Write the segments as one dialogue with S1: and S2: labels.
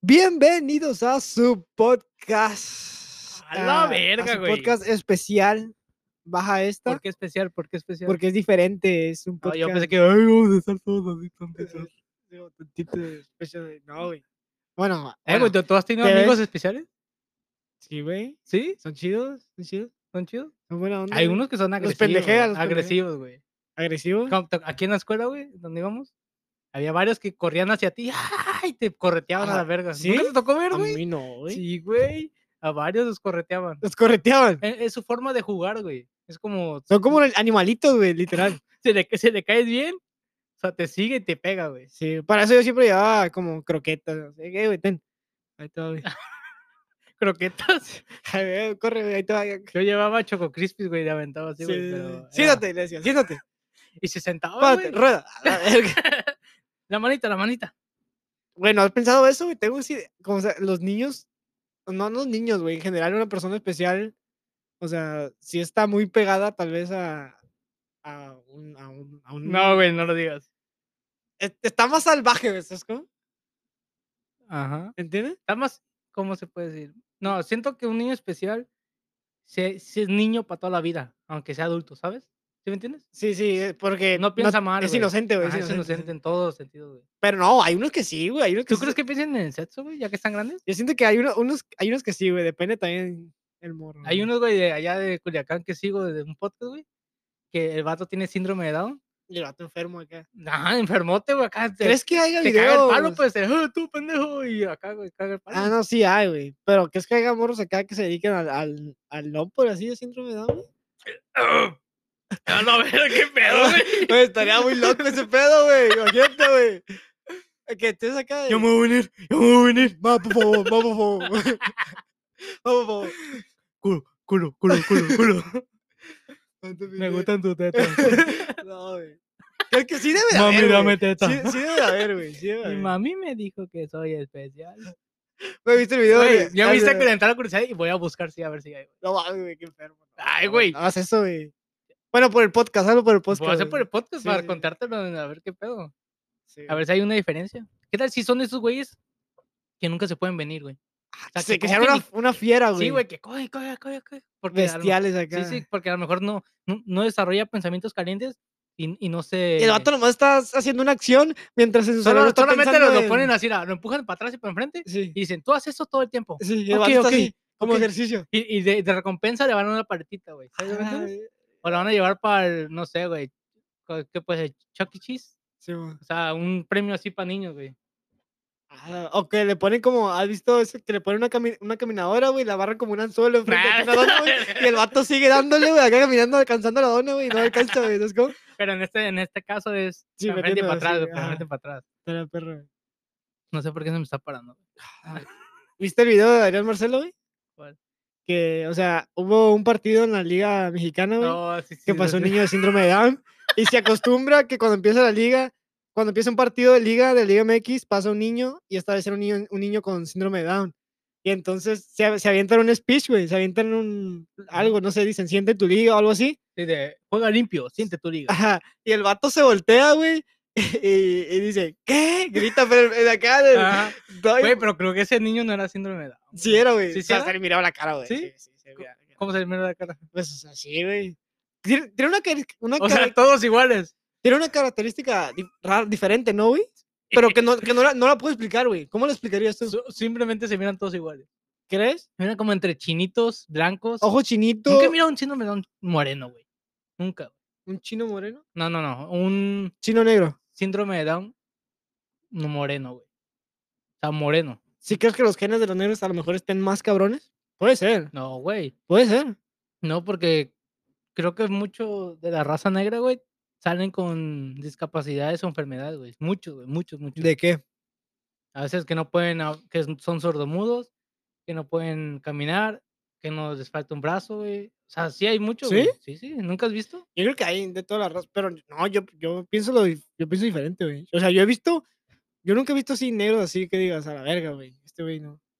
S1: Bienvenidos a su podcast.
S2: A la
S1: ah,
S2: verga,
S1: su
S2: güey.
S1: podcast especial. Baja esta.
S2: ¿Por qué especial? ¿Por qué especial?
S1: Porque es diferente. Es un
S2: No,
S1: podcast. Eh,
S2: yo pensé que ay, vamos a estar todos así tontitos.
S1: Digo, tantito de especial. No, güey. Bueno,
S2: Eh, güey,
S1: bueno,
S2: ¿tú- ¿tú has tenido
S1: ¿te
S2: amigos
S1: ves?
S2: especiales?
S1: sí, güey.
S2: ¿Sí?
S1: Son chidos. Son chidos.
S2: ¿Son chidos?
S1: Son buena onda.
S2: Hay
S1: güey.
S2: unos que son agresivos.
S1: pendejea, los
S2: agresivos, güey.
S1: agresivos.
S2: Como to- Aquí en la escuela, güey, donde íbamos, había varios que corrían hacia ti ¡ay! te correteaban a
S1: Ah,
S2: la verga.
S1: ¿sí?
S2: ¿Nunca te tocó ver,
S1: A
S2: güey?
S1: mí no, güey.
S2: Sí, güey. A varios los correteaban.
S1: Los correteaban.
S2: Es, es su forma de jugar, güey. Es como,
S1: Son como animalitos, güey, literal.
S2: se le, se le caes bien, o sea, te sigue y te pega, güey.
S1: Sí, para eso yo siempre llevaba como croquetas. no sé, "Eh, güey, ten. Ahí te va, güey.
S2: Croquetas.
S1: Ay, güey, Corre, güey, ahí te va. ya".
S2: Yo llevaba Choco Crispis, güey, le aventaba así, güey.
S1: Sí, sí,
S2: pero
S1: sí.
S2: era-
S1: Siéntate, le decía, siéntate.
S2: Y se sentaba,
S1: Párate,
S2: güey.
S1: rueda. a la verga.
S2: La manita, la manita.
S1: Bueno, ¿has pensado eso, güey? Tengo así, como sea, los niños, no los niños, güey, en general una persona especial, o sea, si está muy pegada tal vez a, a un... A un, a un-
S2: No, güey, no lo digas.
S1: es- Está más salvaje, güey, ¿sabes cómo?
S2: Ajá.
S1: ¿Entiendes?
S2: Está más, ¿cómo se puede decir? No, siento que un niño especial se, se es niño para toda la vida, aunque sea adulto, ¿sabes? ¿Sí me entiendes?
S1: Sí, sí, eh, porque...
S2: No piensa mal,
S1: Es
S2: güey.
S1: inocente, güey.
S2: Ajá, es inocente en todos sentidos, güey.
S1: Pero no, hay unos que sí, güey. Hay unos que
S2: ¿Tú
S1: sí
S2: crees
S1: se-
S2: que piensen en el sexo, güey, ya que están grandes?
S1: Yo siento que hay uno- unos, hay unos que sí, güey. Depende también el morro.
S2: Hay
S1: güey.
S2: unos, güey, de allá de Culiacán que sigo de un podcast, güey, que el vato tiene síndrome de Down.
S1: Y el vato enfermo acá.
S2: Ajá, enfermote, güey, acá te,
S1: ¿Crees que haya
S2: te caga el palo,
S1: videos?
S2: pues, de, "Ah, tú, pendejo, y acá, güey, caga el palo.
S1: Ah, no, sí hay, güey. Pero ¿crees que haya morros acá que se dediquen al, al, al LOL por así de síndrome de Down, güey?
S2: No, no, pero qué pedo, güey.
S1: Güey, estaría muy loco ese pedo, güey. Imagínate, güey. Eh, Que estés acá. de-
S2: voy a venir, yo me voy a venir.
S1: Ma, por favor, ma, por favor. Ma, por favor.
S2: Culo, culo, culo, culo, culo.
S1: No te
S2: Me
S1: piques.
S2: gustan tus tetas.
S1: No, güey. Es que sí debe de
S2: Mami,
S1: haber,
S2: dame
S1: güey.
S2: teta.
S1: Sí, sí debe de haber, güey. Sí debe de
S2: Mi
S1: haber.
S2: mami me dijo que soy especial.
S1: ¿Me viste el video?
S2: Güey,
S1: de-
S2: ya
S1: al
S2: me hice
S1: de-
S2: calentar la curiosidad y voy a buscar si a ver si hay.
S1: No mames, güey, qué enfermo. no,
S2: Ay,
S1: no,
S2: güey.
S1: No hagas eso, güey. Bueno, por el podcast, hazlo por el podcast.
S2: Voy a hacer por
S1: güey.
S2: el podcast
S1: Sí,
S2: para
S1: sí.
S2: contártelo, a ver qué pedo.
S1: Sí,
S2: A ver si hay una diferencia. ¿Qué tal si son esos güeyes que nunca se pueden venir, güey?
S1: Ah,
S2: sea,
S1: sí,
S2: que
S1: que
S2: como
S1: sea
S2: que
S1: una,
S2: ni-
S1: una fiera, güey.
S2: Sí, güey, que coge, coge, coge, coge. Porque a lo-
S1: Bestiales acá.
S2: Sí, sí, porque a lo mejor no, no, no desarrolla pensamientos calientes y, y no
S1: Y
S2: se...
S1: El vato nomás está haciendo una acción mientras en su
S2: Solo,
S1: cerebro está
S2: solamente
S1: pensando
S2: lo, lo
S1: en-
S2: ponen así, la- lo empujan para atrás y para enfrente
S1: Sí,
S2: y dicen, tú haces eso todo el tiempo.
S1: sí, y el
S2: Ok,
S1: vato está
S2: ok,
S1: así, como
S2: ok.
S1: ejercicio.
S2: Y, y de, de recompensa le van una paletita, güey. ¿sabes lo
S1: Ah,
S2: que entiendes?
S1: Ay,
S2: O la van a llevar para, el, no sé, güey, co- ¿qué puede ser? Chuck E. Cheese.
S1: sí, güey.
S2: O sea, un premio así para niños, güey.
S1: Ah, o que le ponen como, ¿has visto eso? Que le ponen una, cami- una caminadora, güey, y la barra como un anzuelo enfrente
S2: Ah,
S1: de una dona, güey, Y el vato sigue dándole, güey, acá caminando, alcanzando la dona, güey, y no alcanza, güey. ¿Sabes cómo?
S2: Pero en este, en este caso es
S1: Sí,
S2: para enfrente y
S1: metiendo
S2: para atrás,
S1: así,
S2: güey, para
S1: ajá.
S2: enfrente y para atrás.
S1: Espera, perro, güey.
S2: No sé por qué se me está parando. güey.
S1: ¿Viste el video de Adrián Marcelo, güey?
S2: ¿Cuál?
S1: Que, o sea, hubo un partido en la Liga Mexicana, güey,
S2: No, sí, sí.
S1: que
S2: sí,
S1: pasó un
S2: sí.
S1: niño de síndrome de Down. Y se acostumbra que cuando empieza la liga, cuando empieza un partido de liga, de Liga MX, pasa un niño y esta vez era un niño, un niño con síndrome de Down. Y entonces se, av- se avientan un speech, güey, se avientan un algo, no sé, dicen, siente tu liga o algo así.
S2: Sí, de, juega limpio, siente tu liga.
S1: Ajá, Y el vato se voltea, güey, y, y dice, ¿qué? Grita, pero de acá, de-
S2: Ajá.
S1: no,
S2: Ah, Güey, pero creo que ese niño no era síndrome de Down.
S1: Sí era, güey.
S2: ¿Sí,
S1: o
S2: sí
S1: sea,
S2: era?
S1: se le miraba la cara, güey.
S2: ¿Sí?
S1: sí, se le
S2: Co-
S1: miraba la cara.
S2: ¿Cómo se le mira la cara?
S1: Pues así, güey. Tiene, tiene una, cari- una
S2: O
S1: cara-
S2: sea, todos iguales.
S1: tiene una característica di- rara- diferente, ¿no, güey? Pero que no, que no, la, no la puedo explicar, güey. ¿Cómo la explicarías tú?
S2: Su- Simplemente se miran todos iguales.
S1: ¿Crees?
S2: Se miran como entre chinitos, blancos.
S1: Ojo chinito.
S2: Nunca he mirado un chino me da un moreno, güey. Nunca.
S1: ¿Un chino moreno?
S2: No, no, no. Un
S1: Chino negro.
S2: síndrome de Down no moreno, güey. O sea, moreno.
S1: ¿Sí crees que los genes de los negros a lo mejor estén más cabrones? Puede ser,
S2: No, güey.
S1: puede ser.
S2: No, porque creo que mucho de la raza negra, güey, salen con discapacidades o enfermedades, güey. Muchos, güey. Muchos, muchos.
S1: ¿De qué?
S2: A veces que no pueden, hab- que son- son sordomudos, que no pueden caminar, que no les falta un brazo, güey. O sea, sí hay mucho,
S1: ¿Sí?
S2: güey. Sí, sí. ¿Nunca has visto?
S1: Yo creo que hay de todas las razas, pero no, yo, yo, pienso lo, dif- yo pienso diferente, güey. O sea, yo he visto, yo nunca he visto así negros así que digas a la verga, güey. Este güey no.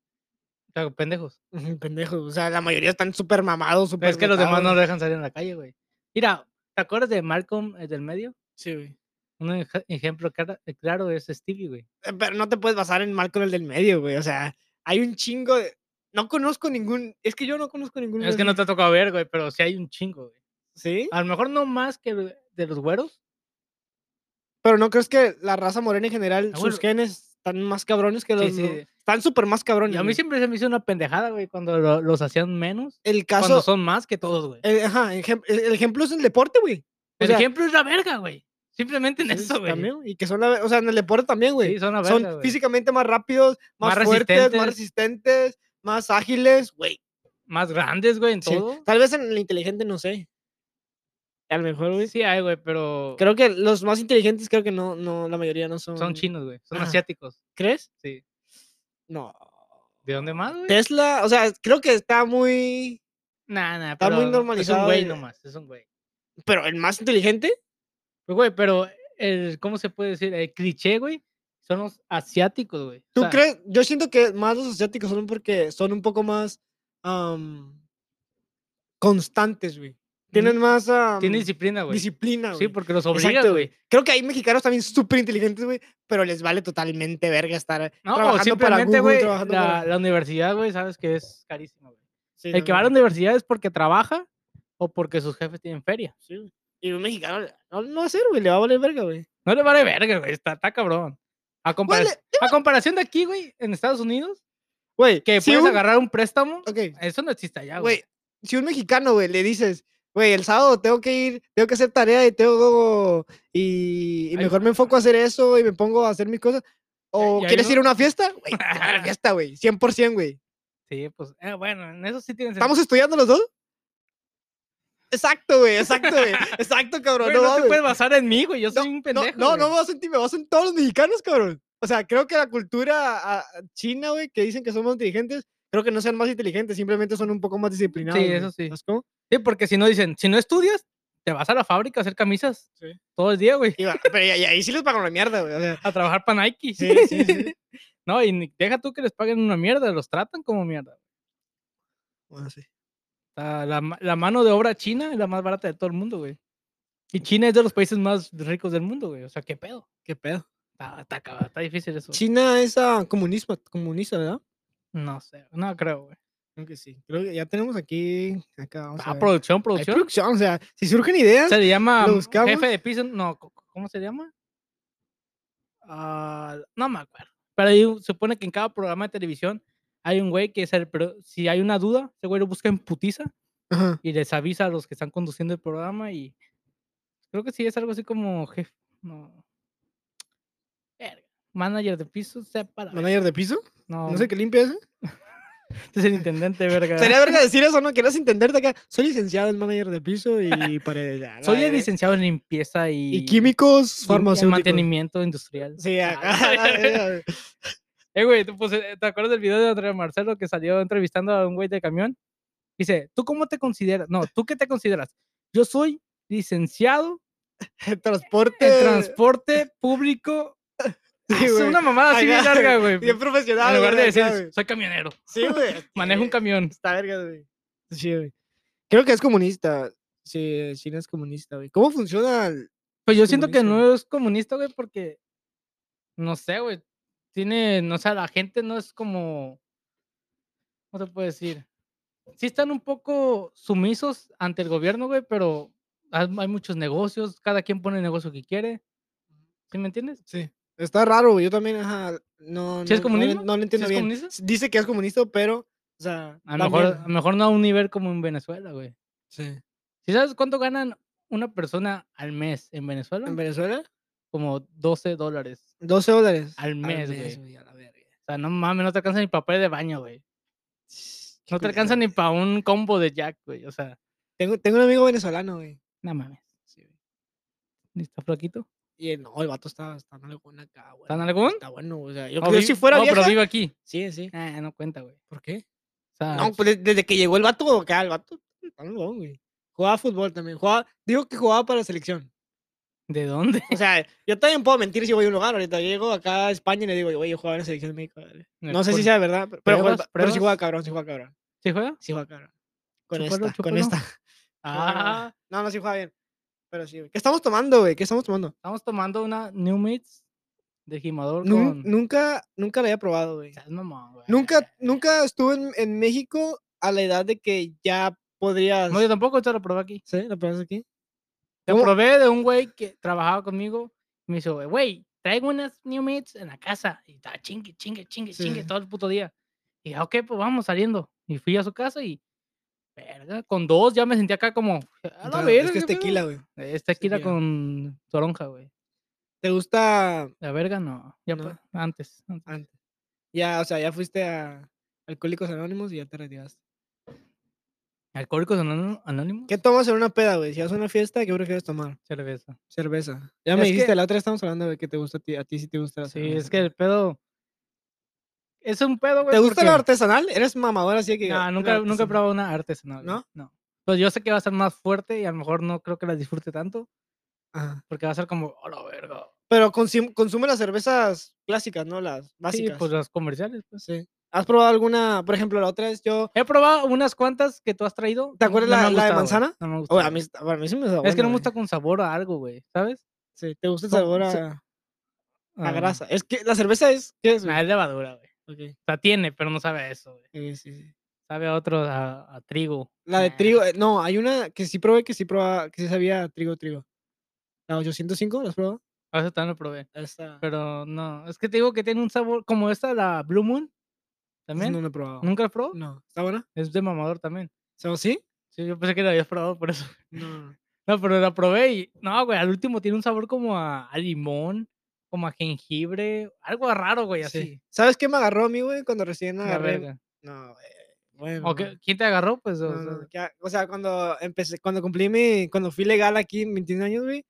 S2: O sea, pendejos.
S1: Ujú, Pendejos, o sea, la mayoría están súper mamados, súper.
S2: Es que los demás no
S1: metados.
S2: lo dejan salir en la calle, güey. Mira, ¿te acuerdas de Malcolm, el eh, del medio?
S1: Sí, güey.
S2: Un ej- ejemplo cara- claro es Stevie, güey.
S1: Eh, Pero no te puedes basar en Malcolm el del medio, güey. O sea, hay un chingo de. No conozco ningún. Es que yo no conozco ningún.
S2: Es que no Ah. te ha tocado ver, güey, pero sí hay un chingo, güey.
S1: Sí.
S2: A lo mejor no más que de de los güeros.
S1: Pero no crees que la raza morena en general,
S2: Ah,
S1: sus
S2: bueno.
S1: genes están más cabrones que los.
S2: Sí,
S1: no-
S2: sí.
S1: Están súper más cabrones.
S2: Y a mí
S1: güey.
S2: siempre se me hizo una pendejada, güey, cuando lo- los hacían menos.
S1: El
S2: Cuando
S1: caso.
S2: son más que todos, güey.
S1: el- ajá, ejem- el el ejemplo es el deporte, güey.
S2: El
S1: sea,
S2: ejemplo es la verga, güey. Simplemente en
S1: Sí,
S2: eso, güey.
S1: también, Y que son, la- o sea, en el deporte también, güey.
S2: Sí, son la
S1: son
S2: verga, güey.
S1: físicamente más rápidos, más,
S2: Más
S1: fuertes, más
S2: resistentes.
S1: resistentes, más ágiles, güey.
S2: Más grandes, güey, en
S1: Sí,
S2: todo.
S1: Tal vez en el inteligente, no sé. A lo mejor, güey.
S2: Sí hay, güey, pero
S1: Creo que los más inteligentes, creo que no, no, la mayoría no son.
S2: son chinos, güey. Son
S1: Ajá.
S2: asiáticos.
S1: ¿Crees?
S2: Sí.
S1: No.
S2: ¿De dónde más, güey?
S1: Tesla, o sea, creo que está muy.
S2: Nah, nah,
S1: Está muy
S2: pero Es
S1: normalizado
S2: un güey
S1: el-
S2: nomás, es un güey.
S1: Pero el más inteligente,
S2: Pues, güey, pero el, ¿cómo se puede decir? El cliché, güey, son los asiáticos, güey. O
S1: ¿tú
S2: sea,
S1: crees? Yo siento que más los asiáticos son porque son un poco más am, constantes, güey. Tienen más am,
S2: Tiene mm, disciplina, güey.
S1: disciplina, güey.
S2: Sí, porque los
S1: Exacto,
S2: obliga, güey.
S1: Creo que hay mexicanos también súper inteligentes, güey, pero les vale totalmente verga estar
S2: No, o
S1: trabajando para
S2: simplemente,
S1: Google,
S2: güey, la,
S1: trabajando para-
S2: la universidad, güey, sabes que es carísima, güey.
S1: Sí,
S2: El que va a la
S1: también,
S2: universidad es porque trabaja o porque sus jefes tienen feria.
S1: sí, güey. Y un mexicano no, no va a ser, güey, le va a valer verga, güey.
S2: No le vale verga, güey, está, está cabrón. A, compara-
S1: le-
S2: a comparación de aquí, güey, en Estados Unidos,
S1: Güey,
S2: que
S1: si
S2: puedes
S1: un-
S2: agarrar un préstamo,
S1: Ok,
S2: eso no existe allá,
S1: güey,
S2: güey.
S1: si un mexicano, güey, le dices, güey, el sábado tengo que ir, tengo que hacer tarea y tengo... Y, y
S2: Ay,
S1: mejor me enfoco a hacer eso y me pongo a hacer mis cosas. ¿O
S2: ya
S1: quieres
S2: no.
S1: ir a una fiesta? Güey, te va a la fiesta, güey, 100%, güey.
S2: Sí, pues, eh, bueno, en eso sí tienen
S1: ¿Estamos estudiando los dos? Exacto, güey, exacto, güey. Exacto, cabrón.
S2: Güey, no, te
S1: mames.
S2: puedes basar en mí, güey. Yo soy un
S1: No,
S2: pendejo.
S1: No,
S2: güey.
S1: no me vas en ti, me vas en todos los mexicanos, cabrón. O sea, creo que la cultura ah, china, güey, que dicen que son más inteligentes, creo que no sean más inteligentes, simplemente son un poco más disciplinados. güey.
S2: eso sí.
S1: ¿Sabes cómo?
S2: Sí, porque si no dicen, si no estudias, te vas a la fábrica a hacer camisas
S1: Sí.
S2: todo el día, güey.
S1: Y va- pero y, y ahí sí les pagan la mierda, güey. O sea,
S2: A trabajar para Nike.
S1: Sí, sí, sí.
S2: no, y ni- deja tú que les paguen una mierda, los tratan como mierda.
S1: bueno, sí.
S2: La, la ma- la mano de obra china es la más barata de todo el mundo, güey. Y China es de los países más ricos del mundo, güey. O sea, qué pedo.
S1: ¿Qué pedo?
S2: Está, está, cabrón, está difícil eso.
S1: China es ah, comunismo, comunista, ¿verdad?
S2: No sé, no creo, güey.
S1: Creo que sí. Creo que ya tenemos aquí. Acá vamos a
S2: Ah,
S1: ver.
S2: producción,
S1: Hay
S2: producción.
S1: producción, o sea, si surgen ideas.
S2: Se le llama
S1: ¿Lo
S2: mm,
S1: buscamos?
S2: jefe de piso. No, co- co- ¿cómo se llama? Ah, no me acuerdo. Pero ahí se supone que en cada programa de televisión hay un güey que es el. pro- si hay una duda, ese güey lo busca en putiza
S1: Ajá.
S2: y les avisa a los que están conduciendo el programa. Y creo que sí es algo así como jefe. No. Verga, Manager de piso, sepa. la verga,
S1: ¿Manager de piso?
S2: No,
S1: No sé qué limpia ese.
S2: este es el intendente, verga.
S1: Sería verga decir eso, ¿no? Quieres entenderte acá. Soy licenciado en manager de piso y paredes. ya, la
S2: Soy el
S1: verga.
S2: licenciado en limpieza y.
S1: Y químicos
S2: y
S1: farmacéuticos.
S2: mantenimiento industrial.
S1: Sí,
S2: Ah,
S1: acá, la verga,
S2: Eh, güey, tú, pues, eh, ¿te acuerdas del video de Andrea Marcelo que salió entrevistando a un güey de camión? Dice, ¿tú cómo te consideras? No, ¿tú qué te consideras? Yo soy licenciado
S1: el transporte. Ah,
S2: en transporte público.
S1: Eh. Sí,
S2: es
S1: güey.
S2: una mamada así bien
S1: Acá,
S2: larga, güey.
S1: Bien
S2: En
S1: profesional.
S2: lugar de
S1: güey, acá,
S2: decir,
S1: güey.
S2: soy camionero,
S1: Sí, güey.
S2: manejo un
S1: camión.
S2: camión.
S1: Está verga, güey. Sí, güey. Creo que es comunista. Sí, China es comunista, güey. ¿Cómo funciona? el-
S2: Pues yo siento que
S1: comunista.
S2: no es comunista, güey, porque, no sé, güey, tiene, no sé, la gente no es como, ¿cómo te puedo decir? Sí están un poco sumisos ante el gobierno, güey, pero hay hay muchos negocios, cada quien pone el negocio que quiere, ¿sí me entiendes?
S1: Sí. Está raro, güey. Yo también, ajá. No,
S2: ¿Sí es
S1: no- no le-
S2: comunismo?
S1: No, lo entiendo
S2: es
S1: bien.
S2: comunista?
S1: S- Dice que es comunista, pero. O sea.
S2: A
S1: da
S2: lo mejor,
S1: miedo.
S2: a lo mejor no a un nivel como en Venezuela, güey.
S1: Sí.
S2: ¿Sí sabes cuánto ganan una persona al mes en Venezuela?
S1: ¿En Venezuela?
S2: Como 12 dólares.
S1: 12 dólares.
S2: Al mes, güey.
S1: a la verga.
S2: O sea, no mames, no te alcanza ni papel de baño, güey.
S1: Qué
S2: No te
S1: culero,
S2: alcanza
S1: güey.
S2: ni para un combo de Jack, güey. O sea,
S1: Tengo, tengo un amigo venezolano, güey.
S2: no mames. ¿Y ¿Está flaquito?
S1: Y el- no, el vato está, está en algún acá, güey.
S2: ¿Está en algún?
S1: Está bueno, o sea, yo,
S2: No,
S1: yo
S2: vi-
S1: si fuera
S2: no,
S1: vieja.
S2: pero vive aquí.
S1: Sí, sí.
S2: Ah, no cuenta, güey.
S1: ¿Por qué?
S2: O sea,
S1: No, pues de- desde que llegó el vato acá, el vato está muy bueno, güey. Jugaba fútbol también. Jugaba, digo que jugaba para la selección.
S2: ¿de dónde?
S1: O sea, yo también puedo mentir si voy a un lugar. Ahorita yo llego acá a España y le digo, güey, yo jugaba en la selección de México. ¿vale?".
S2: Me
S1: No sé si
S2: pon-
S1: sea verdad, pero, pero, juega-
S2: Eh, pues, ¿Pruebas?
S1: pero sí juega
S2: ¿Pruebas?
S1: cabrón, sí juega cabrón.
S2: ¿Sí juega?
S1: Sí juega cabrón. Con
S2: Chúpalo,
S1: esta, con
S2: chúpalo.
S1: esta.
S2: Ah,
S1: No, no, sí juega bien. Pero sí, güey. ¿Qué estamos tomando, güey? ¿Qué estamos tomando?
S2: Estamos tomando una New Meats de gimador
S1: Nun-
S2: con...
S1: Nunca, nunca la había probado, güey.
S2: Seas mamón, güey.
S1: Nunca, nunca estuve en, en México a la edad de que ya podrías.
S2: No, yo tampoco, te lo probé aquí.
S1: ¿Sí? ¿La probaste aquí?
S2: Lo
S1: ¿Cómo?
S2: probé de un güey que trabajaba conmigo. y Me dijo, güey, traigo unas New Meats en la casa. Y estaba chingue, chingue, chingue,
S1: Sí.
S2: chingue todo el puto día. Y dije, ok, pues vamos saliendo. Y fui a su casa y... Verga, con dos ya me sentí acá como... A la
S1: Claro,
S2: verga,
S1: es que es
S2: qué pedo".
S1: tequila, güey.
S2: Es tequila
S1: tequila.
S2: con toronja, güey.
S1: ¿Te gusta
S2: La verga no. Ya
S1: No.
S2: pa- antes. antes.
S1: antes? Ya, o sea, ya fuiste a Alcohólicos Anónimos y ya te retiraste.
S2: Alcohólicos Anón- anónimos.
S1: ¿Qué tomas en una peda, güey? Si vas a una fiesta, ¿qué prefieres tomar?
S2: cerveza?
S1: Cerveza. Ya me
S2: Es que-
S1: dijiste, la otra estamos hablando de que te gusta a ti, a ti sí te gusta la
S2: Sí,
S1: cerveza,
S2: es que
S1: güey.
S2: el pedo. Es un pedo, güey.
S1: ¿Te gusta
S2: porque-
S1: lo artesanal? Eres mamador, así que...
S2: No,
S1: la
S2: Ah, nunca, nunca he
S1: artesanal.
S2: probado una artesanal. güey,
S1: ¿No?
S2: No. Pues yo sé que va a ser más fuerte y a lo mejor no creo que la disfrute tanto
S1: Ajá.
S2: porque va a ser como, oh, la verga.
S1: Pero consum- consume las cervezas clásicas, ¿no? Las
S2: Sí,
S1: básicas.
S2: pues las comerciales, pues.
S1: Sí. ¿Has probado alguna? Por ejemplo, la otra es yo.
S2: He probado unas cuantas que tú has traído.
S1: ¿Te
S2: no-
S1: acuerdas
S2: no me
S1: la-
S2: han
S1: la de
S2: gustado, güey,
S1: manzana?
S2: No me gusta.
S1: Oh, a mí, está- a mí sí me sabe
S2: pues, es que
S1: buena,
S2: no me
S1: güey.
S2: gusta con sabor a algo, güey, ¿sabes?
S1: Sí, te gusta el
S2: con-
S1: sabor
S2: sí.
S1: a, a
S2: Ah,
S1: grasa. Es que la cerveza es. ¿Qué es? güey?
S2: nah, es levadura, güey.
S1: Ok,
S2: O sea, tiene, pero no sabe a eso, güey.
S1: sí, sí, sí.
S2: Sabe a otro, a, a trigo.
S1: La de
S2: Nah.
S1: trigo. eh, No, hay una que sí probé, que sí probaba, que sí sabía a trigo, trigo. La 805, ¿la has probado?
S2: A eso también lo probé.
S1: Esta.
S2: Pero no, es que te digo que tiene un sabor como esta, la Blue Moon.
S1: esa
S2: También.
S1: No la he probado.
S2: ¿Nunca la probó?
S1: No. ¿Está buena?
S2: Es de mamador también.
S1: ¿O sí?
S2: Sí, yo pensé que la habías probado por eso.
S1: No.
S2: No, pero la probé y. No, güey, al último tiene un sabor como a, a limón, como a jengibre, algo raro, güey,
S1: sí. Ah,
S2: así.
S1: ¿Sabes qué me agarró a mí, güey? Cuando recién
S2: la
S1: agarré.
S2: verga.
S1: No, güey. Bueno.
S2: ¿O qué- ¿Quién te agarró? Pues. o
S1: No,
S2: sea,
S1: no, que a- o sea, cuando empecé, cuando cumplí mi, cuando fui legal aquí, 21 años, güey,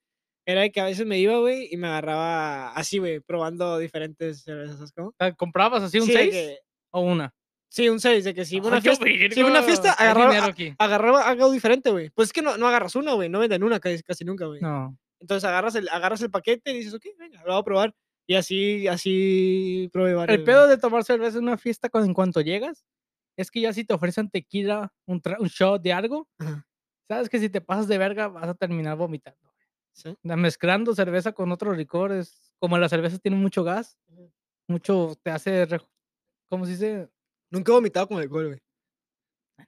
S1: era de que a veces me iba, güey, y me agarraba así, güey, probando diferentes cervezas, ¿sabes cómo?
S2: o sea, ¿Comprabas así un
S1: Sí, de
S2: 6
S1: que-
S2: o una?
S1: sí, un 6, de que si iba a una
S2: Ay, yo,
S1: fiesta, si iba a una
S2: verga,
S1: fiesta,
S2: hay
S1: agarraba,
S2: dinero
S1: a-
S2: aquí.
S1: agarraba algo diferente, güey. Pues es que no, no agarras una, güey, no venden una casi, casi nunca, güey.
S2: No.
S1: Entonces agarras el, agarras el paquete y dices, ok, venga, lo voy a probar. Y así, así probé varios.
S2: El pedo de tomar cerveza en una fiesta cuando en cuanto llegas es que ya si te ofrecen tequila, un, tra- un shot de algo,
S1: Ajá.
S2: sabes que si te pasas de verga vas a terminar vomitando. güey.
S1: Sí.
S2: La mezclando cerveza con otros licores, como las cervezas tienen mucho gas,
S1: Ujú.
S2: mucho te hace, re- ¿cómo se dice?
S1: Nunca he vomitado con alcohol, güey.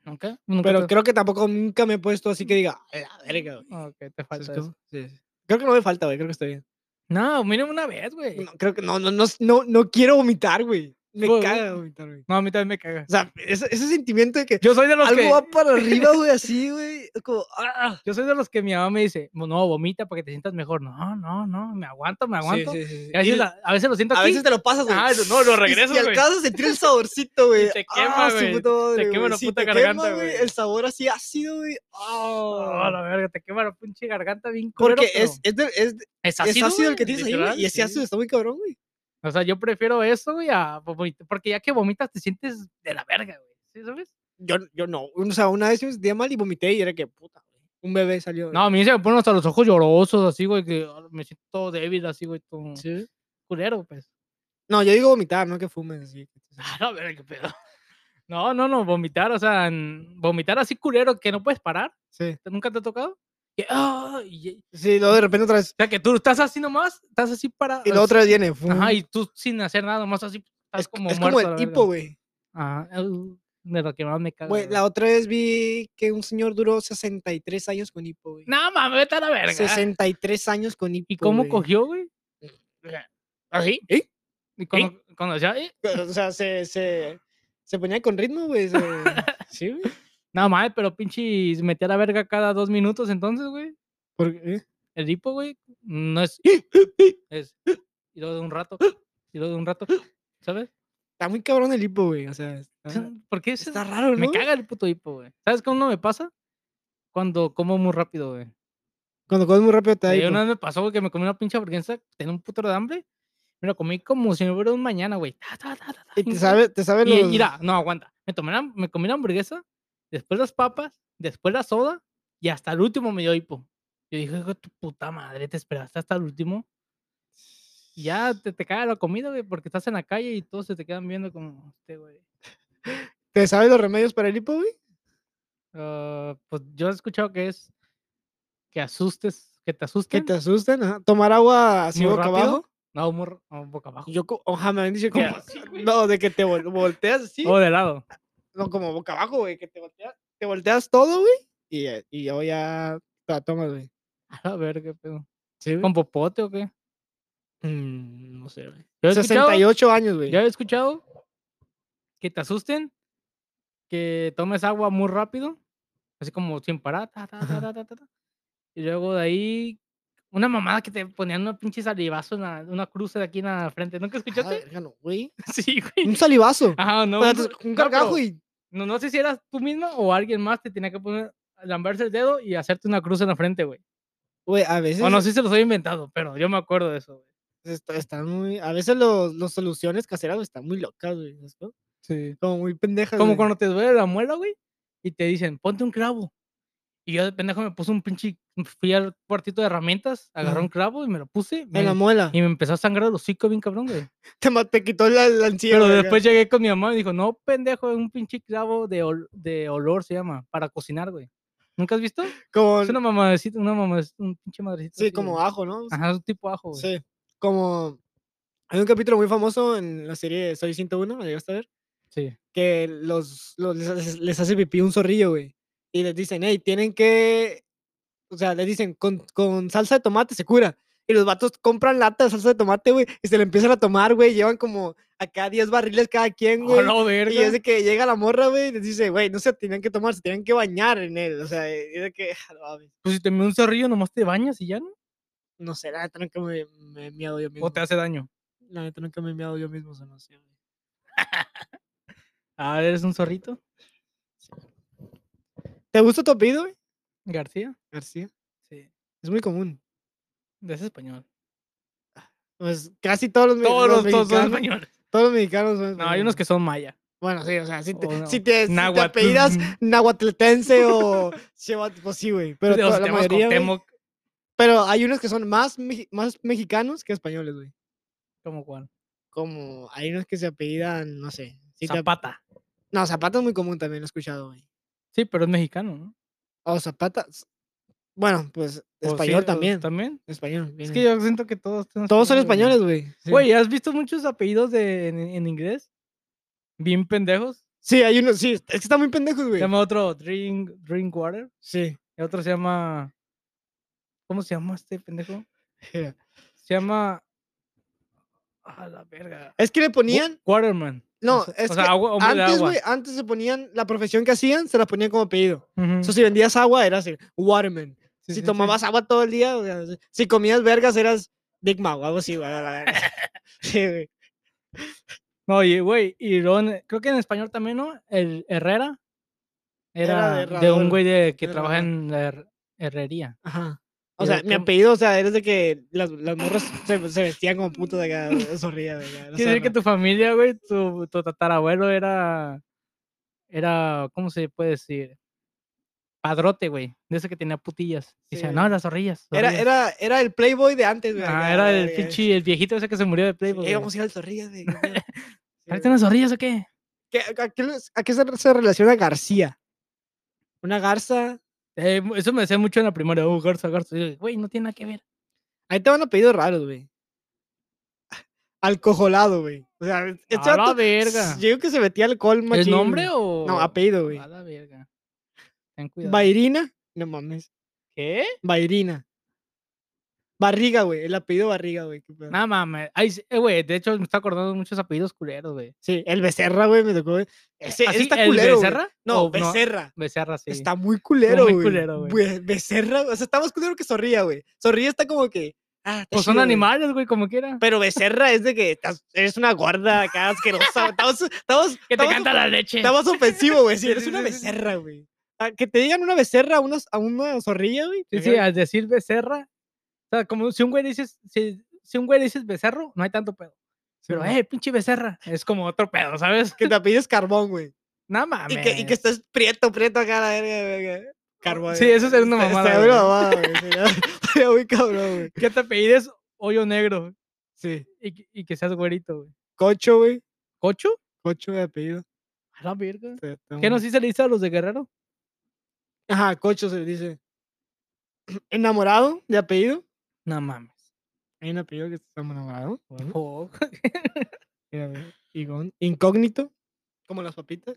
S2: Nunca. nunca
S1: Pero
S2: te-
S1: creo que tampoco nunca me he puesto así que diga, a la verga, güey.
S2: Ah, ok, te
S1: ¿Sabes
S2: falta
S1: cómo?
S2: eso.
S1: Sí, sí. Creo que no me falta, güey. Creo que estoy bien.
S2: No, mínimo una vez, güey.
S1: No, creo que no, no, no, no, no quiero vomitar, güey. Me
S2: Güey,
S1: caga
S2: güey.
S1: vomitar, güey.
S2: Pues, No, a mí también me caga.
S1: O sea, ese, ese sentimiento de que
S2: Yo soy de los
S1: algo
S2: que...
S1: va para arriba, güey, así, güey. Como, ah.
S2: Yo soy de los que mi mamá me dice, no, vomita para que te sientas mejor. No, no, no, me aguanto, me aguanto. Y a, veces
S1: Y
S2: la- a veces lo siento
S1: a
S2: aquí.
S1: veces te lo pasas, güey.
S2: Ah, no, lo regresas,
S1: Y, y
S2: güey.
S1: alcanzas a sentir el saborcito, güey.
S2: te
S1: Ah,
S2: quema,
S1: su
S2: güey.
S1: puta madre,
S2: quema
S1: güey.
S2: la
S1: Sí,
S2: puta
S1: te
S2: garganta,
S1: quema, güey.
S2: güey.
S1: El sabor así ácido, güey. Ah.
S2: Oh, la verga, te quema la pinche garganta bien culero,
S1: Porque
S2: pero
S1: es, es, de- es, de- es
S2: es
S1: ácido el
S2: güey,
S1: que tienes ahí,
S2: literal,
S1: güey. Y ese
S2: sí.
S1: ácido está muy cabrón, güey.
S2: O sea, yo prefiero eso, güey, a vomit- porque ya que vomitas te sientes de la verga, güey. ¿Sí sabes?
S1: Yo, yo no. O sea, una vez yo me sentía mal y vomité y era que, puta, güey. Un bebé salió. güey.
S2: No, a mí se me ponen hasta los ojos llorosos, así, güey, que ah, me siento todo débil, así, güey, todo
S1: Sí.
S2: culero, pues.
S1: No, yo digo vomitar, no que fumes. así.
S2: Ah, la verga, qué pedo. No, no, no, vomitar, o sea, en- vomitar así culero que no puedes parar.
S1: Sí.
S2: ¿te- ¿Nunca te ha tocado? Que, ah, y-
S1: Sí, luego de repente otra vez.
S2: o sea, que tú estás así nomás, estás así para...
S1: Y luego otra vez viene. fum.
S2: Ajá, y tú sin hacer nada, nomás así estás
S1: es,
S2: como
S1: es
S2: muerto. a
S1: el
S2: la
S1: tipo,
S2: verga.
S1: güey.
S2: Ajá, uh, de lo que más me caga.
S1: Güey,
S2: güey.
S1: la otra vez vi que un señor duró 63 años con hipo, güey.
S2: No mames, vete a la verga.
S1: 63 años con hipo.
S2: ¿Y cómo
S1: güey.
S2: cogió, güey? ¿Así?
S1: ¿Eh?
S2: Y cuando, cuando decía, "Eh",
S1: O sea, se, se, se ponía con ritmo, güey. se- sí, güey.
S2: no mames, pero pinche metía la verga cada dos minutos entonces, güey.
S1: ¿Por qué?
S2: El hipo, güey, no es... es y luego de un rato, y luego de un rato, ¿sabes?
S1: Está muy cabrón el hipo, güey. O sea, está,
S2: ¿Por qué es
S1: está raro, ¿no?
S2: Me caga el puto hipo, güey. ¿Sabes cómo no me pasa? Cuando como muy rápido, güey.
S1: Cuando comes muy rápido te da
S2: Sí,
S1: hipo.
S2: una vez me pasó, güey, que me comí una pinche hamburguesa, tenía un puto de hambre. Me la comí como si no hubiera un mañana, güey. Ta, ta, ta, ta, ta,
S1: Y
S2: y-
S1: te sabe, te sabe
S2: y-
S1: los-
S2: mira, no, aguanta. Me, tomé la- me comí la hamburguesa, después las papas, después la soda y hasta el último me dio hipo. Yo dije, hijo de tu puta madre, te esperaste hasta el último. Y Ya te, te caga la comida, güey, porque estás en la calle y todos se te quedan viendo como, este, güey.
S1: ¿Te sabe los remedios para el hipo, güey?
S2: Ah, pues yo he escuchado que es que asustes que te
S1: que
S2: asusten.
S1: te asustan. ajá. Tomar agua así
S2: Muy
S1: boca
S2: rápido.
S1: abajo.
S2: No, muy r- no, boca abajo.
S1: Yo, co- ojalá me habían dicho como.
S2: ¿Cómo así, güey?
S1: No, de que te vol- volteas así.
S2: O de lado.
S1: No, como boca abajo, güey, que te volteas, te volteas todo, güey. Y, ya- y yo ya te la tomas, güey.
S2: A la verga, qué pedo.
S1: Sí, güey.
S2: ¿Con popote o qué?
S1: Mm, no sé, güey.
S2: Yo he escuchado-
S1: 68 años, güey.
S2: Ya he escuchado que te asusten, que tomes agua muy rápido, así como sin parar, ta, ta, ta,
S1: Ajá.
S2: ta, ta, ta, ta, y luego de ahí una mamada que te ponían una pinche salivazo en la- una cruce de aquí en la frente. ¿Nunca
S1: Ah, la
S2: escuchaste?
S1: verga, no, güey.
S2: Sí,
S1: Un
S2: güey.
S1: salivazo.
S2: Ajá, no.
S1: O sea,
S2: no,
S1: te- un
S2: no, pero
S1: cargajo y.
S2: No, no sé si eras tú mismo o alguien más te tenía que poner, lamberse el dedo y hacerte una cruz en la frente, güey.
S1: Güey, a veces
S2: O no sé si se los he inventado, pero yo me acuerdo de eso, güey.
S1: est- están muy. A veces los, los soluciones caseras güey, están muy locas, güey. ¿sabes cómo?
S2: Sí.
S1: Como muy pendejas.
S2: Como
S1: güey.
S2: cuando te duele la muela, güey, y te dicen, ponte un clavo. Y yo de pendejo me puse un pinche, fui al cuartito de herramientas, agarré
S1: Ajá.
S2: un clavo y me lo puse. Me,
S1: En la muela.
S2: y me empezó a sangrar el hocico bien cabrón, güey.
S1: Te, ma- te quitó la, la ansiedad.
S2: Pero
S1: güey, acá.
S2: después llegué con mi mamá y dijo, no, pendejo, es un pinche clavo de, ol- de olor, se llama, para cocinar, güey. ¿Nunca has visto?
S1: Como,
S2: Es una mamadecita, una mamadecita, un pinche madrecito.
S1: sí,
S2: así,
S1: como
S2: güey.
S1: ajo, ¿no?
S2: Ajá, es un tipo ajo, güey.
S1: Sí. Como. Hay un capítulo muy famoso en la serie Soy 101, ¿la llegaste a ver?
S2: Sí.
S1: Que los, los- les, hace- les hace pipí un zorrillo, güey. Y les dicen, hey, tienen que. O sea, les dicen, con, con salsa de tomate se cura. Y los vatos compran lata de salsa de tomate, güey. Y se la empiezan a tomar, güey. Llevan como acá 10 barriles cada quien, güey.
S2: Hola,
S1: Y es
S2: ¡Oh, verga.
S1: de que llega la morra, güey, y les dice, güey, no se tenían que tomar, se tenían que bañar en él. O sea, es de que, "Ah, no mames".
S2: Pues si te me un zorrillo, nomás te bañas y ya, ¿no?
S1: no sé, la neta nunca me, me he miado yo mismo.
S2: O te hace daño.
S1: La neta nunca me he miado yo mismo, o sea, no sé, güey.
S2: Ah, eres un zorrito,
S1: ¿Te gusta tu apellido, güey?
S2: García.
S1: García.
S2: Sí.
S1: Es muy común.
S2: Es español.
S1: Pues casi todos los, me-
S2: Todos los, todos son
S1: mexicanos.
S2: españoles.
S1: todos los mexicanos son
S2: No, hay unos
S1: españoles.
S2: que son maya.
S1: Bueno, sí, o sea, si te,
S2: o no,
S1: si te, si te
S2: Náhuatl.
S1: apellidas nahuatletense o. chevat- pues sí, güey. Pero
S2: Los
S1: toda- la
S2: Temas
S1: mayoría. güey,
S2: Cuauhtémoc,
S1: pero hay unos que son más, meji- más mexicanos que españoles, güey.
S2: ¿cómo cuál?
S1: como hay unos que se apellidan, no sé. si te ap-
S2: Zapata.
S1: No, Zapata es muy común también, lo he escuchado, güey.
S2: Sí, pero es mexicano, ¿no?
S1: O Zapata. s- Bueno, pues
S2: O sí,
S1: español
S2: o
S1: también.
S2: También.
S1: Español.
S2: Es
S1: viene.
S2: que yo siento que todos tenemos
S1: Todos son
S2: apellidos,
S1: españoles, güey. sí.
S2: Güey, ¿has visto muchos apellidos de, en, en inglés? Bien pendejos.
S1: Sí, hay unos, sí. Es que están muy pendejos,
S2: Se
S1: güey.
S2: llama otro Drink, Drinkwater.
S1: Sí.
S2: Y otro se llama. ¿Cómo se llama este pendejo?
S1: mira.
S2: Se llama. A la verga.
S1: Es que le
S2: Wa-
S1: ponían.
S2: Waterman. O
S1: No,
S2: sea-
S1: es
S2: o sea,
S1: que
S2: agua, hombre de
S1: antes,
S2: agua.
S1: güey, antes se ponían la profesión que hacían, se la ponían como apellido.
S2: Ujú.
S1: Eso si vendías agua, eras el Waterman.
S2: Sí, sí,
S1: si
S2: sí.
S1: tomabas agua todo el día, o sea, si- si comías vergas, eras Big Mac o algo así, güey. a la verga. Sí, güey.
S2: No, y güey, y luego en- creo que en español también, ¿no? El Herrera
S1: Era de
S2: era, de un
S1: herrador,
S2: güey de, que
S1: de
S2: trabaja
S1: herrador.
S2: en la her- herrería.
S1: Ajá. O
S2: Y
S1: sea,
S2: luego
S1: mi
S2: cómo-
S1: apellido, o sea, eres de que las, las morras se, se vestían como putas de acá, de zorrilla, de acá, la
S2: Quiere decir que
S1: zorra.
S2: tu familia, güey, tu, tu tatarabuelo era, era, ¿cómo se puede decir? Padrote, güey, de ese que tenía putillas.
S1: Sí,
S2: Dice, no,
S1: el-
S2: las zorrillas.
S1: Era,
S2: zorrillas".
S1: era, era el playboy de antes, güey.
S2: Ah,
S1: acá,
S2: era
S1: la
S2: el
S1: verga, eh.
S2: pinche, el viejito ese que se murió de
S1: Sí,
S2: Playboy.
S1: eh,
S2: güey.
S1: vamos a ir al zorrilla, güey. qué pedo. Sí, güey.
S2: ¿Ahorita unas zorrillas o qué?
S1: ¿Qué- a, qué, les- a qué se, se relaciona García? Una garza.
S2: Eh, mu- eso me decía mucho en la primaria, oh, garza, garza. Y yo, Güey, no tiene nada que ver.
S1: Ahí te van apellidos raros, güey. Alcojolado, güey. O sea, este
S2: A la
S1: vato,
S2: verga.
S1: Yo creo que se metía alcohol, machín.
S2: ¿El nombre
S1: güey.
S2: o...?
S1: No, apellido, güey.
S2: A la verga. Ten cuidado.
S1: Bairina. No mames.
S2: ¿Qué?
S1: Bairina. Barriga, güey. El apellido Barriga, güey. qué pedo.
S2: Nada mames. Ay, sí, eh, güey, de hecho me está acordando de muchos apellidos culeros, güey.
S1: Sí, el Becerra, güey, me tocó. güey. Ese, ese
S2: ¿Así?
S1: está
S2: ¿Ah, ¿El
S1: culero. güey.
S2: ¿Becerra?
S1: No,
S2: ¿O
S1: Becerra.
S2: Becerra, sí.
S1: Está muy culero,
S2: muy
S1: güey.
S2: culero, güey.
S1: Güey, Becerra, o sea, está más culero que Zorrilla, güey. Zorrilla está como que. Ah, está
S2: Pues son
S1: chido, güey.
S2: animales, güey, como quiera.
S1: Pero Becerra es de que estás- eres una gorda acá asquerosa. güey. Estamos, estamos,
S2: que te
S1: estamos
S2: canta
S1: of-
S2: la leche.
S1: estamos ofensivos, güey. Si
S2: Sí,
S1: eres
S2: sí,
S1: una
S2: sí, sí, sí.
S1: becerra, güey. A Que te digan una becerra a, unos, a una zorrilla, güey.
S2: Sí,
S1: te
S2: sí,
S1: caga.
S2: al decir Becerra. O sea, como si un güey le dices, si, si un güey le dices becerro, no hay tanto pedo. Pero,
S1: Simón.
S2: eh, pinche becerra. Es como otro pedo, ¿sabes?
S1: Que te pides carbón, güey.
S2: Nada mames.
S1: Y que, y que estás prieto, prieto acá, la verga, verga. Carbón.
S2: Sí, eso es
S1: Está-
S2: una mamada,
S1: está
S2: güey.
S1: una mamada, güey. Sería, sería muy cabrón, güey.
S2: Que te apellides hoyo negro
S1: Sí.
S2: y, que- y que seas güerito, güey.
S1: Cocho, güey.
S2: ¿Cocho?
S1: Cocho de apellido.
S2: A la verga.
S1: Está- está
S2: ¿Qué
S1: muy-
S2: nos dice le dice a los de Guerrero?
S1: Ajá, cocho se le dice. enamorado de apellido.
S2: No mames.
S1: Hay un apellido que está enamorado. bueno,
S2: Oh,
S1: mira, ve, Igón. Incógnito. Como las papitas.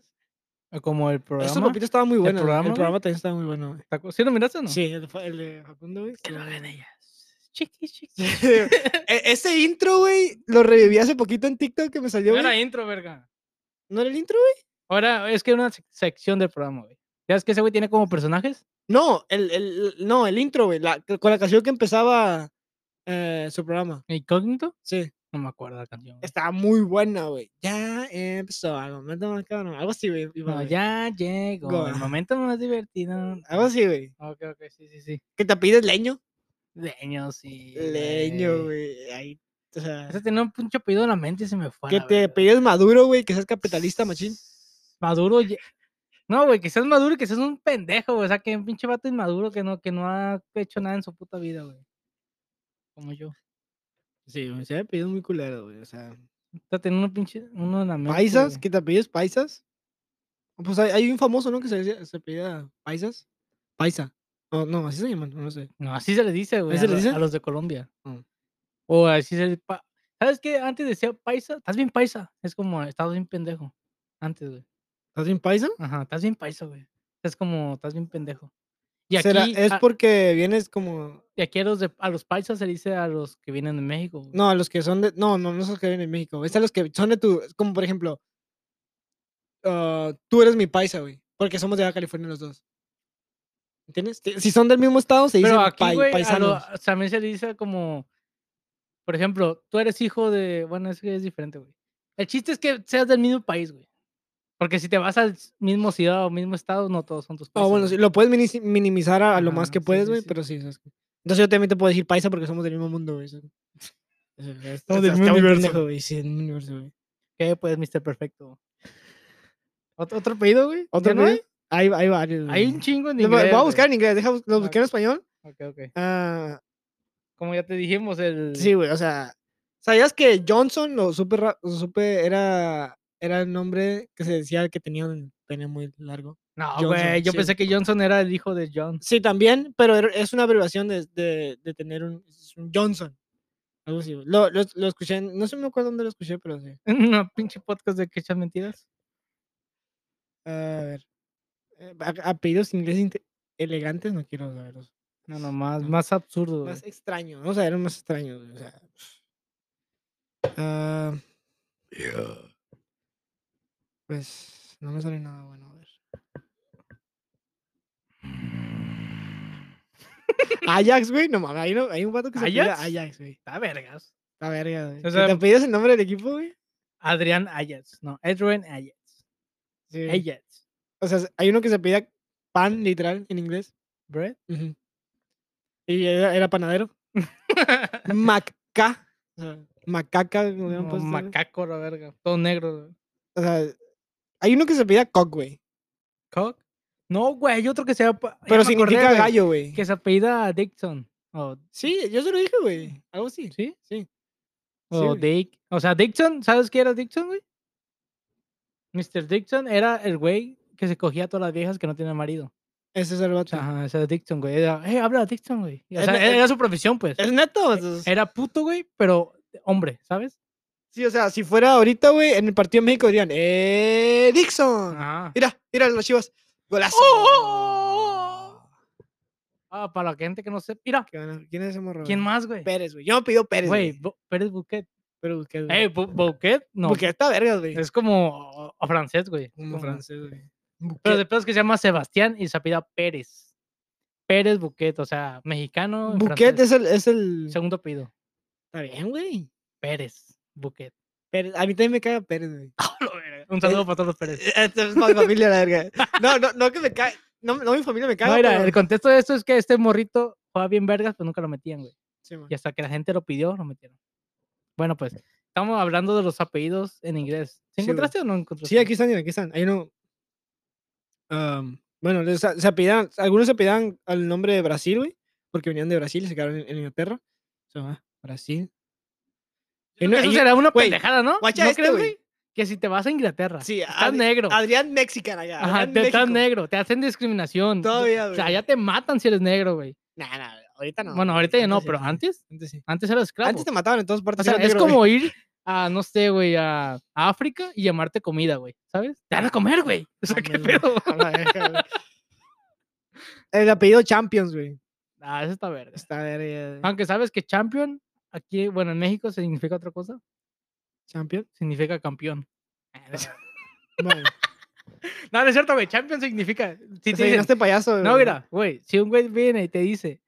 S2: Como el
S1: Esas
S2: programa.
S1: papitas estaban muy buenas. El
S2: programa,
S1: programa,
S2: güey?
S1: también estaba muy bueno. güey.
S2: ¿Te acu- ¿Sí lo miraste o no?
S1: Sí, el, de Fa- el de Facundo, güey.
S2: Que
S1: estuvo
S2: lo hagan
S1: bueno.
S2: ellas. Chiqui, chiqui.
S1: E- Ese intro, güey, lo reviví hace poquito en TikTok que me salió.
S2: No
S1: güey.
S2: era intro, verga.
S1: ¿No era el intro, güey?
S2: Ahora es que era una sec- sección del programa, güey. ¿Ya es que ese güey tiene como personajes?
S1: No, el, el, no, el intro, güey. la- con la canción que empezaba eh, su programa.
S2: ¿Incógnito?
S1: Sí.
S2: No me acuerdo la canción. güey.
S1: Estaba muy buena, güey. Ya empezó. Al momento más cabrón. Algo así, güey. iba,
S2: No,
S1: güey. Ah,
S2: ya llegó. El
S1: Go.
S2: momento más divertido.
S1: Algo así, güey.
S2: Ok, ok, sí, sí, sí.
S1: Que te pides leño.
S2: Leño, sí.
S1: Leño, güey. Ahí. O sea,
S2: Ese tenía un pinche apellido en la mente y se me fue. a
S1: que
S2: la
S1: te
S2: verga.
S1: pides maduro, güey. Que seas capitalista, machín.
S2: Maduro. ye- No, güey, que seas maduro y que seas un pendejo, güey. O sea, que un pinche vato inmaduro que no, que no ha hecho nada en su puta vida, güey. Como yo.
S1: Sí, güey. Se me pedido muy culero, güey. O sea.
S2: Está teniendo un pinche. Uno en la mente.
S1: ¿Paisas?
S2: güey.
S1: ¿Que te apellides paisas? Pues hay, hay un famoso, ¿no? Que se, decía- se apellida paisas. Paisa. No, no, así se llaman, no sé.
S2: No, así se le dice, güey.
S1: se
S2: a
S1: le
S2: lo-
S1: dice?
S2: A los de Colombia.
S1: Mm.
S2: O así se le. pa- ¿Sabes qué? Antes decía paisa. Estás bien paisa. Es como, estás bien pendejo. Antes, güey.
S1: ¿Estás bien paisa?
S2: Ajá, estás bien paisa, güey. Es como, estás bien pendejo. Y aquí, ah
S1: ¿Será, es
S2: a,
S1: porque vienes como.
S2: y aquí a, los de- a los paisas se le dice a los que vienen de México. güey.
S1: No, a los que son de. No, no, no son los que vienen de México. Es a los que son de tu. es Como por ejemplo. ah, tú eres mi paisa, güey. Porque somos de Baja California los dos. ¿Entiendes? Ti- Si son del mismo estado, se dicen
S2: Pero aquí,
S1: pai-
S2: güey, a lo-
S1: paisanos.
S2: a- también se le dice como, por ejemplo, tú eres hijo de, bueno, es que es diferente, güey. El chiste es que seas del mismo país, güey. Porque si te vas al s- mismo ciudad o mismo estado, no todos son tus
S1: Ah,
S2: paisas,
S1: bueno,
S2: güey.
S1: sí, lo puedes mini- minimizar a, a lo más
S2: Ajá,
S1: que
S2: sí,
S1: puedes,
S2: sí,
S1: güey,
S2: sí.
S1: pero sí. sabes que- Entonces yo también te puedo decir paisa porque somos del mismo mundo, güey. Estamos
S2: Eh, del mismo universo.
S1: güey. Sí, del mismo universo, güey.
S2: ¿Qué, pues, Mr. Perfecto? ¿Ot- ¿Otro pedido, güey?
S1: ¿Otro
S2: ¿Ya no hay?
S1: video? Hay, hay varios,
S2: Hay
S1: güey.
S2: un chingo en
S1: Lo voy-
S2: inglés,
S1: Voy a
S2: güey.
S1: buscar en inglés, deja, bus- lo
S2: Ah,
S1: busqué en español.
S2: Ok, ok.
S1: Ah,
S2: Como ya te dijimos, el...
S1: sí, güey, o sea, ¿sabías que Johnson, lo supe, ra- lo supe era, era el nombre que se decía que tenía un pene muy largo?
S2: No,
S1: Johnson,
S2: güey, yo
S1: sí.
S2: pensé que Johnson era el hijo de John.
S1: Sí, también, pero er- es una abreviación de, de, de tener un, es un Johnson. Algo así. güey. Lo, lo, lo escuché, en- no sé me acuerdo dónde lo escuché, pero sí.
S2: No, pinche podcast de que echan mentiras.
S1: A ver. eh, a- Apellidos ingleses inte- elegantes, no quiero saberlos.
S2: No, no, más,
S1: No.
S2: más absurdo, güey.
S1: Más extraño, vamos a ver más extraños. güey, O sea. Ah, Pues no me sale nada bueno. A ver. Ajax, güey, no mames. Hay, no- hay un vato que se apellida
S2: ¿Ajax?
S1: Ajax, güey.
S2: Está vergas.
S1: La verga, güey.
S2: O
S1: ¿Que
S2: sea,
S1: ¿Te apellidas el nombre del equipo, güey?
S2: Adrián Ayats. No, Adrian Ayats.
S1: Sí. güey.
S2: Ayats.
S1: O sea, hay uno que se apellida pan, literal, en inglés.
S2: Bread.
S1: Ujú. Y era, era panadero. Maca. o sea, Macaca, como le han
S2: Ah. No,
S1: puesto, güey.
S2: macaco, la verga. Todo negro. güey.
S1: Pues, eh, O sea, hay uno que se apellida cock, güey.
S2: Cock. No, güey, hay otro que se llama. ya
S1: Pero
S2: me acordé,
S1: significa
S2: güey,
S1: gallo, güey.
S2: Que se apellida Dixon. O,
S1: Sí, yo se lo dije, güey. Algo así.
S2: ¿Sí?
S1: Sí.
S2: O
S1: güey.
S2: Dick. O sea, Dixon, ¿sabes qué era Dixon, güey? Mr. Dixon era el güey que se cogía a todas las viejas que no tenían marido.
S1: Ese es el
S2: O
S1: vato.
S2: sea, ajá, ese es Dixon, güey. Era, eh, habla Dixon, güey. O
S1: Es
S2: sea,
S1: ne- es-
S2: era su profesión, pues.
S1: Es neto.
S2: Era puto, güey, pero hombre, ¿sabes?
S1: Sí, o sea, si fuera ahorita, güey, en el partido de México dirían, ¡eh, Dixon!
S2: Ajá.
S1: Mira, mira los chivas. Golazo.
S2: ¡Oh, Ah, para la gente que no sepa. Mira,
S1: Qué bueno, ¿Quién es ese morro?
S2: ¿quién
S1: güey?
S2: más, güey?
S1: Pérez, güey. Yo me pido Pérez.
S2: Güey,
S1: Güey,
S2: Bo- Pérez Bouquet.
S1: pero busqué.
S2: Eh, Bu- Bouquet, no.
S1: Porque está verga, güey.
S2: Es como a francés, güey.
S1: Como
S2: como fran-
S1: francés, güey.
S2: Pero
S1: Buque-
S2: después que se llama Sebastián y se apellida Pérez. Pérez Bouquet, o sea, mexicano. en
S1: Buquet
S2: francés.
S1: es el, es el.
S2: Segundo apellido.
S1: Está bien, güey.
S2: Pérez Bouquet.
S1: Pérez- A mí también me caga Pérez, güey.
S2: Un saludo para todos los Pérez.
S1: Esta es mi familia, la verga. No, no, no que me caga. No, no mi familia me caga.
S2: No, mira,
S1: pero-
S2: el contexto de esto es que este morrito jugaba bien vergas, pero nunca lo metían, güey.
S1: Sí, man.
S2: Y hasta que la gente lo pidió, lo metieron. Bueno, pues, estamos hablando de los apellidos en inglés. ¿Se
S1: Mm. Sí, güey.
S2: encontraste o no encontraste?
S1: Sí, aquí están, mira, aquí están. Hay uno. am, bueno, les- se apellidaban- algunos se apellidaban al nombre de Brasil, güey, porque venían de Brasil y se quedaron en, en Inglaterra. Se llama Brasil.
S2: Yo
S1: Y
S2: creo
S1: no-
S2: que Eso
S1: y-
S2: será una
S1: güey,
S2: pendejada, ¿no?
S1: guacha
S2: ¿No
S1: este,
S2: crees,
S1: güey.
S2: güey? Que si te vas a Inglaterra,
S1: Sí,
S2: estás
S1: Adri-
S2: negro.
S1: Adrián Mexican allá.
S2: Ajá,
S1: Adrián
S2: te- estás
S1: México.
S2: negro, te hacen discriminación.
S1: Todavía,
S2: O sea,
S1: güey.
S2: allá te matan si eres negro, güey.
S1: Nah, nah, ahorita no.
S2: bueno, ahorita ya no,
S1: sí,
S2: pero antes,
S1: antes sí.
S2: antes era esclavo.
S1: Antes te mataban en todas partes.
S2: O sea,
S1: era
S2: es
S1: negro, güey.
S2: como ir a, no sé, güey, a, a África y llamarte comida, güey, ¿sabes? Te van a comer, güey. O sea, qué
S1: Mames, güey.
S2: pedo.
S1: A la verga, güey. El apellido Champions, güey.
S2: Ah, eso está verga.
S1: Está verga. güey.
S2: Aunque sabes que champion, aquí, bueno, en México significa otra cosa.
S1: Champion.
S2: Significa campeón. Ah, no es cierto.
S1: Bueno,
S2: No, no es cierto, güey. Champion significa. Si
S1: se
S2: te
S1: llenó
S2: dicen,
S1: este payaso.
S2: no,
S1: güey.
S2: mira, güey, si un güey viene y te dice,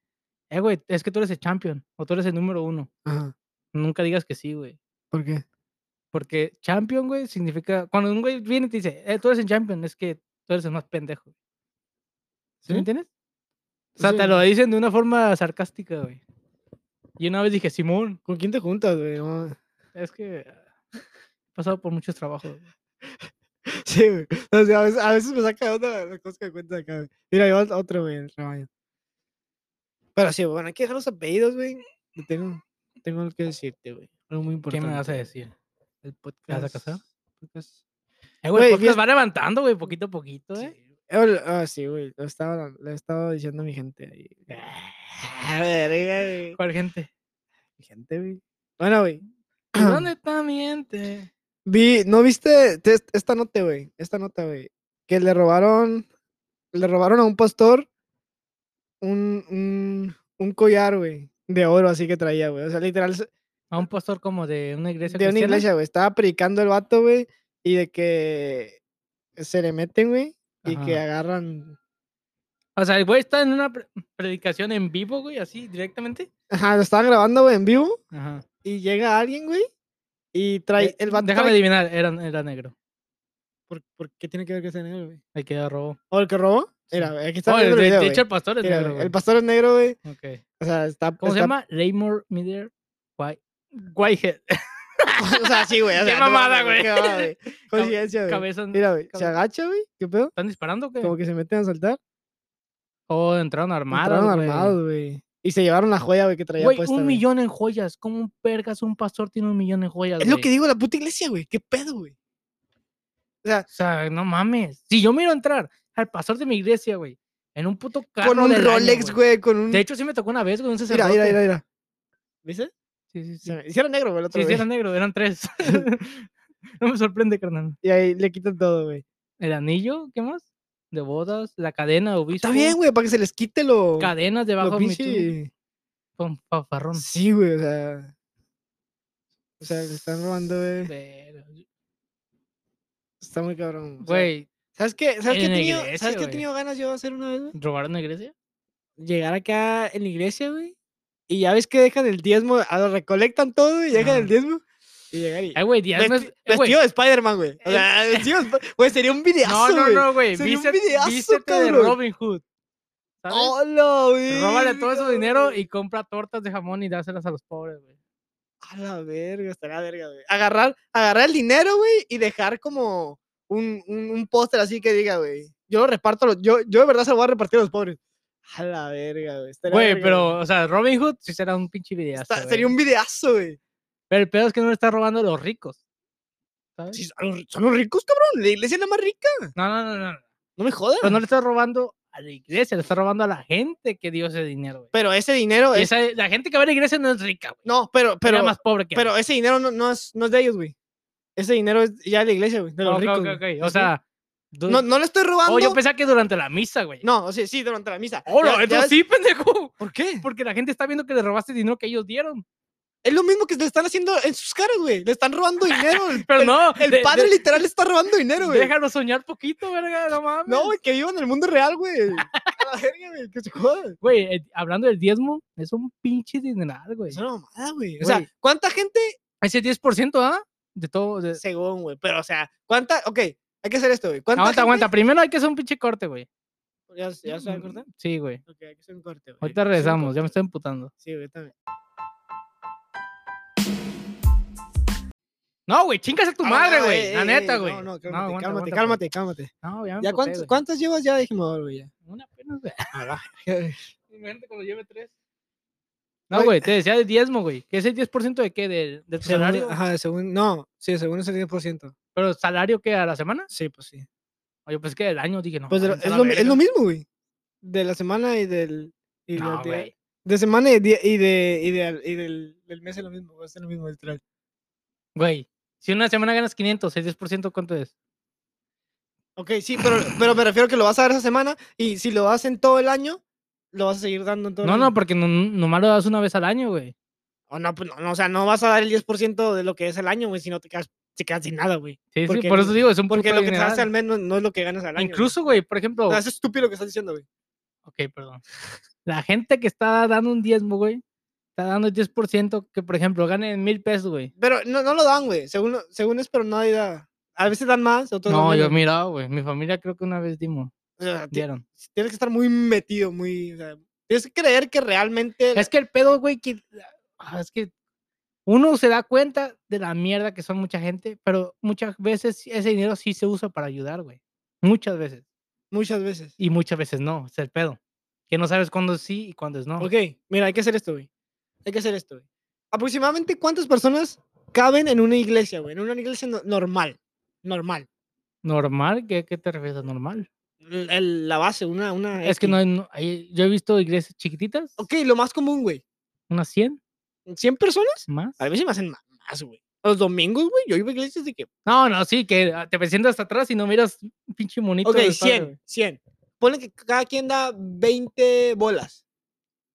S2: eh, güey, es que tú eres el champion o tú eres el número uno,
S1: Ajá.
S2: nunca digas que sí, güey.
S1: ¿Por qué?
S2: Porque champion, güey, significa. Cuando un güey viene y te dice, eh, tú eres el champion, es que tú eres el más pendejo. ¿Sí
S1: ¿Sí?
S2: me entiendes? O sea, te
S1: Sí.
S2: lo dicen de una forma sarcástica, güey. Y una vez dije, Simón,
S1: ¿Con quién te juntas, güey? No.
S2: es que ah, he pasado por muchos trabajos. güey".
S1: Sí, güey. O sea, a, veces, a veces me saca de onda las cosas que cuenta acá, güey. Mira, ahí va otro, güey, el rebaño. Pero sí, bueno, hay que dejar los apellidos, güey. Yo Tengo, tengo algo que decirte, güey. Algo muy
S2: ¿Qué
S1: importante.
S2: me vas a decir?
S1: El podcast.
S2: vas a casar?
S1: podcast-
S2: Eh, güey, el
S1: Güey,
S2: podcast
S1: fíjate-
S2: va levantando, güey, poquito a poquito, ¿eh?
S1: Sí. Ol- ah, sí, güey. Lo estaba, lo estaba diciendo a mi gente ahí. "Ah, Verga, güey.
S2: ¿Cuál gente?
S1: Mi gente, güey. Bueno, güey.
S2: ¿Y ¿Dónde está mi ente?
S1: Vi, ¿no viste te- esta nota, güey? Esta nota, güey. Que le robaron, le robaron a un pastor un, un, un collar, güey, de oro así que traía, güey. O sea, literal, se-
S2: A un pastor como de una iglesia
S1: de una
S2: cristiana?
S1: iglesia, güey. Estaba predicando el vato, güey, y de que se le meten, güey, y que
S2: Ajá.
S1: agarran...
S2: O sea, el güey está en una pre- predicación en vivo, güey, así, directamente.
S1: Ajá, lo estaban grabando, güey, en vivo,
S2: Ajá.
S1: y llega alguien, güey, y trae...
S2: Eh,
S1: El vato
S2: Déjame
S1: trae-
S2: adivinar, era, era negro.
S1: ¿Por, por qué tiene que ver que es negro, güey?
S2: El que robó.
S1: ¿O el que robó?
S2: Sí.
S1: Mira, aquí está
S2: Oh,
S1: viendo el
S2: el de,
S1: video,
S2: de
S1: güey.
S2: hecho, el pastor es
S1: Mira,
S2: negro.
S1: güey, El
S2: güey.
S1: pastor es negro, güey.
S2: Ok.
S1: O sea, está.
S2: ¿Cómo se
S1: está-
S2: llama? Raymore Mider White. Whitehead.
S1: O sea, sí, güey. o
S2: Qué
S1: sea, no mames,
S2: mamada, güey.
S1: qué mamada, güey. Coincidencia, güey.
S2: Cabezas.
S1: Mira, güey. Se
S2: cabe-
S1: agacha, güey. ¿Qué pedo?
S2: ¿Están disparando o qué?
S1: Como que se meten a saltar.
S2: Oh, entraron armados.
S1: Entraron
S2: güey.
S1: armados, güey. Y se llevaron la joya, güey, que traía
S2: Güey,
S1: puesta.
S2: un
S1: güey.
S2: millón en joyas. ¿Cómo un pergas un pastor tiene un millón en joyas?
S1: Es lo
S2: güey?
S1: que digo la puta iglesia, güey. ¿Qué pedo, güey?
S2: O sea, no mames. Si yo miro entrar al pastor de mi iglesia, güey, en un puto carro.
S1: Con un
S2: del año,
S1: Rolex, güey. Con un.
S2: De hecho, sí me tocó una vez, güey, un
S1: mira,
S2: sacerdote.
S1: mira, mira, mira. ¿Viste?
S2: Sí, sí, sí.
S1: Se me- Hicieron negro, güey, el otro
S2: Sí, sí,
S1: güey.
S2: era negro, eran tres. no me sorprende, carnal.
S1: Y ahí le quitan todo, güey.
S2: El anillo, ¿qué más? De bodas, la cadena, obispo.
S1: Está bien, güey, para que se les quite lo.
S2: Cadenas debajo
S1: Lo
S2: de mi chul-
S1: pinche.
S2: pam- paparrón.
S1: Sí, güey, o sea. O sea, le están robando, güey.
S2: Pero,
S1: Está muy cabrón. o sea,
S2: Güey,
S1: ¿Sabes qué? ¿Sabes qué he
S2: En la
S1: tenido,
S2: iglesia,
S1: ¿sabes qué he
S2: güey.
S1: tenido ganas yo de hacer una vez, güey?
S2: ¿robaron la iglesia?
S1: Llegar acá en la iglesia, güey. Y ya ves que dejan el diezmo, a lo recolectan todo y dejan
S2: Ajá.
S1: el diezmo. Y llegar y.
S2: Ay, güey, Díaz no es.
S1: vesti-
S2: eh, güey,
S1: vestido de Spider-Man, güey. O
S2: el-
S1: sea, vestido de Sp- Güey, sería un videazo,
S2: No,
S1: güey.
S2: no, no, güey.
S1: Sería un
S2: Vístete,
S1: videazo,
S2: vístete de
S1: cabrón.
S2: Robin Hood. ¿sabes?
S1: ¡Hola, güey!
S2: Róbale todo su dinero y compra tortas de jamón y dáselas a los pobres, güey.
S1: A la verga, estaría verga, güey. Agarrar, agarrar el dinero, güey, y dejar como un, un, un póster así que diga, güey. Yo lo reparto, a los- yo, yo de verdad se lo voy a repartir a los pobres. A la verga, güey. estaría
S2: Güey,
S1: verga,
S2: pero, eh. o sea, Robin Hood sí será un pinche videazo.
S1: Está-
S2: güey.
S1: sería un videazo, güey.
S2: Pero el pedo es que no le está robando a los ricos. ¿sabes?
S1: Sí, son los- son los ricos, cabrón. La iglesia es la más rica.
S2: No, no, no, no. no.
S1: No me jodas.
S2: Pero no le está robando a la iglesia, le está robando a la gente que dio ese dinero, güey.
S1: Pero ese dinero
S2: Y
S1: es.
S2: esa- la gente que va a la iglesia no es rica, güey.
S1: No, pero,
S2: Era
S1: pero,
S2: más pobre que
S1: pero ese dinero no, no es, no es de ellos, güey. Ese dinero es ya de la iglesia, güey. De los
S2: Ok,
S1: ricos.
S2: ok,
S1: güey.
S2: ok. O
S1: Sí, sí.
S2: sea, du-
S1: No, no le estoy robando.
S2: oh, yo pensaba que durante la misa, güey.
S1: No, o sea, sí, durante la misa.
S2: Oh,
S1: Ya-
S2: no,
S1: ya
S2: entonces
S1: ves-
S2: sí, pendejo.
S1: ¿Por qué?
S2: Porque la gente está viendo que le robaste dinero que ellos dieron.
S1: Es lo mismo que le están haciendo en sus caras, güey. Le están robando dinero. El,
S2: Pero
S1: el-
S2: no,
S1: el
S2: de-
S1: padre
S2: de-
S1: literal le está robando dinero, güey.
S2: déjalo soñar poquito, verga, no mames.
S1: No, güey, que vivan en el mundo real, güey. A la verga, güey. Que se jodan.
S2: Güey, eh, hablando del diezmo, es un pinche dineral, güey.
S1: Es una mamada, güey. O sea,
S2: Güey.
S1: ¿cuánta gente
S2: Ese 10%, ¿ah? De todo. de-
S1: Según, güey. Pero, o sea, ¿cuánta? Ok, hay que hacer esto, güey. ¿Cuánta
S2: Aguanta,
S1: gente-
S2: aguanta. Primero hay que hacer un pinche corte, güey.
S1: ¿Ya, ya se va a cortar?
S2: Mm, Sí, güey.
S1: Ok, hay que hacer un corte, güey.
S2: Ahorita
S1: hay que hacer un
S2: regresamos, ya me
S1: corte,
S2: estoy emputando.
S1: güey. Sí, güey, también.
S2: No, güey, chingas a tu
S1: Ah,
S2: madre,
S1: no,
S2: güey.
S1: eh,
S2: La
S1: eh,
S2: neta,
S1: eh,
S2: güey.
S1: No, no, cálmate,
S2: aguanta,
S1: cálmate,
S2: aguanta,
S1: cálmate, cálmate.
S2: pues. No, ya me
S1: ¿Ya
S2: emputé,
S1: cuántos,
S2: güey.
S1: cuántas llevas ya? Déjeme ver, güey, ya.
S2: Una apenas, güey.
S1: Yo
S2: Imagínate cuando lleve tres. No,
S1: Güey.
S2: güey, te decía del diezmo, güey. ¿Qué es el 10% de qué? ¿Del, del tu
S1: Según-
S2: salario?
S1: Ajá, según, no, sí, según ese 10%.
S2: ¿Pero salario qué? ¿A la semana?
S1: Sí, pues sí.
S2: Oye, pues que del año dije, no.
S1: Pues de lo-
S2: mames, a
S1: es,
S2: la
S1: lo, mi- es
S2: verga.
S1: lo mismo, güey. De la semana y del, Y
S2: No,
S1: la tía-
S2: güey.
S1: de semana y, de, y, de, y, de- y del, del mes es lo mismo, va a ser lo mismo literal.
S2: Güey, si una semana ganas 500, el 10% cuánto es?
S1: Ok, sí, pero, pero me refiero que lo vas a dar esa semana y si lo hacen todo el año, lo vas a seguir dando en todo el
S2: No, no,
S1: año.
S2: porque no- nomás lo das una vez al año, güey.
S1: O no, pues no, no, o sea, no vas a dar el 10% de lo que es el año, güey, si no te quedas, te quedas sin nada, güey.
S2: Sí, sí,
S1: Porque
S2: por
S1: no-
S2: eso digo, es un
S1: Porque
S2: puto
S1: lo que te
S2: dineral.
S1: das al mes no, no es lo que ganas al año. güey.
S2: Incluso, güey, por ejemplo.
S1: No, es estúpido lo que estás diciendo, güey.
S2: Ok, perdón. La gente que está dando un diezmo, güey, está dando el 10%, que por ejemplo ganen mil pesos, güey.
S1: Pero no, no lo dan, güey. Según, lo- según es, pero nadie da. A veces dan más, otros dan
S2: No, yo he
S1: menos.
S2: mirado, güey. Mi familia creo que una vez dimos,
S1: O sea, Ah, ti-
S2: dieron.
S1: tienes que estar muy metido, muy. o sea, tienes que creer que realmente.
S2: Es que el pedo, güey, que. ah, Es que uno se da cuenta de la mierda que son mucha gente, pero muchas veces ese dinero sí se usa para ayudar, güey. Muchas veces.
S1: Muchas veces.
S2: Y muchas veces no, es el pedo. Que no sabes cuándo es sí y cuándo es no.
S1: Ok, mira, hay que hacer esto, güey. Hay que hacer esto, güey. Aproximadamente, ¿cuántas personas caben en una iglesia, güey? En una iglesia no- normal. Normal.
S2: ¿Normal? ¿Qué, qué te refieres a normal?
S1: L- el- la base, una. una
S2: Es que no
S1: X.
S2: hay. no- hay- yo he visto iglesias chiquititas,
S1: Ah, Ok, lo más común, güey.
S2: unas 100
S1: ¿100 personas?
S2: más.
S1: A veces me hacen ma- más, güey. Los domingos, güey, yo iba a iglesias de que.
S2: No, no, sí, que ah, te sientas hasta atrás y no miras un pinche monito.
S1: Ok,
S2: de espalda,
S1: 100,
S2: güey.
S1: 100. Ponle que cada quien da 20 bolas.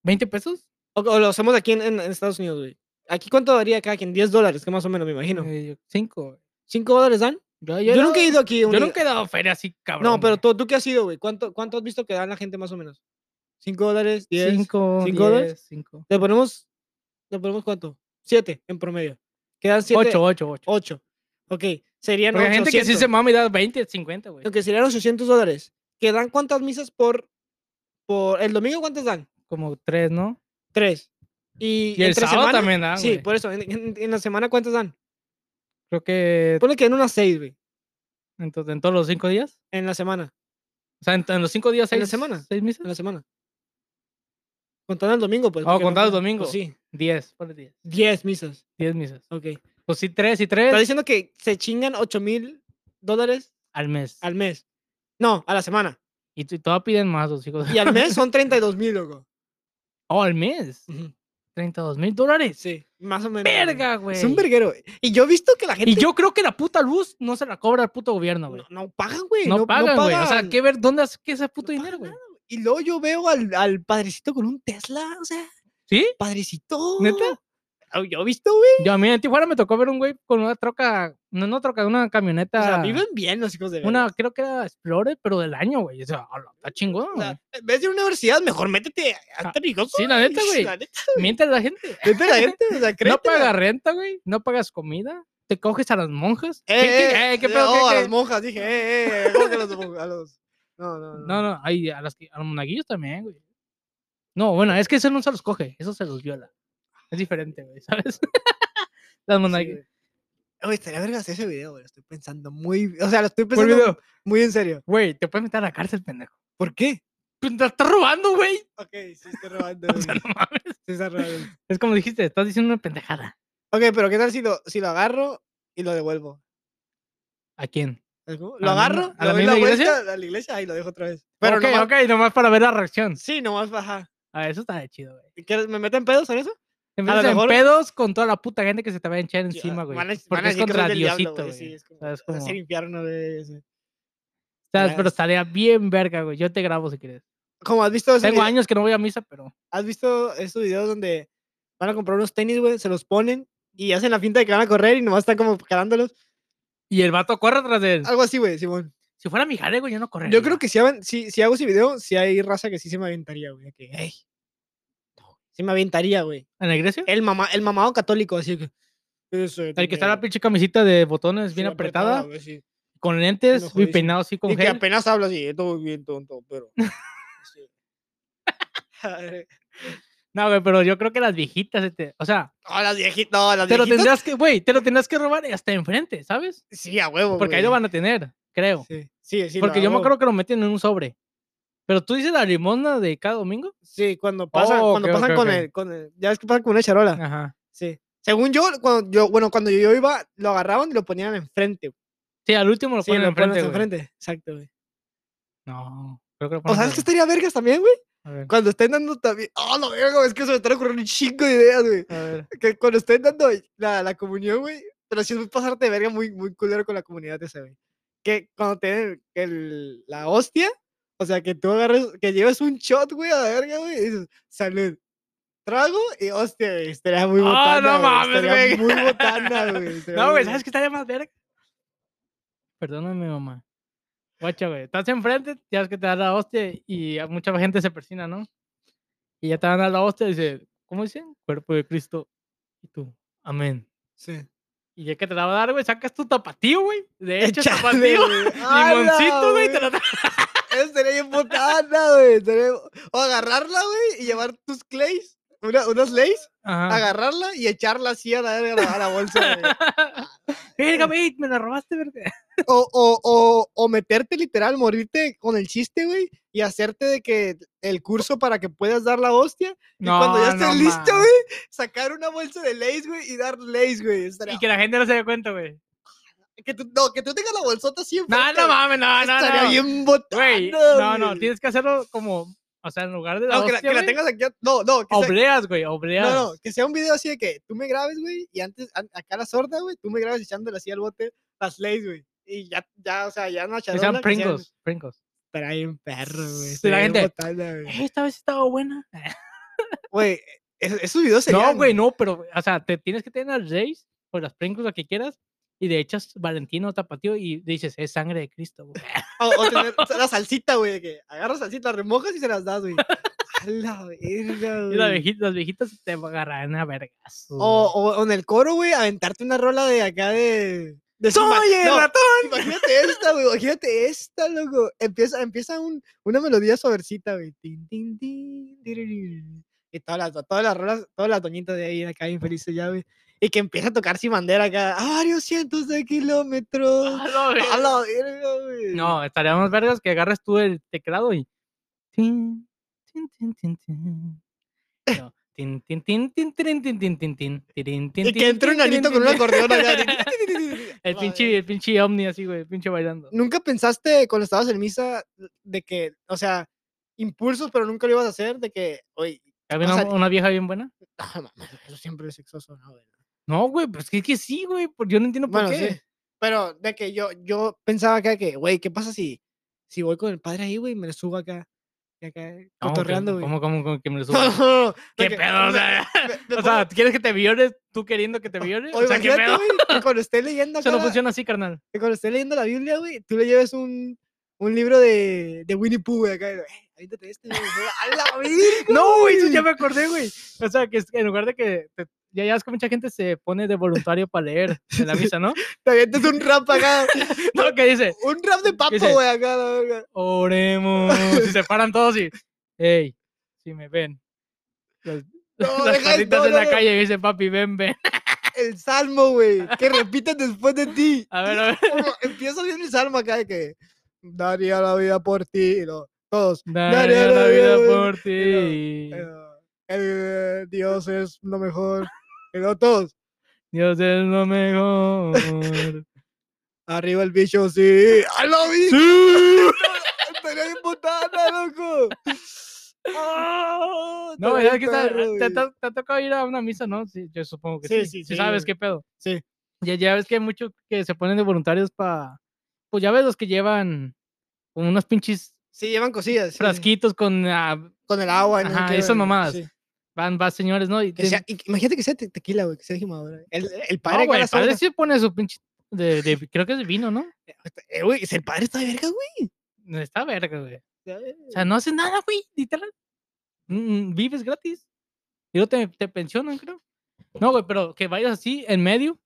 S2: ¿20 pesos?
S1: O, o lo hacemos aquí en, en- en Estados Unidos, güey. ¿Aquí cuánto daría cada quien? 10 dólares, que más o menos, me imagino.
S2: Eh, yo- cinco.
S1: ¿5 dólares dan?
S2: Yo,
S1: Yo,
S2: yo no-
S1: nunca he ido aquí. a una iglesia.
S2: Yo nunca he dado feria así, cabrón.
S1: No, pero
S2: güey.
S1: tú, ¿tú qué has ido, güey? ¿Cuánto, ¿Cuánto has visto que dan la gente más o menos? ¿5 dólares? ¿10?
S2: Cinco,
S1: cinco dólares.
S2: diez, cinco.
S1: ¿Le ponemos, ¿Le ponemos cuánto? 7 en promedio. Quedan 7.
S2: Ocho, ocho, ocho.
S1: 8. Ok, serían
S2: Porque hay gente que sí se
S1: 800.
S2: mama y da 20, 50, güey.
S1: Ok, serían 800 dólares. ¿Que dan cuántas misas por, por... ¿El domingo cuántas dan?
S2: Como tres, ¿no?
S1: 3. ¿Y,
S2: Y el
S1: entre
S2: sábado
S1: semana?
S2: también da,
S1: Sí, por eso. En, en- en la semana cuántas dan?
S2: Creo que
S1: Ponle que en unas 6, güey.
S2: en, to- en todos los cinco días.
S1: En la semana.
S2: O sea, en, en los cinco días,
S1: En
S2: seis,
S1: la semana,
S2: seis
S1: En
S2: misas.
S1: la semana. Contando el domingo, pues.
S2: Oh,
S1: porque no
S2: contando el
S1: cuenta-
S2: domingo.
S1: pues sí,
S2: Diez, ponle diez.
S1: 10 misas.
S2: Diez misas.
S1: Ok.
S2: Pues sí, tres y
S1: Está
S2: tres
S1: diciendo que se chingan 8 mil dólares
S2: al mes.
S1: al mes. No, a la semana.
S2: Y, t- y todavía piden más los hijos. de-
S1: Y al mes son 32 mil, loco.
S2: Oh, al mes.
S1: Ujú,
S2: 32 mil dólares.
S1: Sí, más o menos. güey.
S2: Verga, güey.
S1: Es un verguero. Y yo he visto que la gente.
S2: Y yo creo que la puta luz no se la cobra el puto gobierno, güey.
S1: No, no pagan, güey.
S2: No, pagan, güey. O sea,
S1: pagan.
S2: ¿qué ver? ¿Dónde hace que ese puto
S1: No
S2: dinero, güey?
S1: pagan Y luego yo veo al, al padrecito con un Tesla, o sea,
S2: ¿Sí?
S1: padrecito.
S2: ¿Neta?
S1: Ah, Yo he visto, güey.
S2: Yo a mí en Tijuana me tocó ver un güey con una troca, no, no troca, una camioneta.
S1: O sea, viven bien los hijos de verga.
S2: Ah. Una, creo que era Explorer, pero del año, güey. O sea, ala, está chingón,
S1: O
S2: güey.
S1: sea, en vez de una universidad, mejor métete a
S2: Ah,
S1: Terrigoso.
S2: sí, la neta, güey.
S1: La neta,
S2: Mientras la gente
S1: vete a la gente, o sea,
S2: no
S1: créetela.
S2: paga renta, güey. No pagas comida. Te coges a las monjas.
S1: Eh,
S2: ¿Qué- qué-
S1: eh,
S2: eh, qué
S1: eh,
S2: pedo, qué-
S1: oh, a
S2: qué?
S1: las monjas, dije, eh, eh, ¿cómo que a los mon- a los- No, no, no.
S2: No, no, hay a, las que- a los monaguillos también, güey. No, bueno, es que eso no se los coge, eso se los viola. Es diferente, güey, ¿sabes? las
S1: sí,
S2: monaguillas.
S1: güey. Oye, estaría vergas ese video, güey. Lo estoy pensando muy. O sea, lo estoy
S2: Por
S1: pensando
S2: video,
S1: muy en serio.
S2: Pues güey, te puedes meter a la cárcel, pendejo.
S1: ¿Por qué?
S2: Pues, Te estás robando, güey.
S1: Ok, sí, está robando.
S2: O sea,
S1: güey,
S2: no mames.
S1: sí está robando.
S2: Es como dijiste, estás diciendo una pendejada.
S1: Ok, pero ¿qué tal si lo, si lo agarro y lo devuelvo?
S2: ¿A quién?
S1: ¿Sabes cómo?
S2: ¿A
S1: Lo
S2: la
S1: agarro,
S2: misma-
S1: le
S2: a la
S1: doy la
S2: misma iglesia?
S1: vuelta a la iglesia y lo dejo otra vez. Pero
S2: ok,
S1: nomás,
S2: ok, nomás para ver la reacción.
S1: Sí, nomás bajar.
S2: A ver, eso está de chido, güey.
S1: ¿Me meten pedos en eso?
S2: Empiezas en
S1: mejor-
S2: pedos con toda la puta gente que se te va a hinchar
S1: Sí,
S2: encima,
S1: ah,
S2: güey. pues,
S1: van a- van
S2: Porque
S1: a
S2: es
S1: decir que soy
S2: contra
S1: del diablo,
S2: Diosito,
S1: güey,
S2: güey.
S1: sí, es como-
S2: ¿Sabes
S1: va a
S2: cómo?
S1: ser infierno de ese.
S2: ¿Sabes? Pero
S1: es-
S2: estaría bien verga, güey. Yo te grabo si quieres.
S1: Como has visto, esos
S2: Tengo
S1: vide-
S2: años que no voy a misa, pero...
S1: has visto estos videos donde van a comprar unos tenis, güey, se los ponen y hacen la finta de que van a correr y nomás están como calándolos.
S2: Y el vato corre atrás de él.
S1: Algo así, güey, Simón.
S2: Si fuera mi jale, güey, yo no correría.
S1: Yo creo que si, hagan- si, si hago ese video, si hay raza que sí se me aventaría, güey. Que, ey, no, sí me aventaría, güey.
S2: ¿En la iglesia?
S1: El, mamá, el mamado católico, así que. "Eso
S2: El que está la
S1: tiene-
S2: pinche camisita de botones
S1: eh, sí,
S2: bien apretada,
S1: güey, sí".
S2: con lentes, y
S1: enojadísimo.
S2: peinado así con
S1: Y que
S2: gel.
S1: apenas habla así, todo bien tonto, pero. sí. A ver,
S2: No, güey, pero yo creo que las viejitas, este, o sea,
S1: No, Oh, las viejitas, no, las
S2: te lo
S1: viejitas.
S2: tendrás que, güey, te lo tendrás que robar hasta enfrente, ¿sabes?
S1: Sí, a huevo.
S2: Porque ahí lo
S1: Oh, güey.
S2: van a tener, creo.
S1: Sí, sí, sí.
S2: Porque yo me
S1: creo
S2: acuerdo que lo meten en un sobre. Pero tú dices la limosna de cada domingo.
S1: Sí, cuando pasan,
S2: Oh,
S1: cuando
S2: ok,
S1: pasan
S2: ok, Ah.
S1: con,
S2: ok.
S1: El, con el. Ya ves que pasan con una charola.
S2: Ajá.
S1: Sí. Según yo, cuando yo, bueno, cuando yo iba, lo agarraban y lo ponían enfrente. güey.
S2: Sí, al último lo
S1: Sí,
S2: ponen
S1: lo ponen
S2: enfrente.
S1: hasta
S2: güey.
S1: enfrente. Exacto, güey.
S2: No, creo que lo
S1: O
S2: ponen.
S1: sabes que
S2: enfrente.
S1: estaría vergas también, güey.
S2: A ver,
S1: Cuando estén dando también. ¡Oh, la verga! güey, Es que se me están ocurriendo un chingo de ideas, güey.
S2: a ver.
S1: Que cuando estén dando la, la comunión, güey. Pero si es pasarte de verga muy, muy culero con la comunidad esa, güey. Que cuando te den el, la hostia, o sea, que tú agarres, que lleves un shot, güey, a la verga, güey, y dices, salud. Trago y hostia, güey. Estaría muy
S2: Ah,
S1: botana.
S2: no
S1: güey,
S2: mames,
S1: estaría Muy
S2: güey.
S1: botana, güey. estaría
S2: No,
S1: muy
S2: güey,
S1: botana.
S2: ¿sabes qué estaría más verga? Perdóname, mamá. Guacha, güey. Estás enfrente, ya ves que te da la hostia y a mucha gente se persina, ¿no? Y ya te dan a la hostia y dice, ¿cómo dicen? Cuerpo de Cristo. Y tú, amén.
S1: Sí.
S2: Y ya que te la va a dar, güey, sacas tu tapatío, güey. De hecho,
S1: Échale,
S2: tapatío.
S1: güey. ¡Hala,
S2: Limoncito, güey, te
S1: güey!
S2: lo da-
S1: Eso sería bien botana, güey. estaría- O agarrarla, güey, y llevar tus clays, una- unas lays,
S2: Ajá.
S1: agarrarla y echarla así a la, a la- a la bolsa, güey.
S2: Verga, güey, me la robaste, verga.
S1: O, o, o, o meterte literal, morirte con el chiste, güey, y hacerte de que el curso para que puedas dar la hostia. Y cuando ya estés
S2: no
S1: listo,
S2: mames.
S1: güey, sacar una bolsa de lays, güey, y dar lays, güey. Estaría-
S2: Y que la gente no se dé cuenta, güey.
S1: Que tú, no, que tú tengas la bolsota así
S2: No,
S1: enfrente,
S2: no
S1: güey,
S2: mames, no, no,
S1: Estaría
S2: no.
S1: bien botana,
S2: Güey, no, no,
S1: güey.
S2: tienes que hacerlo como, o sea, en lugar de la
S1: No, que la,
S2: hostia,
S1: que la
S2: güey,
S1: tengas aquí. a- No, no, que sea-
S2: Obleas, güey, obleas.
S1: No, no, que sea un video así de que tú me grabes, güey, y antes, an- acá la sorda, güey, tú me grabes echándole así al bote las leyes, güey. Y ya, ya, o sea, ya no
S2: que
S1: echaron
S2: sean pringos, pringos.
S1: Pero hay un perro, güey.
S2: Sí,
S1: estaría
S2: la
S1: bien
S2: gente,
S1: botana, güey.
S2: Eh, esta vez estaba buena.
S1: Güey, es- esos videos serían...
S2: No, güey, no, pero, o sea, te tienes que tener las Jays o las pringos, lo que quieras, y de echas Valentino tapatío y dices, es sangre de Cristo, güey.
S1: O, o tener o sea, la salsita, güey, de que agarras salsita, la remojas y se las das, güey. A la verga,
S2: Y
S1: güey.
S2: las viejitas, las viejitas te agarrarán a vergas.
S1: Mm. O, o- o en el coro, güey, aventarte una rola de acá de... de Zumba- no, Imagínate esta, güey. Imagínate esta, loco. Empieza, empieza un, una melodía suavecita, güey. Tin, tin, tin, tiririrí. Y todas las, todas las rolas, todas las doñitas de ahí, de acá, infelices ya, güey. Y que empieza a tocar sin bandera acá. A varios cientos de kilómetros. A la verga, güey.
S2: Ah, No, estaría más vergas que agarres tú el teclado y. Tin, tin, tin, tin, tin. No, tin, tin, tin, tin, tirin, tin, tin, tin, tin, tirin, tin,
S1: Y que
S2: tin,
S1: entre un
S2: tin, tirin,
S1: nanito con
S2: tin,
S1: un eh.
S2: tin.
S1: acordeón acá.
S2: El
S1: La
S2: pinche, el pinche ovni así, güey, el pinche bailando.
S1: ¿Nunca pensaste cuando estabas en misa de que, o sea, impulsos, pero nunca lo ibas a hacer? De que, oye,
S2: Había
S1: o
S2: una,
S1: sea,
S2: una vieja bien buena?
S1: ah, mames, eso siempre es sexoso, ¿no? güey?
S2: No, güey, pues que, que sí, güey, por- yo no entiendo por
S1: Bueno,
S2: qué.
S1: sí. Pero de que yo, yo pensaba acá que, güey, ¿qué pasa si, si voy con el padre ahí, güey, y me lo subo acá? Y acá,
S2: No, que-
S1: cotorreando, güey.
S2: ¿Cómo, cómo, cómo que me lo
S1: No,
S2: suba?
S1: no, no, de
S2: ¿Qué
S1: que
S2: pedo? O
S1: me-
S2: sea,
S1: me- me
S2: o
S1: pongo-
S2: sea, ¿quieres que te violes tú queriendo que te violes?
S1: o
S2: O sea, ¿qué
S1: imagínate,
S2: pedo?
S1: güey, que cuando esté leyendo
S2: Eso
S1: acá,
S2: no
S1: la-
S2: funciona así, carnal.
S1: que cuando esté leyendo la Biblia, güey, tú le lleves un, un libro de, de Winnie Pooh, güey, acá, y lo, eh, aviéntate este, güey, güey, a la virga,
S2: No, güey, eso ya
S1: güey".
S2: me acordé, güey. O sea, que es- en lugar de que te- ya, ya es que mucha gente se pone de voluntario para leer en la misa, ¿no?
S1: Te avientas un rap acá,
S2: No, que dice,
S1: un rap de papo,
S2: Dice,
S1: güey, acá, la verga.
S2: oremos. Y se paran todos y, hey, si me ven. Los-
S1: No,
S2: las
S1: deja el-
S2: perritas
S1: no,
S2: en
S1: no,
S2: la
S1: no.
S2: calle y dice, papi, ven, ven.
S1: El salmo, güey, que repitas después de ti.
S2: A ver, a ver.
S1: como empieza bien el salmo acá de que daría la vida por ti y lo- todos
S2: Daría
S1: la
S2: la vida
S1: vida
S2: por
S1: y
S2: ti.
S1: eh, eh, Dios es lo mejor y luego todos
S2: Dios es lo mejor.
S1: arriba el bicho sí ¡Ah, a la vida
S2: ¡Sí!
S1: estaría bien botana loco Ah,
S2: No,
S1: estaría
S2: es que está-
S1: perro,
S2: te,
S1: güey.
S2: te- te ha tocado ir a una misa, ¿no? Sí, yo supongo que
S1: Sí,
S2: sí.
S1: sí,
S2: Sí,
S1: sí,
S2: sabes
S1: güey.
S2: qué pedo.
S1: Sí.
S2: Ya, ya ves que hay muchos que se ponen de voluntarios para. Pues ya ves los que llevan como unos pinches
S1: sí llevan cosillas sí, sí,
S2: frasquitos con. ah,
S1: con el agua y no sé
S2: Ajá,
S1: qué,
S2: esas
S1: güey,
S2: mamadas.
S1: sí.
S2: van, van señores, ¿no? Y
S1: Que
S2: tienen-
S1: sea- y- imagínate que sea te- tequila güey que sea gimadora el, el
S2: No,
S1: padre acá
S2: güey,
S1: la
S2: el padre
S1: sorda.
S2: sí pone su pinche. De, de- creo que es de vino, ¿no?
S1: Eh, güey, el padre está de verga güey
S2: Está verga, güey.
S1: Ya ves.
S2: O sea, no haces nada, güey, literal. Mm, vives gratis. Y luego te, te pensionan, creo. No, güey, pero que vayas así, en medio,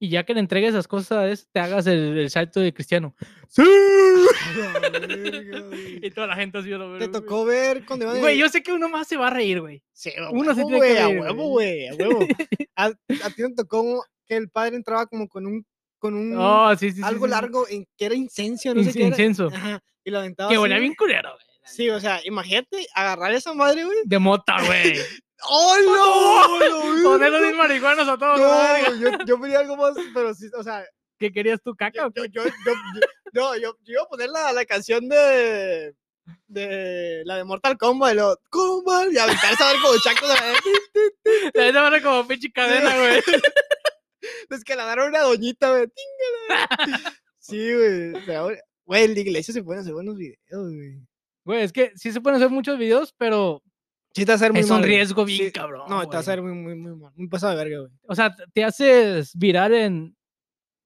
S2: y ya que le entregues las cosas, es- te hagas el, el salto de cristiano. ¡Sí!
S1: La verga, güey.
S2: y toda la gente así, a la
S1: Te
S2: verga, güey.
S1: tocó ver con Devane.
S2: Güey, yo sé que uno más se va a reír, güey.
S1: Sí,
S2: uno
S1: uno
S2: se
S1: se
S2: tiene que
S1: a
S2: ver,
S1: huevo, güey, a huevo. A, a ti te tocó que el padre entraba como con un con un
S2: Oh, sí, sí, sí,
S1: algo
S2: sí, sí.
S1: largo en, que era incenso, no sé
S2: Inc-
S1: qué era.
S2: incenso.
S1: Ajá, y lo aventaba
S2: Que
S1: así,
S2: huele
S1: güey.
S2: bien culero, güey.
S1: Sí, o sea, imagínate agarrar esa madre, güey.
S2: De mota, güey.
S1: ¡Oh, no!
S2: Ponerlos bien marihuanos a todos. la verga.
S1: No, yo, yo pedí algo más, pero sí, o sea,
S2: ¿Que querías tu
S1: yo,
S2: caca? o qué?
S1: yo, yo, yo- yo- no, yo, yo iba a poner la, la canción de de la de Mortal Kombat, y luego, Kombat, y aventarse a ver como chacos a la vez.
S2: La neta van como pinche cadena, güey.
S1: Descaladaron a una doñita, güey. Tíngala. Sí, güey. o sea, ahora- Güey, en la iglesia se pueden hacer buenos videos, güey.
S2: Güey, es que sí se pueden hacer muchos videos, pero
S1: Sí, te va a hacer muy
S2: es un
S1: mal, güey.
S2: riesgo bien
S1: Sí, No,
S2: cabrón.
S1: te va a
S2: güey.
S1: hacer muy, muy, muy mal. Muy pasado de verga, güey.
S2: O sea, te- te haces virar en.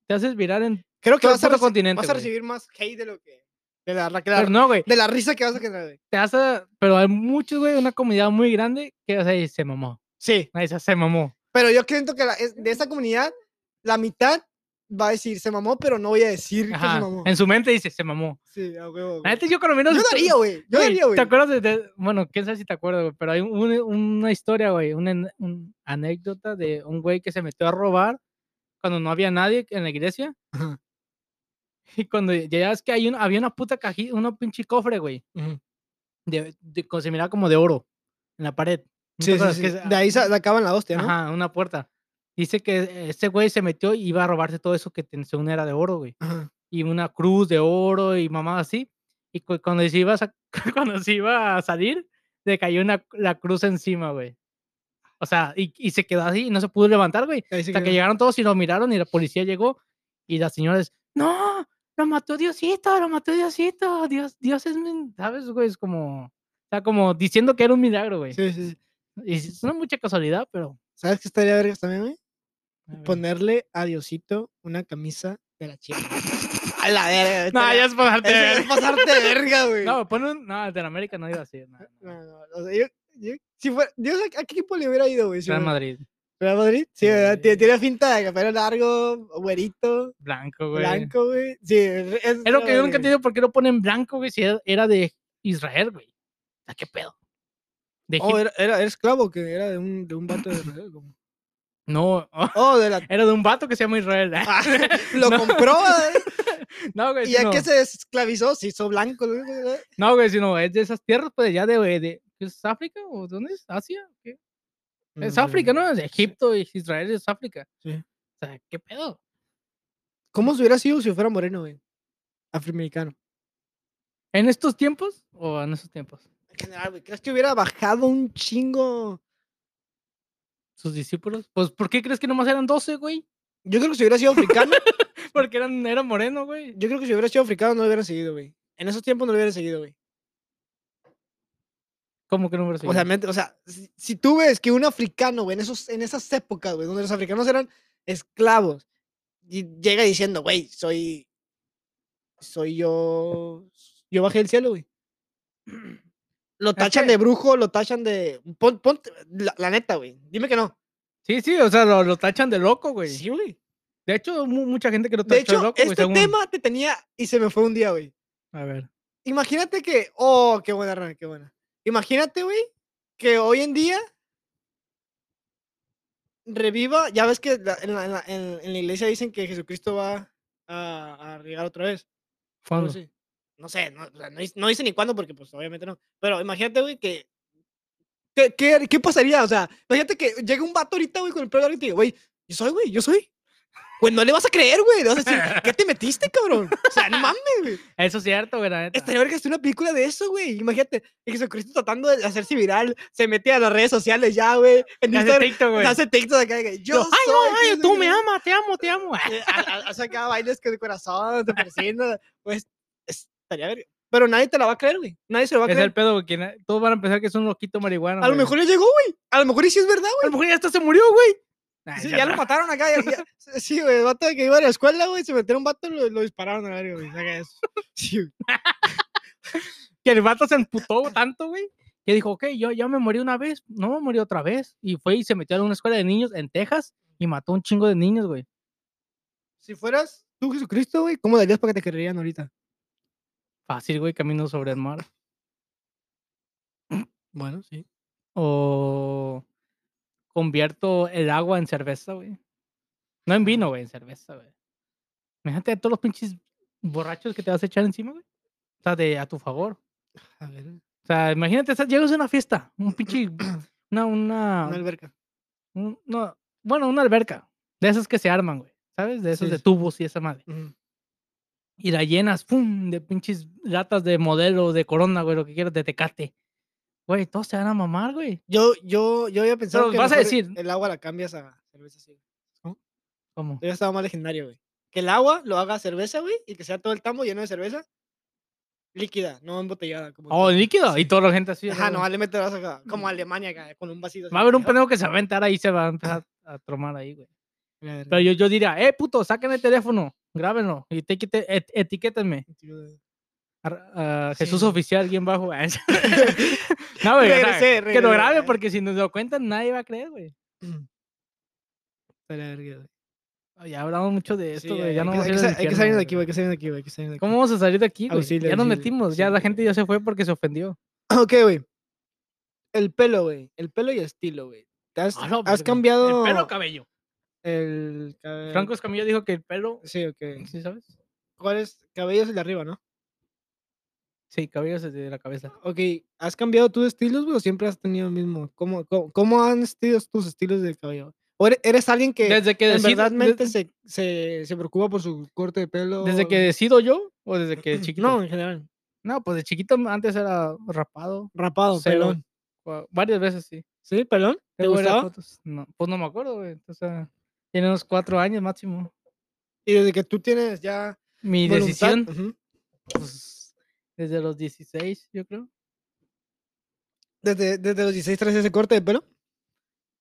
S2: Te haces virar en
S1: Creo que
S2: todo
S1: vas a,
S2: el puto
S1: reci-
S2: continente.
S1: vas a
S2: güey.
S1: recibir más hate de lo que. De la, ra- que la-
S2: Pero no, güey.
S1: de la risa que vas a generar, güey.
S2: Te vas a- Pero hay muchos, güey, una comunidad muy grande que o sea, y se mamó.
S1: Sí.
S2: Ahí se, se mamó.
S1: Pero yo siento que la- es- de esta comunidad, la mitad va a decir se mamó, pero no voy a decir que
S2: Ajá.
S1: se mamó.
S2: En su mente dice, se mamó.
S1: Sí, a huevo.
S2: La
S1: güey.
S2: neta, yo cuando menos.
S1: Yo
S2: esto-
S1: daría, güey. Yo
S2: Güey,
S1: daría, güey.
S2: ¿Te acuerdas de, de- bueno, quién sabe si te acuerdas, güey, pero hay un- una historia, güey, una an- un- anécdota de un güey que se metió a robar cuando no había nadie en la iglesia.
S1: Ajá.
S2: Y cuando llegas que hay un, había una puta cajita, una pinche cofre, güey,
S1: Ujú.
S2: de, de- co- se miraba como de oro en la pared. ¿No te
S1: Sí, sí,
S2: acuerdas?
S1: sí.
S2: Que es-
S1: De ahí se se acaban la hostia, ¿no?
S2: Ajá, una puerta. Dice que este güey se metió y iba a robarse todo eso que ten- según era de oro, güey
S1: Ajá.
S2: y una cruz de oro y mamá así. Y cu- cuando se iba a, sa- cuando se iba a salir, le cayó una, la cruz encima, güey. O sea, y, y se quedó así y no se pudo levantar, güey.
S1: Ahí se
S2: Hasta que
S1: quedó.
S2: llegaron todos y lo miraron y la policía llegó y las señoras, no, lo mató Diosito, lo mató Diosito, Dios, Dios es, mi-", ¿sabes, güey? Es como, o sea, como diciendo que era un milagro, güey.
S1: Sí, sí, sí.
S2: Y es una mucha casualidad, pero...
S1: ¿Sabes qué estaría vergas también, güey?
S2: a ver.
S1: Ponerle a Diosito una camisa de la chica. a la verga.
S2: No, ya es pasarte. de
S1: Eso
S2: ver-
S1: es pasarte de verga, güey.
S2: No, pon un... No, el de la América no iba a ser. No, no,
S1: No, no, o sea, yo, yo- si fuera, Dios, ¿a, a qué equipo le hubiera ido, güey? si
S2: Real
S1: fuera-
S2: Madrid.
S1: ¿Real Madrid? Sí, ¿verdad?
S2: Sí.
S1: Tiene, tiene finta de pelo largo, güerito,
S2: Blanco, güey.
S1: blanco, güey. Sí, es, es
S2: Es
S1: Real
S2: lo que yo
S1: Madrid,
S2: nunca he entendido por qué lo ponen blanco, güey, si era- era de Israel, güey. O sea, ¿Qué pedo? De
S1: güey. Oh,
S2: Egip-
S1: era, era, era esclavo, que era de un, de un vato de Israel. como.
S2: No,
S1: Oh, de la...
S2: era de un vato que se llama Israel. ¿eh?
S1: Ah, lo
S2: No.
S1: compró, ¿verdad?
S2: No, güey,
S1: ¿Y a
S2: sino,
S1: qué se desesclavizó? Se hizo blanco, güey, ¿verdad?
S2: no, güey, sino es de esas tierras, pues, ya de, de ¿qué es África o dónde es? ¿Asia? ¿Qué? Es
S1: sé.
S2: África, ¿no? Es de Egipto y Israel es África.
S1: Mm, Sí.
S2: O sea, ¿qué pedo?
S1: ¿Cómo se hubiera sido si fuera moreno, güey? Afroamericano.
S2: ¿En estos tiempos o en esos tiempos?
S1: En general, güey, ¿crees que hubiera bajado un chingo?
S2: ¿Sus discípulos? Pues, ¿por qué crees que nomás eran 12, güey?
S1: Yo creo que si hubiera sido africano,
S2: Porque eran, eran morenos, güey.
S1: yo creo que si hubiera sido africano no lo hubieran seguido, güey. En esos tiempos no lo hubieran seguido, güey.
S2: ¿Cómo que no
S1: O sea, mente- o sea, si, si tú ves que un africano, güey, en, esos, en esas épocas, güey, donde los africanos eran esclavos, y llega diciendo, güey, soy. Soy yo. Yo bajé del cielo, güey. Lo tachan
S2: que-
S1: de brujo, lo tachan de. Pon, ponte- la, la neta, güey. Dime que no.
S2: Sí, sí, o sea, lo, lo tachan de loco, güey.
S1: Pues Sí, güey.
S2: De hecho, mu- mucha gente que lo
S1: De
S2: tachó
S1: hecho,
S2: loco, güey,
S1: este
S2: según-
S1: tema te tenía y se me fue un día, güey.
S2: A ver.
S1: Imagínate que. Oh, qué buena rana, qué buena. Imagínate, güey, que hoy en día reviva. Ya ves que la- en, la, en la- en- en la iglesia dicen que Jesucristo va a, a llegar otra vez. algo
S2: ¿Cuándo?
S1: así. No sé, no, o sea, no dice- no dice ni cuándo porque, pues, obviamente no. Pero imagínate, güey, que. ¿Qué, qué, qué pasaría? O sea, imagínate que llega un vato ahorita, güey, con el pelo largo y te diga, güey, yo soy, güey, yo soy. Pues no le vas a creer, güey. Le vas a decir, ¿qué te metiste, cabrón? O sea, no mames, güey.
S2: Eso es cierto, güey, la neta.
S1: Estaría verga hacer una película de eso, güey. Imagínate, el Jesucristo tratando de hacerse viral, se mete a las redes sociales ya, güey. En
S2: Hace
S1: Instagram,
S2: TikTok, güey.
S1: hace TikTok acá, güey. Yo
S2: Yo,
S1: soy.
S2: ay, ay, ay,
S1: Jesús",
S2: tú me
S1: y-
S2: amas, te amo, te amo.
S1: eh, ha- ha- Hace acá bailes con el corazón, te persina, Pues es- estaría verga. Pero nadie te la va a creer, güey. Nadie se lo va a
S2: Es el
S1: creer.
S2: pedo, güey. que na- Todos van a pensar que es un loquito marihuana.
S1: A lo mejor ya llegó, güey. A lo mejor y sí es verdad, güey.
S2: A lo mejor ya hasta se murió, güey. Ay,
S1: Sí,
S2: ya
S1: ya lo
S2: no.
S1: mataron acá. ya- ya- Sí, güey. El vato que iba a la escuela, güey. Se metieron un vato lo, lo dispararon a verga, güey. Saca eso. Sí, güey.
S2: Que el vato se emputó tanto, güey. Que dijo, ok, yo ya me morí una vez. No, morí otra vez. Y fue y se metió a una escuela de niños en Texas y mató un chingo de niños, güey.
S1: Si fueras tú, Jesucristo, güey, ¿cómo darías para que te creerían ahorita?
S2: Fácil, güey, camino sobre el mar.
S1: Bueno, sí.
S2: O convierto el agua en cerveza, güey. No en vino, güey, en cerveza, güey. Imagínate todos los pinches borrachos que te vas a echar encima, güey. O sea, de, a tu favor.
S1: A ver.
S2: O sea, imagínate, estás- llegas a una fiesta, un pinche, una, una,
S1: Una alberca.
S2: un- no, bueno, una alberca. De esas que se arman, güey. ¿Sabes? De esas
S1: Sí,
S2: de
S1: sí.
S2: tubos y esa madre. Y la llenas, ¡pum! De pinches latas de modelo, de corona, güey, lo que quieras, de tecate. Güey, todos se van a mamar, güey.
S1: Yo, yo, yo había pensado
S2: Pero
S1: que
S2: vas a
S1: mejor
S2: decir-
S1: el agua la cambias a cerveza así.
S2: ¿Cómo?
S1: Yo estaba más legendario, güey. Que el agua lo haga cerveza, güey, y que sea todo el tambo lleno de cerveza líquida, no embotellada. Como
S2: Oh, líquido. Y toda la gente así.
S1: que- Ajá, no,
S2: luego.
S1: le meterás acá, como Alemania, acá, con un vasito. así,
S2: Va a haber un
S1: ¿no?
S2: pendejo que se va a aventar ahí y se va a empezar a tromar ahí, güey.
S1: La verga.
S2: Pero yo, yo diría, eh, puto, saquen el teléfono, grábenlo y etiquete- et- etiquétenme. Ar- ah, Jesús
S1: Sí.
S2: Oficial, guión bajo. Ah, es- no, güey, o sea,
S1: Regresé,
S2: que
S1: regresé.
S2: lo grabe porque si nos lo cuentan nadie va a creer, güey.
S1: A la verga, güey.
S2: Ay, Ah, Ya hablamos mucho de
S1: Sí,
S2: esto, güey.
S1: hay-
S2: ya
S1: hay
S2: no
S1: que-
S2: vamos a
S1: hay que
S2: ir al
S1: sa- Hay que salir de aquí,
S2: infierno,
S1: güey, hay que salir de aquí, güey, hay que salir de aquí.
S2: ¿Cómo vamos a salir de aquí, güey?
S1: Auxilio,
S2: ya nos
S1: auxilio,
S2: metimos, ya la
S1: auxilio,
S2: gente
S1: güey.
S2: ya se fue porque se ofendió.
S1: Ok, güey. El pelo, güey. El pelo y estilo, güey. ¿Te ¿Has,
S2: A la
S1: Ah, has
S2: verga.
S1: cambiado
S2: Ah, pues,
S1: Eh.
S2: El pelo o cabello.
S1: el cabe-
S2: Franco Escamilla dijo que el pelo.
S1: Sí, ok.
S2: ¿Sí sabes?
S1: ¿Cuál es? Cabello es el de arriba, ¿no?
S2: Sí, cabello es de la cabeza.
S1: Ok, ¿has cambiado tus estilos, güey, o siempre has tenido el mismo? ¿Cómo, cómo, cómo han sido tus estilos de cabello? ¿O eres, eres alguien que
S2: Desde que
S1: Eh, en
S2: decido-
S1: verdad mente
S2: de-
S1: se, se, se preocupa por su corte de pelo?
S2: desde que decido yo o desde que chiquito.
S1: No, en general.
S2: No, pues de chiquito antes era rapado.
S1: Rapado,
S2: Cero.
S1: Oh, pelón.
S2: o- Varias veces sí.
S1: ¿Sí, pelón? ¿Te
S2: Tengo varias
S1: gustaba?
S2: fotos. No, pues no me acuerdo, güey. O sea, tiene unos cuatro años máximo.
S1: Y desde que tú tienes ya...
S2: Mi
S1: voluntad,
S2: decisión,
S1: ujú,
S2: pues, desde los 16, yo creo.
S1: Desde, desde los 16 traes ese corte de pelo,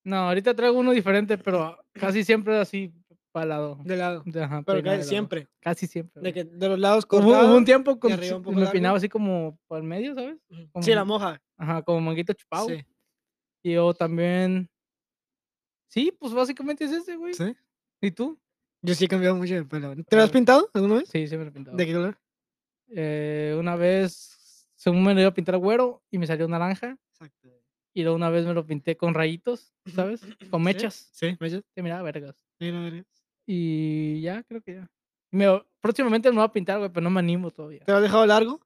S2: No, ahorita traigo uno diferente, pero casi siempre así, palado.
S1: de lado.
S2: Ajá,
S1: Pero
S2: peinado de
S1: casi
S2: lado.
S1: siempre.
S2: Casi siempre.
S1: De,
S2: güey.
S1: que de los lados
S2: Hubo-
S1: cortados.
S2: Hubo, un tiempo que
S1: arriba un poco
S2: me
S1: largo.
S2: peinaba así como por el medio, ¿sabes?
S1: ujú, Sí, la
S2: como-
S1: moja.
S2: Ajá, como manguito chupado.
S1: Sí.
S2: Y yo también. Sí, pues básicamente es ese, güey.
S1: ¿Sí?
S2: ¿Y tú?
S1: Yo sí he cambiado mucho de pelo. ¿Te lo has
S2: Ah.
S1: pintado alguna vez?
S2: Sí, siempre pintado.
S1: ¿De qué color?
S2: Eh, una vez, según me lo iba a pintar güero y me salió naranja.
S1: Exacto.
S2: Y luego una vez me lo pinté con rayitos, ¿sabes? Con mechas.
S1: Sí, mechas.
S2: Te miraba vergas.
S1: Sí, la verga.
S2: Y ya, creo que ya. Me, va- próximamente me voy a pintar, güey, pero no me animo todavía.
S1: ¿Te lo has dejado largo?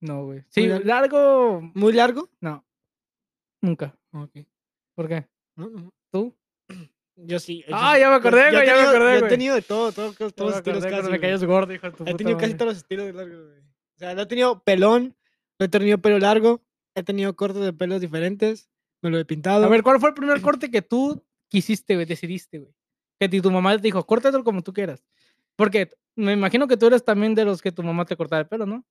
S2: No, güey. Sí,
S1: largo.
S2: largo,
S1: ¿Muy largo?
S2: no. Nunca.
S1: Ok.
S2: ¿Por qué?
S1: No, no.
S2: ¿Tú?
S1: Yo sí. yo
S2: Ah,
S1: sí.
S2: ya me acordé,
S1: yo he
S2: güey, ya me
S1: tenido-
S2: acordé,
S1: Yo he
S2: güey.
S1: tenido de todo, todo- todos los estilos casi.
S2: Ah, me
S1: güey.
S2: callas gordo, hijo de tu
S1: He
S2: puta
S1: tenido casi
S2: madre.
S1: todos los estilos de largo, güey. O sea, lo he tenido pelón, lo he tenido pelo largo, he tenido cortes de pelos diferentes, me lo he pintado.
S2: A ver, ¿cuál fue el primer corte que tú quisiste, güey? Decidiste, güey. Que ti- tu mamá te dijo, córtatelo como tú quieras. Porque t- me imagino que tú eres también de los que tu mamá te cortaba el pelo, ¿no?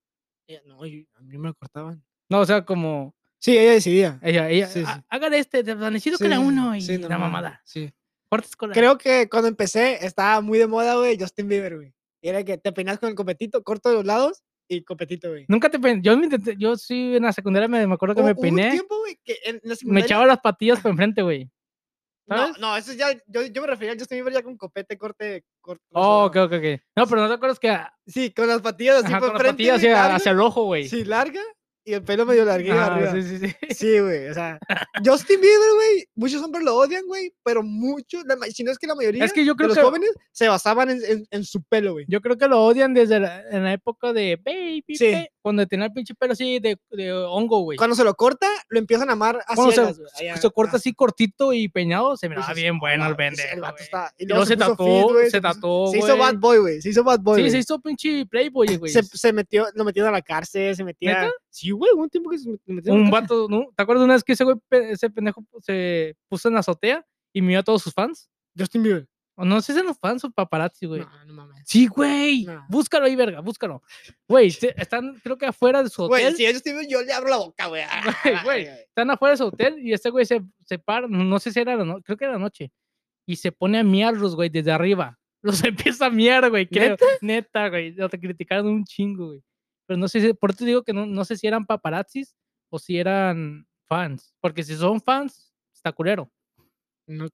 S1: Eh, No, yo- a mí me lo cortaban.
S2: No, o sea, como
S1: Sí, ella decidía.
S2: ella, ella,
S1: Sí,
S2: "Ah,
S1: sí.
S2: hágale este, te necesito
S1: Sí,
S2: que la uno y
S1: sí,
S2: la
S1: normal,
S2: mamada.
S1: Sí.
S2: Cortes con la...
S1: Creo que cuando empecé estaba muy de moda, güey, Justin Bieber, güey. Y Era que te peinas con el copetito, corto de los lados y copetito, güey.
S2: Nunca te peiné. Yo, me intenté- yo sí en la secundaria me, me acuerdo que
S1: Hubo-
S2: me
S1: hubo un
S2: peiné.
S1: tiempo, güey, que en la
S2: Me
S1: secundaria-
S2: echaba las patillas para enfrente, güey.
S1: No,
S2: ¿Sabes?
S1: no, eso ya, yo, yo me refería al Justin Bieber ya con copete, corte, corto.
S2: Oh, ok,
S1: rosado.
S2: ok, ok. No, pero no te acuerdas que a-
S1: Sí, con las patillas así
S2: ajá,
S1: por
S2: con las
S1: frente.
S2: patillas
S1: güey,
S2: hacia,
S1: larga,
S2: hacia el ojo, güey.
S1: Sí, larga y el pelo medio larguillo
S2: Ajá,
S1: arriba.
S2: sí, sí, sí.
S1: Sí, güey, o sea, Justin Bieber, güey, muchos hombres lo odian, güey, pero muchos, la ma- si no es que la mayoría
S2: que yo creo
S1: de los
S2: que-
S1: jóvenes se basaban en, en- en su pelo, güey.
S2: Yo creo que lo odian desde la, en la época de Baby.
S1: Sí.
S2: Pe- cuando tenía el pinche pelo así de, de hongo, güey.
S1: Cuando se lo corta, lo empiezan a amar así.
S2: Cuando se, se- se corta así cortito y peinado, se miraba
S1: Dices,
S2: bien bueno el vende.
S1: ah, El vato
S2: Y
S1: está. Y
S2: luego se
S1: puso
S2: tatuó,
S1: fit, güey,
S2: se
S1: puso-
S2: tatuó,
S1: Se hizo
S2: güey.
S1: bad boy, güey. Se hizo bad boy.
S2: Sí,
S1: güey.
S2: se hizo pinche Playboy, güey.
S1: se, se metió, lo metieron a la cárcel, se metía.
S2: ¿Neta?
S1: Sí, güey, hubo un tiempo que se met- lo metieron. a la
S2: Un
S1: cárcel.
S2: vato, ¿no? ¿Te acuerdas una vez que ese güey, pe- ese pendejo se puso en la azotea y miró a todos sus fans?
S1: Justin Bieber.
S2: O no sé si eran los fans o paparazzi, güey.
S1: No, no mames.
S2: Sí, güey.
S1: No.
S2: Búscalo ahí, verga, búscalo. Güey, se- están, creo que afuera de su hotel.
S1: Güey, si es Justin Bieber, yo le abro la boca, güey.
S2: Güey, güey, están afuera de su hotel y este güey se, se para, no no sé si era la noche, creo que era la noche, y se pone a miarlos, güey, desde arriba. Los empieza a miar, güey, creo. Neta, güey, lo te criticaron un chingo, güey. Pero no sé, si, por eso te digo que no, no sé si eran paparazzis o si eran fans, porque si son fans, está culero,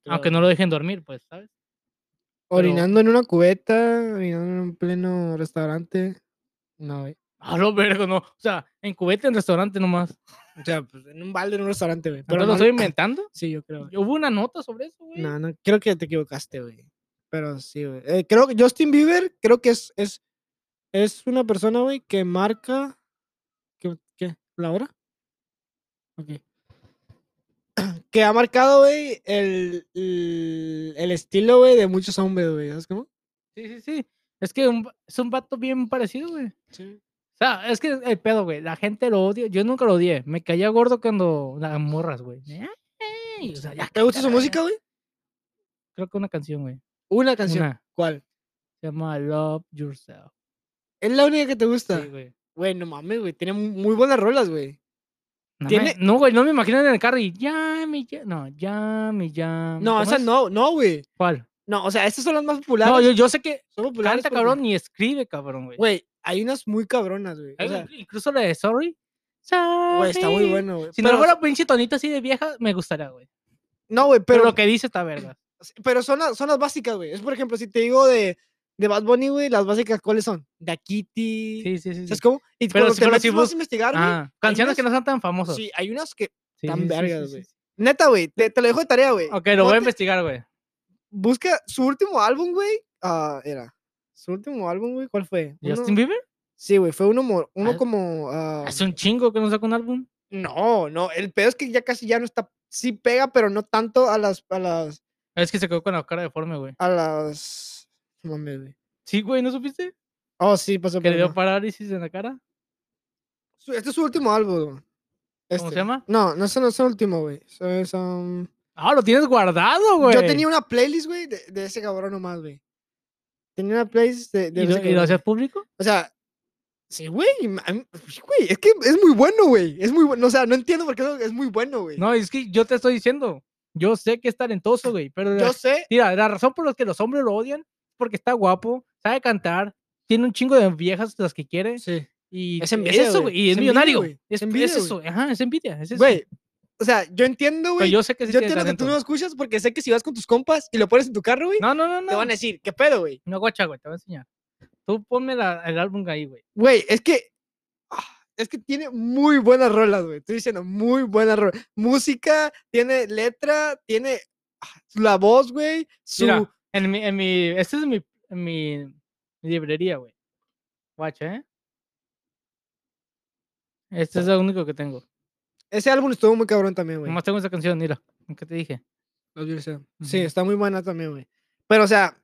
S2: aunque no lo dejen dormir, pues, ¿sabes? pero-
S1: Orinando en una cubeta, orinando en un pleno restaurante. No, güey.
S2: A lo vergo, no. O sea, en cubeta, en restaurante nomás.
S1: O sea, pues en un balde en un restaurante, güey.
S2: Pero lo
S1: no-
S2: estoy inventando.
S1: Sí, yo creo.
S2: Hubo una nota sobre eso, güey.
S1: No, no, creo que te equivocaste, güey. Pero sí, güey. Eh, creo que Justin Bieber, creo que es, es, es una persona, güey, que marca. ¿Qué? qué? ¿La hora? Ok. que ha marcado, güey, el, el, el estilo, güey, de muchos hombres, güey. ¿Sabes cómo?
S2: Sí, sí, sí. Es que un va- es un vato bien parecido, güey. O sea, es que el pedo, güey. La gente lo odia. Yo nunca lo odié. Me caía gordo cuando las morras, güey. Ay, o sea, ya
S1: Ah, ¿Te gusta
S2: cállate
S1: su
S2: la
S1: música,
S2: verga.
S1: güey?
S2: Creo que una canción, güey.
S1: Una canción.
S2: Una.
S1: ¿Cuál?
S2: Se llama Love Yourself.
S1: Es la única que te gusta.
S2: Sí, güey.
S1: Güey, no mames, güey. Tiene mu- muy buenas rolas, güey.
S2: No,
S1: Tiene-
S2: me- no, güey, no me imagino en el carro y yami, ya, no, yami, yami.
S1: No,
S2: ¿cómo
S1: esa
S2: es?
S1: no, no, güey.
S2: ¿Cuál?
S1: No, o sea, estas son las más populares.
S2: No, yo, yo sé que
S1: son populares.
S2: canta
S1: porque-
S2: cabrón y escribe cabrón, güey.
S1: Güey, hay unas muy cabronas, güey.
S2: Hay
S1: O sea,
S2: un- incluso la de Sorry.
S1: güey, está muy
S2: Sorry.
S1: bueno, güey.
S2: Si no
S1: Pero-
S2: fuera pinche tonita así de vieja, me gustaría, güey.
S1: No, güey,
S2: Pero,
S1: pero,
S2: lo que dice está verga.
S1: pero son, las, son las básicas, güey. Es por ejemplo, si te digo de, de Bad Bunny, güey, las básicas, ¿cuáles son? Da Kitty.
S2: Sí, sí, sí. sí.
S1: ¿Sabes cómo? Y
S2: Pero
S1: cuando
S2: si-
S1: te
S2: pero
S1: metes
S2: si
S1: más
S2: bus-
S1: a investigar, güey.
S2: Ah, canciones que no
S1: unas-
S2: son tan famosas.
S1: Sí, hay unas que.
S2: Sí,
S1: tan
S2: sí, sí,
S1: vergas,
S2: sí,
S1: güey.
S2: sí, sí.
S1: Neta, güey, te, te lo dejo de tarea, güey.
S2: Ok, lo
S1: No
S2: voy a
S1: te-
S2: investigar, güey.
S1: Busca su último álbum, güey. Ah, era. Su último álbum, güey, ¿cuál fue? Uno-
S2: ¿Justin Bieber?
S1: Sí, güey, fue uno, mo- uno
S2: Al-
S1: como. ah,
S2: Hace un chingo que no saca un álbum.
S1: No, no, el pedo es que ya casi ya no está. Sí pega, pero no tanto a las. A las.
S2: Es que se quedó con la cara deforme, güey.
S1: A las. no mames, güey.
S2: Sí, güey, ¿no supiste?
S1: Oh, sí, pasó
S2: Que
S1: por
S2: le dio parálisis en la cara.
S1: Su- Este es su último álbum.
S2: ¿Cómo se
S1: este.
S2: llama?
S1: No, no es, no es el último, güey. So- es, um,
S2: Ah, lo tienes guardado, güey.
S1: Yo tenía una playlist, güey, de, de ese cabrón nomás, güey. Tenía una playlist de, de
S2: ¿Y lo,
S1: ese
S2: y lo
S1: cabrón.
S2: hacías público?
S1: O sea, sí, güey. y ma- am- güey, Es que es muy bueno, güey. Es muy bueno. O sea, no entiendo por qué no- es muy bueno, güey.
S2: No, es que yo te estoy diciendo. Yo sé que es talentoso, güey. Pero la-
S1: Yo sé.
S2: mira, la razón por la que los hombres lo odian es porque está guapo, sabe cantar, tiene un chingo de viejas las que quiere.
S1: Sí.
S2: Y
S1: Es envidia,
S2: eso,
S1: güey,
S2: güey. Y
S1: es
S2: es,
S1: envidia,
S2: millonario.
S1: güey, es
S2: Es,
S1: envidia,
S2: es
S1: güey.
S2: eso. Ajá, es envidia. Es eso.
S1: Güey. O sea, yo entiendo,
S2: Pero
S1: güey. Yo,
S2: yo sé que sí tiene
S1: entiendo que tú no lo
S2: talento.
S1: escuchas porque sé que si vas con tus compas y lo pones en tu carro, güey,
S2: No, no, no,
S1: te
S2: no.
S1: van a decir, ¿qué pedo, güey?
S2: No, guacha, güey, te voy a enseñar. Tú ponme la- el álbum ahí, güey.
S1: Güey, es que. ah, Es que tiene muy buenas rolas, güey. Estoy diciendo, muy buenas rolas. Música, tiene letra, tiene ah, la voz, güey. Su.
S2: Mira, en mi, en mi, este es mi, en mi, mi librería, güey. Guacha, ¿eh? Este es lo único que tengo.
S1: Ese álbum estuvo muy cabrón también, güey.
S2: Nomás tengo esa canción, mira. ¿Qué te dije?
S1: Los Beatles, sí. Sí,
S2: Ujú.
S1: está muy buena también, güey. Pero, o sea,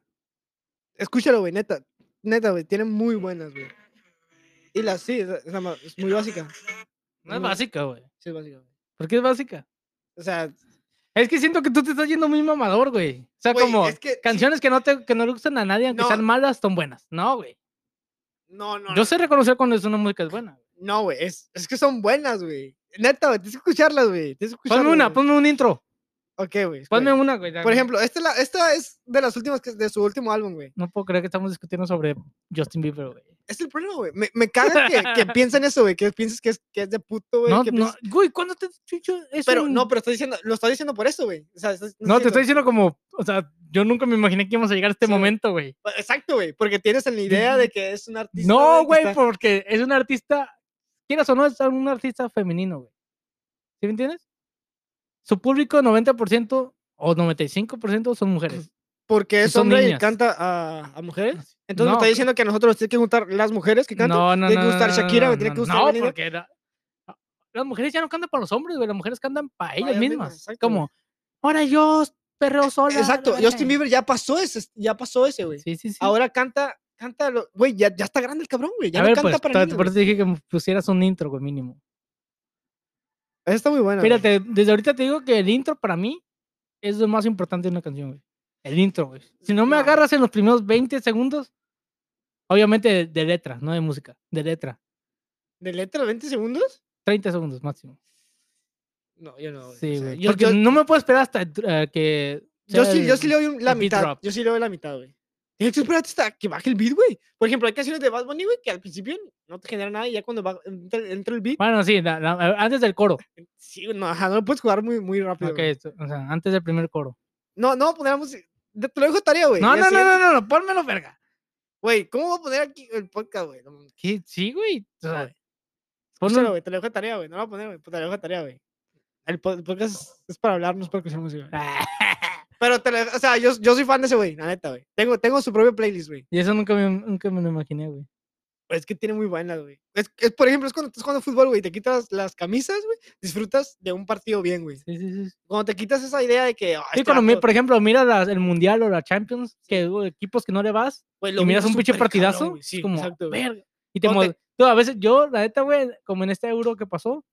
S1: escúchalo, güey, neta. Neta, güey, tiene muy buenas, güey. Y la, sí, es, es la ma- es muy básica.
S2: No es
S1: Muy-
S2: básica, güey.
S1: Sí, es básica, güey.
S2: ¿Por qué es básica?
S1: O sea,
S2: Es que siento que tú te estás yendo muy mamador, güey. O sea,
S1: güey,
S2: como
S1: es que sí-
S2: canciones que no te que no le gustan a nadie, aunque
S1: No.
S2: sean malas, son buenas. No, güey.
S1: No, no,
S2: Yo
S1: no,
S2: sé reconocer cuando es una música es buena.
S1: no, güey, es, es que son buenas, güey. Neta, güey, tienes que escucharlas, güey. Tienes que
S2: Ponme
S1: escucharlas,
S2: una,
S1: güey.
S2: ponme un intro.
S1: Ok, güey.
S2: Ponme
S1: escucha.
S2: una, güey. ya,
S1: Por
S2: güey.
S1: ejemplo, esta, es la- esta es de las últimas que, de su último álbum, güey.
S2: No puedo creer que estamos discutiendo sobre Justin Bieber, güey.
S1: Es el problema, güey. Me, me caga que, que piensen eso, güey. Que pienses que es, que es de puto, güey.
S2: No,
S1: que
S2: no,
S1: pienses-
S2: güey, ¿cuándo te he dicho eso?
S1: Pero, no, pero estoy diciendo, lo estoy diciendo por eso, güey. O sea, estás-
S2: No, te
S1: diciendo-
S2: estoy diciendo como, o sea, yo nunca me imaginé que íbamos a llegar a este
S1: Sí, güey.
S2: momento, güey.
S1: Pues, Exacto, güey, porque tienes la idea de que es un artista.
S2: No,
S1: que
S2: güey,
S1: está-
S2: porque es un artista, quieras o no, es un artista femenino, güey. ¿Sí me entiendes? Su público, 90% o 95% son mujeres.
S1: Porque es
S2: son
S1: hombre y
S2: niñas.
S1: canta a, a mujeres.
S2: Así-
S1: Entonces me
S2: no,
S1: está
S2: que-
S1: diciendo que a nosotros nos tiene que gustar las mujeres que cantan.
S2: No, no,
S1: tiene
S2: no.
S1: que gustar
S2: no,
S1: Shakira,
S2: no,
S1: güey, tiene
S2: no,
S1: que gustar
S2: No,
S1: Belinda.
S2: porque la- a- las mujeres ya no cantan para los hombres, güey. Las mujeres cantan para ellas
S1: ellas mismas,
S2: mismas. Es
S1: exacto, güey.
S2: como, ahora yo perreo sola. la
S1: Exacto, Justin
S2: verga".
S1: Bieber ya pasó ese, ya pasó ese, güey.
S2: Sí, sí, sí.
S1: Ahora canta, canta, lo- güey, ya, ya está grande el cabrón, güey. Ya
S2: a
S1: no
S2: ver,
S1: canta
S2: pues,
S1: para
S2: ta-
S1: niños,
S2: por
S1: güey.
S2: eso te dije que me pusieras un intro, güey, mínimo.
S1: Esa Está muy buena. güey.
S2: Fíjate, desde ahorita te digo que el intro para mí es lo más importante de una canción, güey. El intro, güey. Si no me
S1: No.
S2: agarras en los primeros 20 segundos, obviamente de, de letra, no de música, de letra.
S1: ¿De letra 20 segundos?
S2: 30 segundos máximo.
S1: No, yo no. güey, o
S2: Sí,
S1: sea,
S2: güey.
S1: yo,
S2: Porque
S1: yo,
S2: no me puedo esperar hasta el tr- eh, que.
S1: yo
S2: sea
S1: sí, yo
S2: el-
S1: sí le doy un- la
S2: el beat
S1: mitad.
S2: drop.
S1: Yo sí le doy la mitad, güey. Tienes que esperarte hasta que baje el beat, güey. Por ejemplo, hay canciones de Bad Bunny, güey, que al principio no te genera nada y ya cuando va- entra, entra el beat,
S2: Bueno, sí, la- la- eh, antes del coro.
S1: Sí, no, ajá, no lo puedes jugar muy, muy rápido.
S2: Ok,
S1: güey.
S2: esto- o sea, antes del primer coro.
S1: No, no, poner la música. Te te lo dejo de tarea, güey.
S2: No,
S1: y
S2: no,
S1: así
S2: no,
S1: es.
S2: no, no, no, pónmelo, verga.
S1: Güey, ¿cómo voy a poner aquí el podcast, güey? No mames.
S2: ¿Qué? Sí, güey. O sea,
S1: güey.
S2: ponlo-
S1: Escúchalo, güey, te lo dejo de tarea, güey. No lo voy a poner, güey. Te lo dejo de tarea, güey. El po- el podcast es, es para hablar, no es para escuchar música.
S2: Ah.
S1: güey. Pero, te lo- o sea, yo, yo soy fan de ese güey, la neta, güey. Tengo, tengo su propia playlist, güey.
S2: Y eso nunca me, nunca me lo imaginé, güey.
S1: Güey, es que tiene muy buenas, güey. Es, es, por ejemplo, es cuando estás jugando fútbol, güey, te quitas las camisas, güey, disfrutas de un partido bien, güey.
S2: Sí, sí, sí.
S1: Cuando te quitas esa idea de que. ah,
S2: Sí,
S1: este
S2: cuando, mi-
S1: vato,
S2: por ejemplo, mira las- el Mundial o la Champions, que hubo equipos que no le vas,
S1: güey,
S2: y miras
S1: vimos
S2: un pinche
S1: súper cabrón,
S2: partidazo,
S1: güey.
S2: es
S1: Sí,
S2: como,
S1: exacto, güey.
S2: "Verga". Y te,
S1: Cuando te-
S2: mol- tú, a veces yo, la neta, güey, como en este euro que pasó,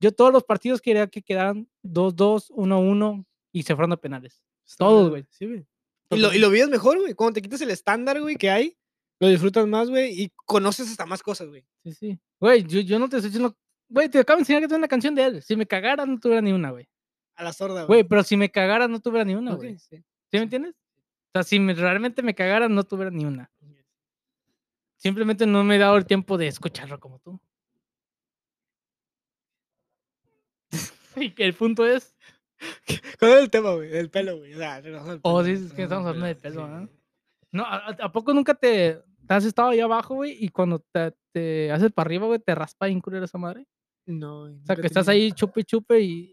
S2: yo todos los partidos quería que quedaran 2-2, 1-1 y se fueron a penales. Todos, güey.
S1: Sí, güey. Y lo, y lo vives mejor, güey. Cuando te quitas el estándar, güey, que hay, lo disfrutas más, güey, y conoces hasta más cosas, güey.
S2: Sí, sí. Güey, yo, yo no te estoy diciendo. Güey, te acabo de enseñar que tengo una canción de él. Si me cagara, no tuviera ni una, güey.
S1: A la sorda,
S2: Güey, pero si me cagara, no tuviera ni una,
S1: Ok,
S2: güey.
S1: sí.
S2: ¿Sí me entiendes? O sea, si me- realmente me cagara, no tuviera ni una. Simplemente no me he dado el tiempo de escucharlo como tú. y que el punto es.
S1: ¿Cuál es el tema, güey? El pelo, güey. O sea, regresamos al
S2: Oh,
S1: pelo,
S2: dices que
S1: regresamos
S2: estamos
S1: al
S2: hablando de pelo,
S1: sí,
S2: ¿ah?
S1: güey.
S2: No, ¿a, a- a poco nunca te, te has estado ahí abajo, güey? Y cuando te, te haces para arriba, güey, te raspa bien culero esa madre.
S1: No, güey,
S2: O sea,
S1: nunca
S2: que
S1: he
S2: estás
S1: tenido-
S2: ahí chupe y chupe y.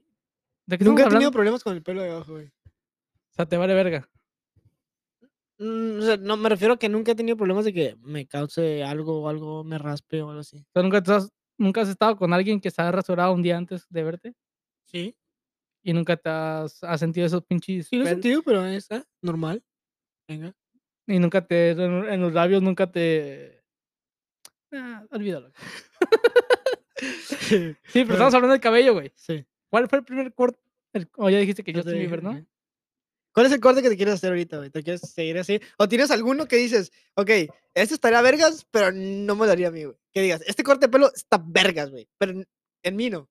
S2: ¿De qué estamos
S1: Nunca he tenido
S2: hablando?
S1: problemas con el pelo de abajo, güey.
S2: O sea, te vale verga.
S1: Mm, o sea, no, me refiero a que nunca he tenido problemas de que me cause algo o algo me raspe o algo así.
S2: O sea, nunca, te has, nunca has estado con alguien que se ha rasurado un día antes de verte
S1: Sí.
S2: y nunca te has, has sentido esos pinches.
S1: Sí, lo he
S2: pel-
S1: sentido, pero está normal. Venga.
S2: Y nunca te. En, en los labios nunca te. Ah, olvídalo.
S1: sí.
S2: Sí, pero estamos hablando del cabello, güey.
S1: sí.
S2: ¿Cuál fue el primer corte? El- oh, ya dijiste que
S1: ya
S2: Justin
S1: te
S2: Bieber,
S1: dije,
S2: ¿no?
S1: ok. ¿Cuál es el corte que te quieres hacer ahorita, güey? ¿Te quieres seguir así? ¿O tienes alguno que dices, ok, este estaría vergas, pero no me daría a mí, güey? Que digas, este corte de pelo está vergas, güey, pero en- en mí no.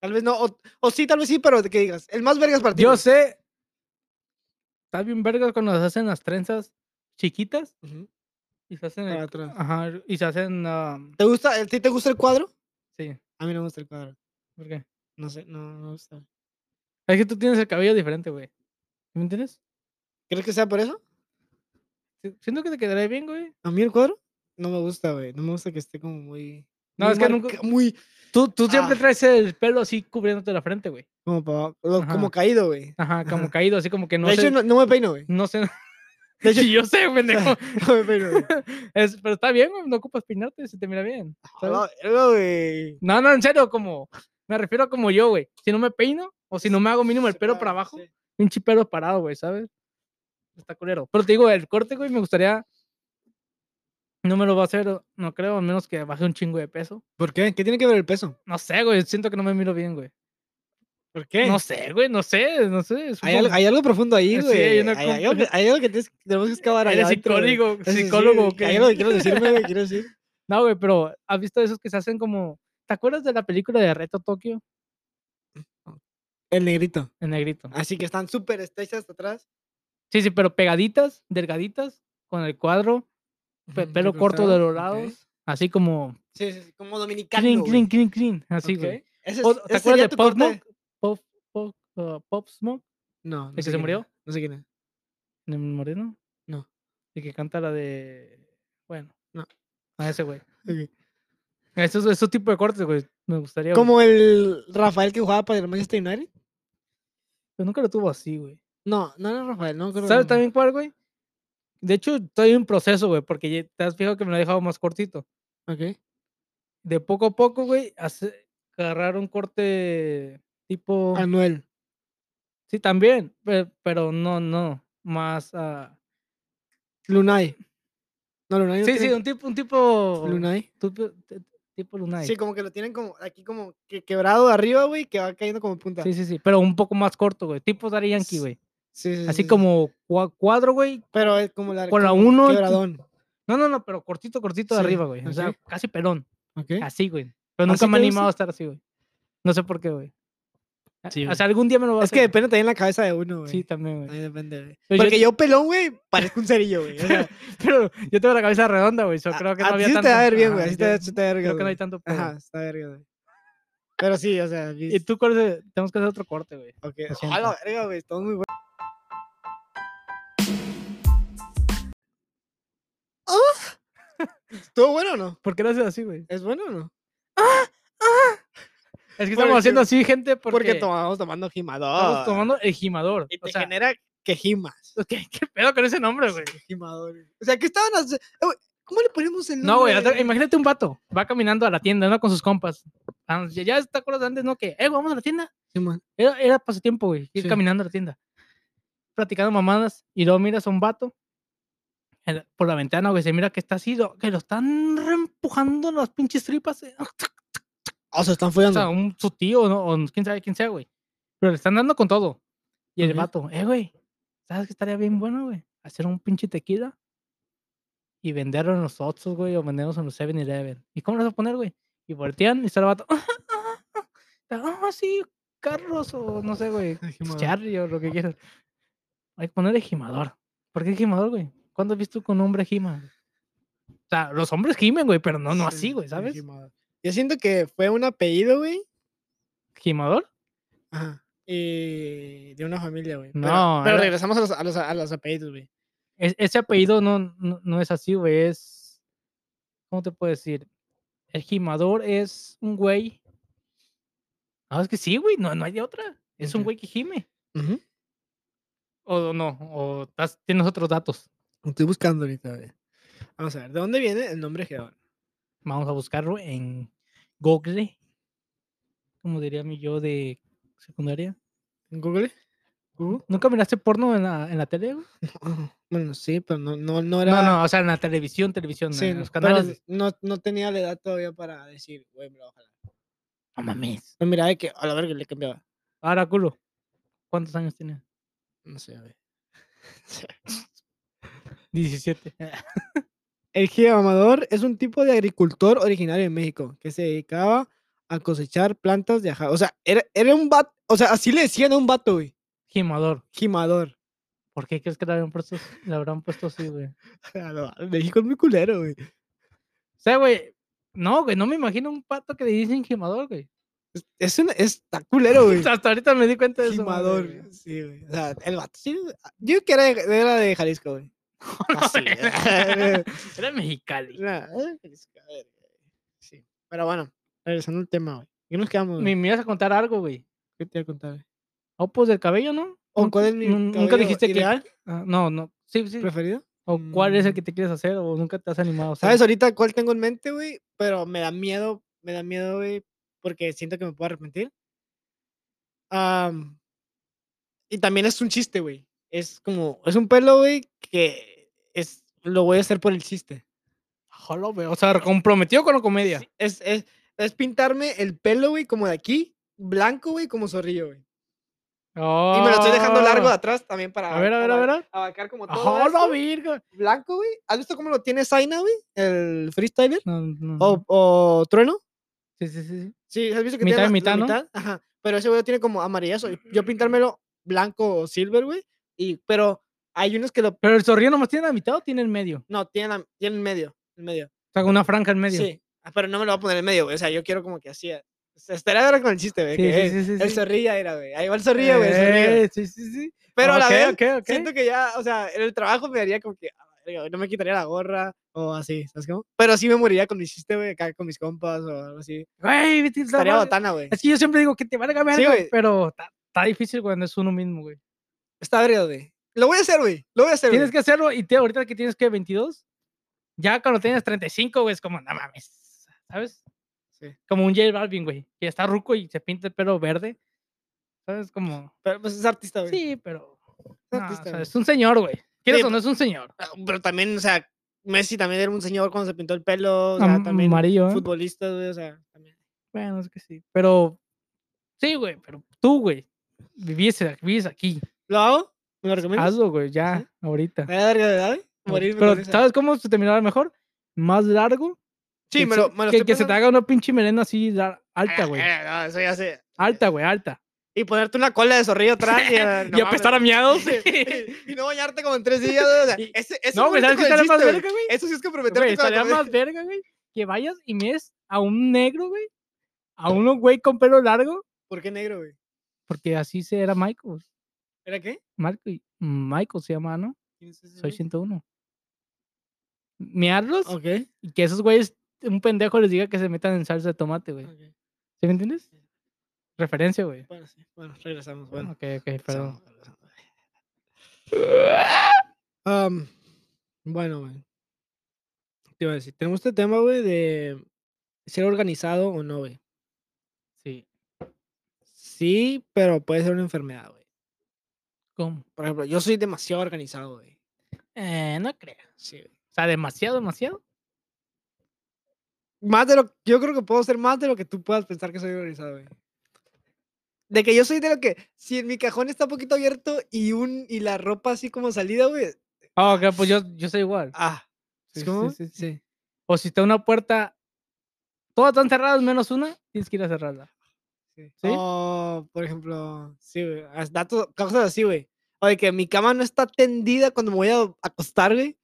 S1: Tal vez no, o, o sí, tal vez sí, pero que digas, el más vergas para ti.
S2: Yo
S1: güey.
S2: sé. Está bien verga cuando se hacen las trenzas chiquitas
S1: Ujú,
S2: y se hacen.
S1: para
S2: el-
S1: atrás.
S2: ajá, y se hacen. ah,
S1: ¿Te gusta, el- ¿sí te gusta el cuadro?
S2: sí,
S1: A mí no me gusta el cuadro.
S2: ¿por qué?
S1: No sé, no, no me gusta.
S2: Es que tú tienes el cabello diferente, güey. ¿Me entiendes?
S1: ¿Crees que sea por eso?
S2: Sí, Siento que te quedaría bien, güey.
S1: A mí el cuadro no me gusta, güey. No me gusta que esté como muy.
S2: No,
S1: muy
S2: es que nunca-
S1: marca- Muy.
S2: Tú, tú siempre
S1: Ah.
S2: traes el pelo así cubriéndote la frente, güey.
S1: Como, pa abajo, lo-
S2: Ajá.
S1: como caído, güey.
S2: Ajá, como caído, así como que no
S1: de hecho,
S2: sé. No,
S1: no, no me peino, güey.
S2: sé.
S1: De hecho,
S2: Sí, yo sé, pendejo.
S1: no me peino, güey.
S2: Es- pero está bien, güey. No ocupas peinarte si te mira bien.
S1: A
S2: ¿sabes?
S1: la verga, güey.
S2: No, no, en serio, como. Me refiero a como yo, güey. Si no me peino o si no me hago mínimo el
S1: Se
S2: pelo
S1: para-
S2: para abajo,
S1: sí.
S2: pinche pelo parado, güey, ¿sabes? Está culero. Pero te digo, el corte, güey, me gustaría. No me lo va a hacer, no creo, a menos que baje un chingo de peso.
S1: ¿Por qué? ¿Qué tiene que ver el peso?
S2: No sé, güey. Siento que no me miro bien, güey.
S1: ¿Por qué?
S2: No sé, güey. No sé, no sé.
S1: hay, algo,
S2: supongo-
S1: hay algo profundo ahí,
S2: Eh, sí,
S1: güey.
S2: hay
S1: hay,
S2: una
S1: hay
S2: comp-
S1: algo que, hay algo que tienes- tenemos que excavar allá
S2: Eres
S1: adentro, güey.
S2: psicólogo,
S1: Sí, sí, sí,
S2: psicólogo,
S1: güey.
S2: ¿qué?
S1: Hay algo que quiero decirme, güey, quiero decir.
S2: No, güey, pero ¿has visto esos que se hacen como... ¿Te acuerdas de la película de Reto Tokio?
S1: El negrito.
S2: En negrito.
S1: Así que están súper estrechas hasta atrás.
S2: Sí, sí, pero pegaditas, delgaditas, con el cuadro, pe-
S1: Ujú,
S2: pelo corto de
S1: recortadas,
S2: los
S1: ok.
S2: lados, así como...
S1: Sí, sí, sí, como dominicano.
S2: Clean,
S1: güey.
S2: clean, clean, clean, así, güey.
S1: Ok. Ese
S2: O-
S1: es- ese
S2: ¿Te acuerdas
S1: sería
S2: de
S1: tu
S2: Pop
S1: corte
S2: Smoke? Pop, Pop, uh, Pop Smoke,
S1: No, no
S2: que
S1: sé
S2: se
S1: quién es,
S2: murió?
S1: No sé quién es.
S2: ¿El moreno.
S1: No.
S2: El que canta la de... Bueno.
S1: No.
S2: A ese, güey.
S1: Ok.
S2: Esos, esos tipos de cortes, güey, me gustaría... güey.
S1: Como el Rafael que jugaba para el Manchester United.
S2: Pero nunca lo tuvo así, güey.
S1: No, no era Rafael, no creo.
S2: ¿Sabes también cuál, güey? De hecho, estoy en proceso, güey, porque ya te has fijado que me lo he dejado más cortito.
S1: Ok.
S2: De poco a poco, güey, hace- agarrar un corte tipo...
S1: Anuel.
S2: Sí, también, pe- pero no, no, más... ah,
S1: Lunay. No, Lunay. no
S2: Sí, sí,
S1: tiene-
S2: un tipo... Un tipo
S1: Lunay.
S2: tupe- te- tipo Lunay.
S1: Sí, como que lo tienen como aquí como que quebrado de arriba, güey, que va cayendo como en punta.
S2: Sí, sí, sí, pero un poco más corto, güey. Tipo Daddy Yankee,
S1: Sí,
S2: güey.
S1: Sí, sí, sí,
S2: Así
S1: sí.
S2: como cua- cuadro, güey.
S1: Pero es como la
S2: con la
S1: como
S2: uno,
S1: Quebradón.
S2: No, no, no, pero cortito, cortito de
S1: Sí,
S2: arriba, güey. O sea,
S1: ok.
S2: casi pelón.
S1: ¿Ok?
S2: Así, güey. Pero
S1: ¿Así
S2: nunca me he
S1: te
S2: animado
S1: gusta?
S2: a estar así, güey. No sé por qué, güey. A-
S1: Sí,
S2: O
S1: güey.
S2: sea, algún día me lo voy a
S1: Es que
S2: hacer,
S1: depende también la cabeza de uno,
S2: güey.
S1: güey.
S2: Sí, también, güey.
S1: Ahí depende, güey.
S2: Pero yo-
S1: Porque yo pelón, güey, parezco un cerillo, güey. O sea,
S2: Pero yo tengo la cabeza redonda, güey. Yo
S1: a-
S2: creo que
S1: a
S2: no
S1: ti
S2: había
S1: Ah, sí
S2: tanto.
S1: te va a ver bien, güey.
S2: Ajá,
S1: Así te
S2: yo
S1: va sí te va a ver
S2: Creo que no
S1: güey.
S2: hay tanto pedo.
S1: Ajá, está verga, güey. Pero sí, o sea,
S2: Y
S1: mis-
S2: tú, corte- tenemos que hacer otro corte, güey.
S1: ok.
S2: lo
S1: A la verga, güey, todo muy bueno. ¡Ah! ¿Estuvo bueno o no?
S2: ¿Por qué lo haces así, güey?
S1: ¿Es bueno o no?
S2: Es que
S1: Porque-
S2: estamos haciendo así, gente, porque,
S1: Porque tomamos tomando gimador.
S2: estamos tomando el gimador.
S1: Y
S2: O
S1: te
S2: sea,
S1: genera que gimas.
S2: ¿qué, qué pedo con ese nombre, güey?
S1: Gimador. O sea, que estaban haciendo. ¿Cómo le ponemos el nombre?
S2: No, güey, otra- imagínate un vato, va caminando a la tienda, ¿no? Con sus compas. Ah, Ya ya te acuerdas de antes, ¿no? Que, eh, güey, vamos a la tienda.
S1: Simón.
S2: Era, era pasatiempo, güey, ir
S1: Sí.
S2: caminando a la tienda. Platicando mamadas y luego miras a un vato en la- por la ventana, güey, se mira que está así, lo- que lo están reempujando las pinches tripas. eh,
S1: O sea, están
S2: o
S1: follando.
S2: sea, un, su tío, ¿no? O quién sabe quién sea, güey. Pero le están dando con todo. Y el
S1: Ujú.
S2: vato, eh, güey, ¿sabes qué estaría bien bueno, güey? Hacer un pinche tequila y venderlo en los Otsos, güey, o venderlos en los 7-Eleven. ¿Y cómo lo vas a poner, güey? Y voltean y está el vato, ah, sí, Carlos, o no sé, güey,
S1: Jimador.
S2: Charlie, o lo que quieras. Hay que ponerle gimador. ¿Por qué gimador, güey? ¿Cuándo has visto que un hombre gima? güey? O sea, los hombres gimen, güey, pero no, no
S1: Sí,
S2: así, güey,
S1: el
S2: ¿sabes?
S1: Jimador. Yo siento que fue un apellido, güey.
S2: ¿Gimador?
S1: Ajá. Y eh, de una familia, güey. Pero-
S2: No,
S1: Pero,
S2: era-
S1: regresamos a los, a los, a los apellidos, güey.
S2: Es- ese apellido no, no, no es así, güey. Es. ¿Cómo te puedo decir? El gimador es un güey. No, es que sí, güey. No, no hay de otra. Es un
S1: Ok.
S2: güey que gime. O no. O estás- tienes otros datos.
S1: Estoy buscando ahorita, güey. Vamos a ver, ¿de dónde viene el nombre Gedeón?
S2: Vamos a buscarlo en Google. Como diría mi yo de secundaria.
S1: ¿En Google?
S2: ¿Nunca miraste porno en la, en la tele? güey?
S1: No, Bueno, sí, pero no, no, no era.
S2: No, no, o sea, en la televisión, televisión,
S1: sí,
S2: en los
S1: pero
S2: canales. de-
S1: No, no tenía la edad todavía para decir, güey, me lo voy a jalar.
S2: No mames.
S1: No, mira, de que a la verga le cambiaba.
S2: Ahora, culo. ¿Cuántos años tenía?
S1: No sé, güey.
S2: 17.
S1: El geoamador es un tipo de agricultor originario de México que se dedicaba a cosechar plantas de aja. O sea, era, era un vato. O sea, así le decían a un vato, güey.
S2: Gimador.
S1: Gimador.
S2: ¿Por qué crees que le habrán puesto, as- le habrán puesto así, güey?
S1: Ah, no, México es muy culero, güey.
S2: O sea, güey, no, güey, no me imagino un pato que le dicen gimador, güey.
S1: Es, es, un- es- está culero, güey.
S2: Hasta ahorita me di cuenta de eso. madre,
S1: Gimador.
S2: güey.
S1: Sí, güey. O sea, el vato. sí, güey. yo creo que era de, era de Jalisco, güey. Fácil,
S2: güey.
S1: güey.
S2: Era mexicali.
S1: Nah, eh, Jalisco, a ver, güey. Sí. Pero bueno, regresando al tema, güey. ¿Qué nos quedamos?
S2: Me,
S1: güey?
S2: me ibas a contar algo, güey.
S1: ¿Qué te iba a contar? güey?
S2: O pues del cabello, ¿no?
S1: ¿O
S2: Nun-
S1: cuál es mi
S2: nun- Nunca
S1: cabello
S2: dijiste
S1: ideal
S2: que. Ah, no, no. Sí, sí.
S1: preferido?
S2: O cuál es el
S1: Mm.
S2: que te quieres hacer o nunca te has animado. a hacer.
S1: ¿Sabes ahorita cuál tengo en mente, güey? Pero me da miedo, me da miedo, güey, porque siento que me puedo arrepentir. Am, y también es un chiste, güey. Es como, es un pelo, güey, que es, lo voy a hacer por el chiste.
S2: Jalo, güey, O sea, comprometido con la comedia.
S1: Sí, Es, es, es pintarme el pelo, güey, como de aquí, blanco, güey, como zorrillo, güey. Y me lo estoy dejando largo de
S2: Ah,
S1: atrás también para...
S2: A ver, a ver, a
S1: abar-
S2: ver.
S1: Abarcar como todo
S2: ¡Jalo,
S1: esto,
S2: Oh, virga!
S1: blanco, güey. ¿Has visto cómo lo tiene Zaina, güey? El freestyler.
S2: No, no,
S1: O,
S2: no.
S1: o Trueno.
S2: Sí, sí, sí. sí.
S1: Sí, has visto que
S2: Mitad y
S1: tiene la-
S2: mitad,
S1: la
S2: ¿no? Mm.
S1: Ajá. Pero ese güey lo tiene como amarillazo. y Yo pintármelo blanco o silver, güey. Y, pero hay unos que lo.
S2: Pero el zorrillo nomás tiene la mitad o tiene el medio.
S1: No, tienen, la- tienen medio. El medio.
S2: O sea, con una franja en medio.
S1: Sí. ah, Pero no me lo va a poner en medio, güey. O sea, yo quiero como que así. eh, o sea, Estaría ahora con el chiste, güey.
S2: Sí,
S1: que,
S2: sí,
S1: eh,
S2: sí, sí,
S1: el
S2: sí.
S1: zorrilla era, güey. Ahí va el zorrillo, güey. el zorrillo.
S2: Eh, Sí, sí, sí.
S1: Pero a la
S2: Ok,
S1: vez,
S2: ok, ok.
S1: siento que ya, o sea, en el trabajo me daría como que. "Ah, verga, güey, No me quitaría la gorra o así, ¿sabes cómo? Pero sí me moriría con mi chiste, güey, acá con mis compas o algo así.
S2: Güey, vete a la
S1: Estaría
S2: madre.
S1: botana, güey.
S2: Es que yo siempre digo que te van a cambiar,
S1: Sí, güey.
S2: pero está, está difícil cuando es uno mismo, güey.
S1: Está verga, güey. Lo voy a hacer, güey. Lo voy a hacer, güey.
S2: Tienes que hacerlo y te, ahorita que tienes que 22, ya cuando tienes 35, güey, es como, no mames, ¿sabes?
S1: Sí.
S2: Como un J Balvin, güey, que está ruco y se pinta el pelo verde. ¿Sabes? Como,
S1: Pero pues es artista, güey.
S2: sí, pero. no, o
S1: artista,
S2: sea,
S1: güey.
S2: es un señor, güey. ¿Quieres o
S1: pe-
S2: no es un señor?
S1: Ah, Pero también, o sea, Messi también era un señor cuando se pintó el pelo. O sea,
S2: Am-
S1: también
S2: amarillo, ¿eh?
S1: futbolista, güey. O sea, también.
S2: Bueno, es que sí. Pero, sí, güey, pero tú, güey, vivies, vives aquí.
S1: ¿Lo hago? ¿Me lo recomiendas?
S2: Hazlo, güey, ya, ahorita.
S1: ¿Me da verga de edad, güey? Morirme
S2: Ah, Pero,
S1: con esa.
S2: ¿sabes cómo se terminará mejor? Más largo.
S1: Sí,
S2: que
S1: me
S2: se-
S1: lo, me lo
S2: que,
S1: estoy
S2: que se te
S1: pensando.
S2: haga una pinche melena así lar- alta,
S1: Ah,
S2: güey.
S1: ah, no, eso ya sé.
S2: Alta, güey, alta.
S1: Y ponerte una cola de zorrillo atrás. Y, ah, no
S2: y apestar a
S1: mames.
S2: miados.
S1: y no bañarte como en tres días, güey. O sea,
S2: Y-
S1: ese, ese
S2: no,
S1: es
S2: güey,
S1: bonito
S2: ¿sabes qué
S1: con el
S2: estaría más
S1: chiste, güey.
S2: verga, güey?
S1: Eso sí es comprometerte
S2: Güey,
S1: con la
S2: estaría
S1: comedia.
S2: más verga, güey. Que vayas y mires a un negro, güey. A uno, güey, con pelo largo.
S1: ¿Por qué negro, güey?
S2: Porque así se era Michael.
S1: ¿Era qué?
S2: Michael, Michael se llama, ¿no?
S1: ¿Quién es ese
S2: Soy
S1: güey?
S2: 101. Mearlos
S1: Ok.
S2: y que esos güeyes, un pendejo les diga que se metan en salsa de tomate, güey.
S1: ok.
S2: ¿Sí me entiendes? Referencia, güey.
S1: Bueno, sí. Bueno, regresamos. Bueno.
S2: Bueno. Ok, ok, perdón.
S1: Am, bueno, güey. te iba a decir, tenemos este tema, güey, de ser organizado o no, güey.
S2: Sí.
S1: Sí, pero puede ser una enfermedad, güey.
S2: ¿Cómo?
S1: Por ejemplo, yo soy demasiado organizado, güey.
S2: Eh, no creo.
S1: Sí, güey.
S2: O sea, demasiado, demasiado.
S1: Más de lo, yo creo que puedo ser más de lo que tú puedas pensar que soy organizado, güey. De que yo soy de lo que, si en mi cajón está poquito abierto y un y la ropa así como salida, güey.
S2: Ah, ok, pues yo, yo soy igual.
S1: Ah,
S2: Sí, sí,
S1: ¿cómo?
S2: sí, sí. O si está una puerta, todas están cerradas menos una, tienes que ir a cerrarla.
S1: Sí.
S2: ¿Sí?
S1: O, por ejemplo, sí, güey. as- datos- cosas así, güey. O de que mi cama no está tendida cuando me voy a acostar, güey.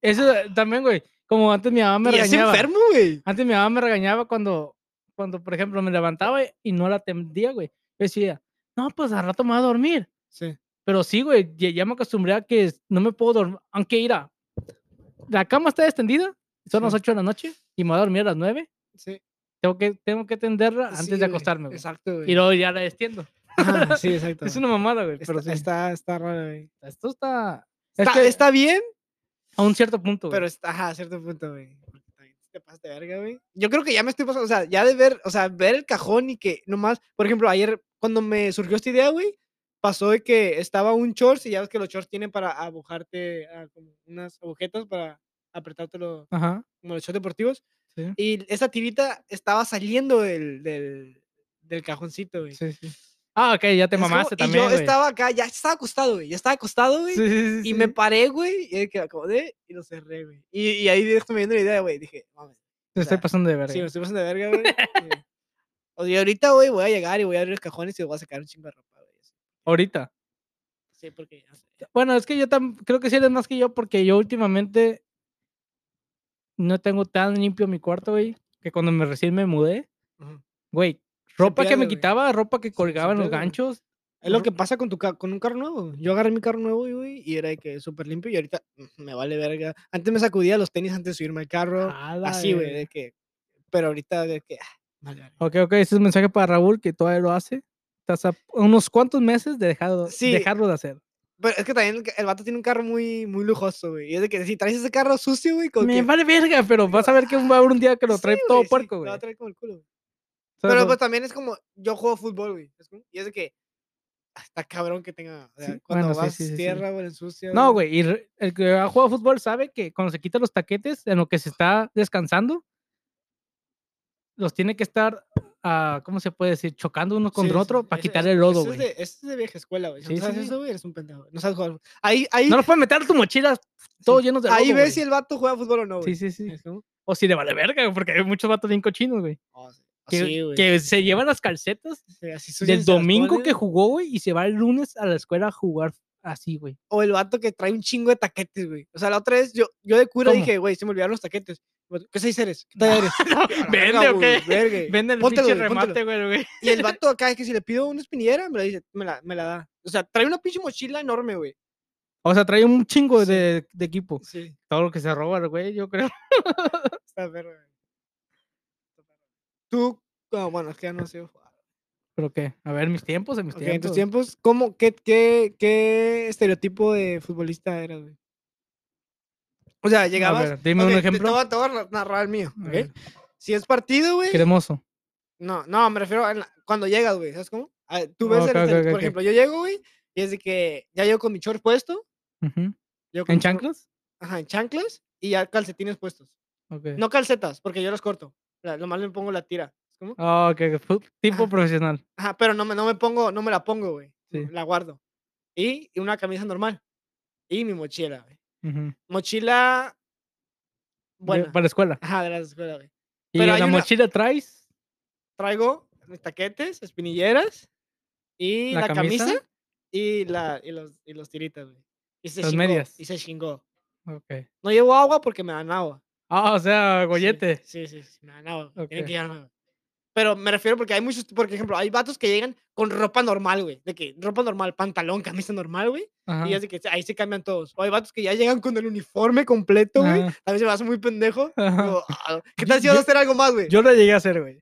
S2: Eso eh, también, güey. Como antes mi mamá me
S1: Ah. Y es
S2: regañaba.
S1: enfermo, güey.
S2: Antes mi mamá me regañaba cuando, cuando, por ejemplo, me levantaba y no la tendía, güey. Yo decía, no, pues al rato me voy a dormir.
S1: Sí.
S2: Pero sí, güey, ya, ya me acostumbré a que es- no me puedo dormir. Aunque irá, la cama está extendida, son las
S1: Sí.
S2: 8 de la noche y me voy a dormir a las 9.
S1: Sí.
S2: Tengo que, tengo que tenderla antes
S1: sí,
S2: de
S1: güey,
S2: acostarme. güey.
S1: Exacto, güey.
S2: Y luego ya la extiendo.
S1: Ajá, sí, exacto.
S2: Es una mamada, güey.
S1: Está,
S2: Pero sí,
S1: está, está raro, güey.
S2: esto está, es
S1: Está,
S2: que
S1: está bien,
S2: a un cierto punto. güey.
S1: pero está ajá, a cierto punto, güey. Porque también Te pasas de verga, güey. Yo creo que ya me estoy pasando, o sea, ya de ver, o sea, ver el cajón y que nomás, por ejemplo, ayer cuando me surgió esta idea, güey, pasó de que estaba un shorts y ya ves que los shorts tienen para abujarte ah, como unas agujetas para apretártelo
S2: Ajá.
S1: como los shorts deportivos.
S2: Sí.
S1: Y esa tirita estaba saliendo del, del, del cajoncito, güey.
S2: Sí, sí. Ah, ok, ya te
S1: Es como-
S2: mamaste
S1: y
S2: también.
S1: yo
S2: güey.
S1: estaba acá, ya estaba acostado, güey. Ya estaba acostado, güey.
S2: Sí, sí, sí,
S1: Y me
S2: sí.
S1: paré, güey, y ahí que acomodé y lo cerré, güey. Y, y ahí esto me viendo la idea, güey. Dije, mames,
S2: Te estoy
S1: sea,
S2: pasando de verga.
S1: sí, me estoy pasando de verga, güey. Sí. O sea, y ahorita, güey, voy a llegar y voy a abrir los cajones y voy a sacar un chingo de ropa, güey.
S2: Ahorita.
S1: Sí, porque ya sé.
S2: Bueno, es que yo tam- creo que sí eres más que yo porque yo últimamente no tengo tan limpio mi cuarto, güey, que cuando me recién me mudé,
S1: Ujú.
S2: güey, ropa que
S1: pierde,
S2: me
S1: güey.
S2: quitaba, ropa que colgaba en los
S1: pierde, güey.
S2: ganchos.
S1: Es lo
S2: Ro-
S1: que pasa con, tu ca- con un carro nuevo. Yo agarré mi carro nuevo, güey, y era de que súper limpio y ahorita mm, me vale verga. Antes me sacudía los tenis antes de subirme al carro.
S2: a Ah, la
S1: así, güey,
S2: verga.
S1: de que. Pero ahorita, de que. ah, vale verga.
S2: Ok, ok, ese es un mensaje para Raúl que todavía lo hace. Estás a unos cuantos meses de dejarlo,
S1: Sí.
S2: dejarlo de hacer.
S1: Pero es que también el, ca- el vato tiene un carro muy, muy lujoso, güey. Y es de que si traes ese carro sucio, güey, con
S2: me
S1: que.
S2: vale verga, pero vas a ver que va a haber un día que lo
S1: Sí,
S2: trae todo
S1: güey, sí,
S2: puerco,
S1: Lo
S2: güey.
S1: va a traer como el culo. güey.
S2: ¿Sabes
S1: Pero
S2: cómo?
S1: pues también es como, yo juego fútbol, güey. ¿sabes cómo? Y es de que, ah, está cabrón que tenga, o sea,
S2: Sí,
S1: cuando
S2: bueno, sí,
S1: vas
S2: sí, sí, sí.
S1: tierra, güey, ensucia.
S2: No, güey, y re- el que ha jugado fútbol sabe que cuando se quita los taquetes, en lo que se está descansando, los tiene que estar, ah, ¿cómo se puede decir? Chocando uno contra otro para quitar el lodo, güey.
S1: Eso es de vieja escuela, güey. Si
S2: Sí,
S1: no
S2: sí,
S1: sabes
S2: sí.
S1: eso, güey, eres un pendejo. güey. No sabes jugar. Ahí, ahí,
S2: No los puedes meter a tu mochila todos llenos de lodo,
S1: ahí
S2: güey.
S1: ves si el vato juega fútbol o no,
S2: Sí,
S1: güey.
S2: sí, sí.
S1: ¿sabes cómo?
S2: O si le vale verga, güey, porque hay muchos vatos bien cochinos, güey.
S1: Ah, sí,
S2: Que,
S1: así, güey.
S2: que se llevan las calcetas
S1: sí, así sucias
S2: del
S1: se las
S2: domingo
S1: ponen,
S2: que jugó, güey, y se va el lunes a la escuela a jugar así, güey.
S1: O el vato que trae un chingo de taquetes, güey. O sea, la otra vez yo, yo de cura
S2: ¿Cómo?
S1: dije, güey, se me olvidaron los taquetes. Vato, ¿Qué seis eres? ¿Qué talla eres?
S2: No,
S1: Y a la
S2: vende,
S1: verga,
S2: ¿o
S1: güey,
S2: qué?
S1: verga.
S2: Vende el
S1: Póntelo,
S2: pinche
S1: güey, póntelo.
S2: remate, güey, güey.
S1: Y el vato acá es que si le pido una espinillera, me la, dice, me la, me la da. O sea, trae una pinche mochila enorme, güey.
S2: O sea, trae un chingo
S1: Sí.
S2: de, de equipo.
S1: Sí,
S2: Todo lo que se roba, güey, yo creo.
S1: está perro, güey. Está perro. Tú, ah, bueno, es que ya no sé. jugar.
S2: ¿Pero qué? A ver, mis tiempos, en mis
S1: Ok, en tus
S2: tiempos.
S1: tiempos, ¿cómo, qué, qué, qué estereotipo de futbolista eras, güey? O sea, llegabas.
S2: ver, dime un
S1: ok, te-
S2: ejemplo.
S1: Te voy, a- te voy a ra- narrar el mío,
S2: A
S1: ¿ok?
S2: ver.
S1: Si es partido, güey.
S2: Cremoso.
S1: No, no, me refiero a la- cuando llegas, güey, ¿sabes cómo? Ah, Tú ves,
S2: Ok,
S1: el
S2: ok,
S1: estere-
S2: ok,
S1: por
S2: ok.
S1: ejemplo, yo llego, güey, y es de que ya llego con mi short puesto.
S2: Ujú.
S1: llego con
S2: ¿En
S1: mi short-
S2: chanclas?
S1: Ajá, en chanclas y ya calcetines puestos.
S2: Ok.
S1: No calcetas, porque yo los corto. La- nomás le pongo la tira. ¿cómo?
S2: Ah, ok, ok, fu- Tipo
S1: Ajá.
S2: profesional.
S1: Ajá, pero no me, no me pongo, no me la pongo, güey.
S2: Sí.
S1: La guardo. Y, y una camisa normal. Y mi mochila, güey.
S2: Ujú. De-
S1: Mochila. Bueno.
S2: Para la escuela.
S1: Ajá, de la escuela, güey.
S2: ¿Y
S1: Pero
S2: en
S1: hay
S2: la
S1: una-
S2: mochila traes?
S1: Traigo mis taquetes, espinilleras. Y
S2: ¿La
S1: la, camisa.
S2: camisa?
S1: y, la, y, los, y los tiritas, güey. Y se
S2: Las
S1: chingó,
S2: medias.
S1: Y se chingó.
S2: Ok.
S1: No llevo agua porque me dan agua.
S2: Ah, o sea,
S1: Sí,
S2: gollete.
S1: Sí, sí, sí, me ganaba. güey, tienen
S2: Ok.
S1: que llevarme, güey. Pero me refiero porque hay muchos, por ejemplo, hay vatos que llegan con ropa normal, güey. De que ropa normal, pantalón, camisa normal, güey.
S2: Ajá.
S1: Y así que se- ahí se cambian todos. O hay vatos que ya llegan con el uniforme completo, güey.
S2: Ajá.
S1: También se me hace muy pendejo.
S2: Ajá.
S1: digo, "Ah, ¿Qué tal si
S2: Yo-
S1: vas a hacer algo más, güey?
S2: Yo lo llegué a hacer, güey.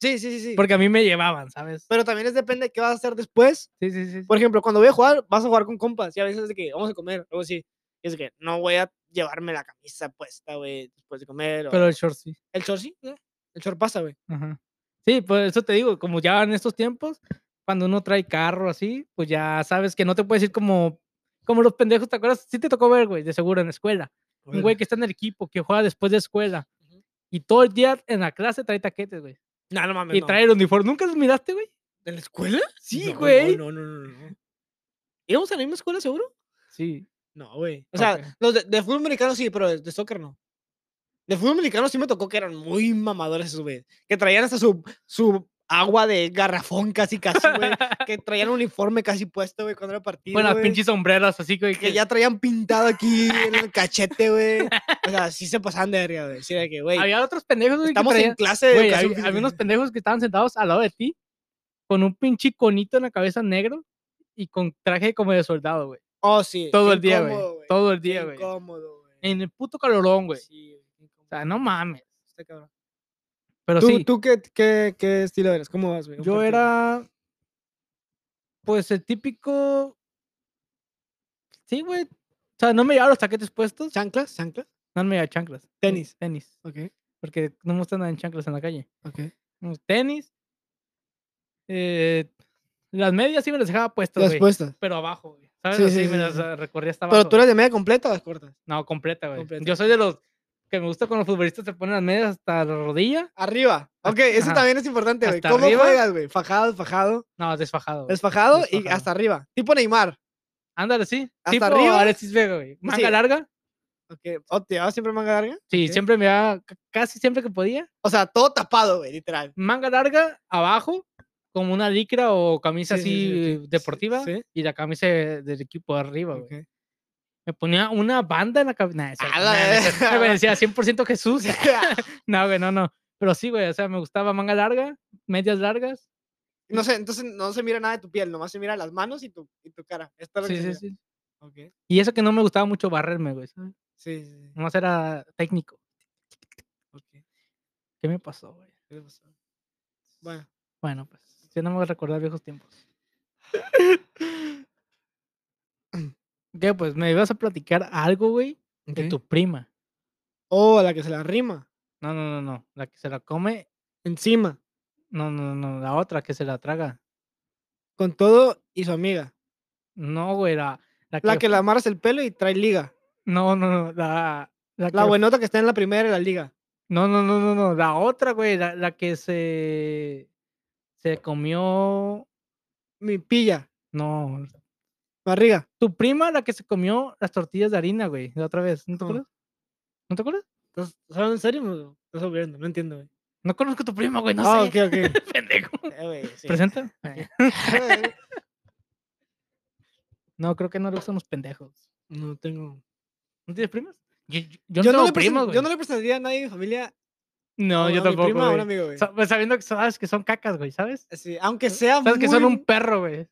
S1: Sí, sí, sí, sí.
S2: Porque a mí me llevaban, ¿sabes?
S1: Pero también es depende de qué vas a hacer después.
S2: Sí, sí, sí.
S1: Por ejemplo, cuando voy a jugar, vas a jugar con compas. Y a veces es de que vamos a comer, algo así. Y es de que no voy a llevarme la camisa puesta, güey, después de comer. o-
S2: Pero el short sí.
S1: El short sí, eh, el short pasa, güey.
S2: Ajá. Sí, por eso te digo, como ya en estos tiempos, cuando uno trae carro así, pues ya sabes que no te puedes ir como, como los pendejos, ¿te acuerdas? Sí te tocó ver, güey, de seguro en la escuela. Un güey que está en el equipo, que juega después de escuela.
S1: Ujú.
S2: Y todo el día en la clase trae taquetes, güey.
S1: No, no mames.
S2: Y
S1: no.
S2: trae el uniforme. ¿Nunca los miraste, güey?
S1: ¿De la escuela?
S2: Sí,
S1: No,
S2: güey.
S1: No, no, no, no, no. ¿Íbamos a la misma escuela, seguro?
S2: Sí.
S1: No, güey. O sea,
S2: Ok.
S1: los de, de fútbol americano sí, pero de, de soccer no. De fútbol americano sí me tocó que eran muy mamadores esos, güey. Que traían hasta su, su agua de garrafón casi, casi, güey. que traían uniforme casi puesto, güey, cuando era partido.
S2: Con las
S1: güey,
S2: pinches sombreras así, güey.
S1: Que ya traían pintado aquí en el cachete, güey. O sea, sí se pasaban de verga, güey. Sí, de que, güey.
S2: Había otros pendejos, güey. que
S1: Estamos en
S2: traían-
S1: clase de.
S2: Güey,
S1: educación
S2: había,
S1: física,
S2: había unos
S1: güey.
S2: pendejos que estaban sentados al lado de ti con un pinche conito en la cabeza negro y con traje como de soldado, güey.
S1: Oh, sí.
S2: Todo
S1: qué
S2: el día,
S1: incómodo,
S2: güey. Todo el
S1: Qué
S2: día, güey.
S1: Incómodo, güey.
S2: En el puto calorón, güey.
S1: Sí, güey, qué incómodo.
S2: O sea, no mames.
S1: Está cabrón.
S2: Pero
S1: ¿Tú,
S2: sí,
S1: tú qué, qué, qué estilo eres? ¿Cómo vas, güey? Un
S2: yo
S1: partido.
S2: era pues el típico Sí, güey. O sea, no me llevaba los taquetes puestos.
S1: ¿Chanclas? ¿Chanclas?
S2: No me llevaba chanclas.
S1: Tenis.
S2: Tenis.
S1: Ok,
S2: Porque no me gustan nada en chanclas en la calle.
S1: ok.
S2: Unos tenis. eh, las medias sí me las dejaba puestas,
S1: Las
S2: güey.
S1: puestas.
S2: pero abajo, güey. ¿Sabes?
S1: Sí,
S2: Así
S1: sí,
S2: me
S1: sí,
S2: las
S1: sí.
S2: ah, recorría hasta abajo.
S1: Pero tú eres de media completa o las cortas?
S2: No, completa, güey.
S1: Completa.
S2: Yo soy de los que me gusta cuando los futbolistas se ponen las medias hasta la rodilla.
S1: Arriba. Ok, eso
S2: ajá.
S1: también es importante, güey.
S2: Hasta
S1: ¿Cómo
S2: arriba.
S1: juegas, güey? Fajado, desfajado.
S2: No, desfajado. güey.
S1: Desfajado y
S2: desfajado.
S1: hasta arriba. Tipo Neymar.
S2: Ándale, sí.
S1: ¿Hasta
S2: tipo
S1: arriba?
S2: Alexis Vega, güey. Manga
S1: Sí.
S2: larga.
S1: Ok. ¿O te llevas siempre manga larga?
S2: Sí,
S1: Ok.
S2: siempre me daba, ca- casi siempre que podía.
S1: O sea, todo tapado, güey, literal.
S2: Manga larga, abajo, como una licra o camisa
S1: Sí, sí,
S2: así
S1: sí, ok.
S2: eh, deportiva.
S1: Sí.
S2: Y la camisa de- del equipo de arriba, güey.
S1: Ok.
S2: Me ponía una banda en la cabeza.
S1: A la verga.
S2: me decía 100% Jesús. No, güey, no, no. Pero sí, güey, o sea, me gustaba manga larga, medias largas.
S1: no sé, entonces no se mira nada de tu piel, nomás se mira las manos y tu, y tu cara. Esto es lo
S2: Sí,
S1: que se
S2: sí,
S1: mira.
S2: sí.
S1: Ok.
S2: Y eso que no me gustaba mucho barrerme, güey. ¿sabes?
S1: Sí, sí, sí.
S2: Nomás era técnico.
S1: Ok.
S2: ¿Qué me pasó, güey?
S1: ¿Qué le pasó? Bueno.
S2: Bueno, pues, yo no me voy a recordar viejos tiempos. ¿Qué? Pues me ibas a platicar algo, güey, de
S1: ok.
S2: tu prima.
S1: Oh, la que se la rima.
S2: No, no, no, no. La que se la come.
S1: Encima.
S2: No, no, no, la otra que se la traga.
S1: Con todo y su amiga.
S2: No, güey, la, la que.
S1: La que le amarras el pelo y trae liga.
S2: No, no, no. La, la,
S1: La
S2: que-
S1: buenota que está en la primera de la liga.
S2: No, no, no, no, no. La otra, güey, la, la que se. Se comió.
S1: Mi pilla.
S2: No.
S1: Barriga.
S2: Tu prima, la que se comió las tortillas de harina, güey, la otra vez. ¿No te
S1: Ajá.
S2: acuerdas? ¿No te acuerdas?
S1: ¿Estás estás hablando en serio? o Estás obviando, no entiendo, güey.
S2: No conozco a tu prima, güey, no
S1: ah,
S2: sé.
S1: ok, ok.
S2: Pendejo.
S1: Eh, güey, sí.
S2: ¿Presenta? Eh,
S1: Eh,
S2: No, creo que no lo somos pendejos.
S1: no tengo.
S2: ¿No tienes primas? Yo, yo- yo
S1: Yo
S2: no
S1: no,
S2: tengo
S1: le
S2: primas,
S1: presen-
S2: güey.
S1: yo no le presentaría a nadie de mi familia.
S2: No,
S1: a una-
S2: yo
S1: a
S2: tampoco,
S1: Mi prima o
S2: güey.
S1: un amigo, güey.
S2: Sa- pues sabiendo que sabes que son cacas, güey, ¿sabes?
S1: Sí, aunque sea.
S2: Sabes que son
S1: muy-
S2: un perro, güey.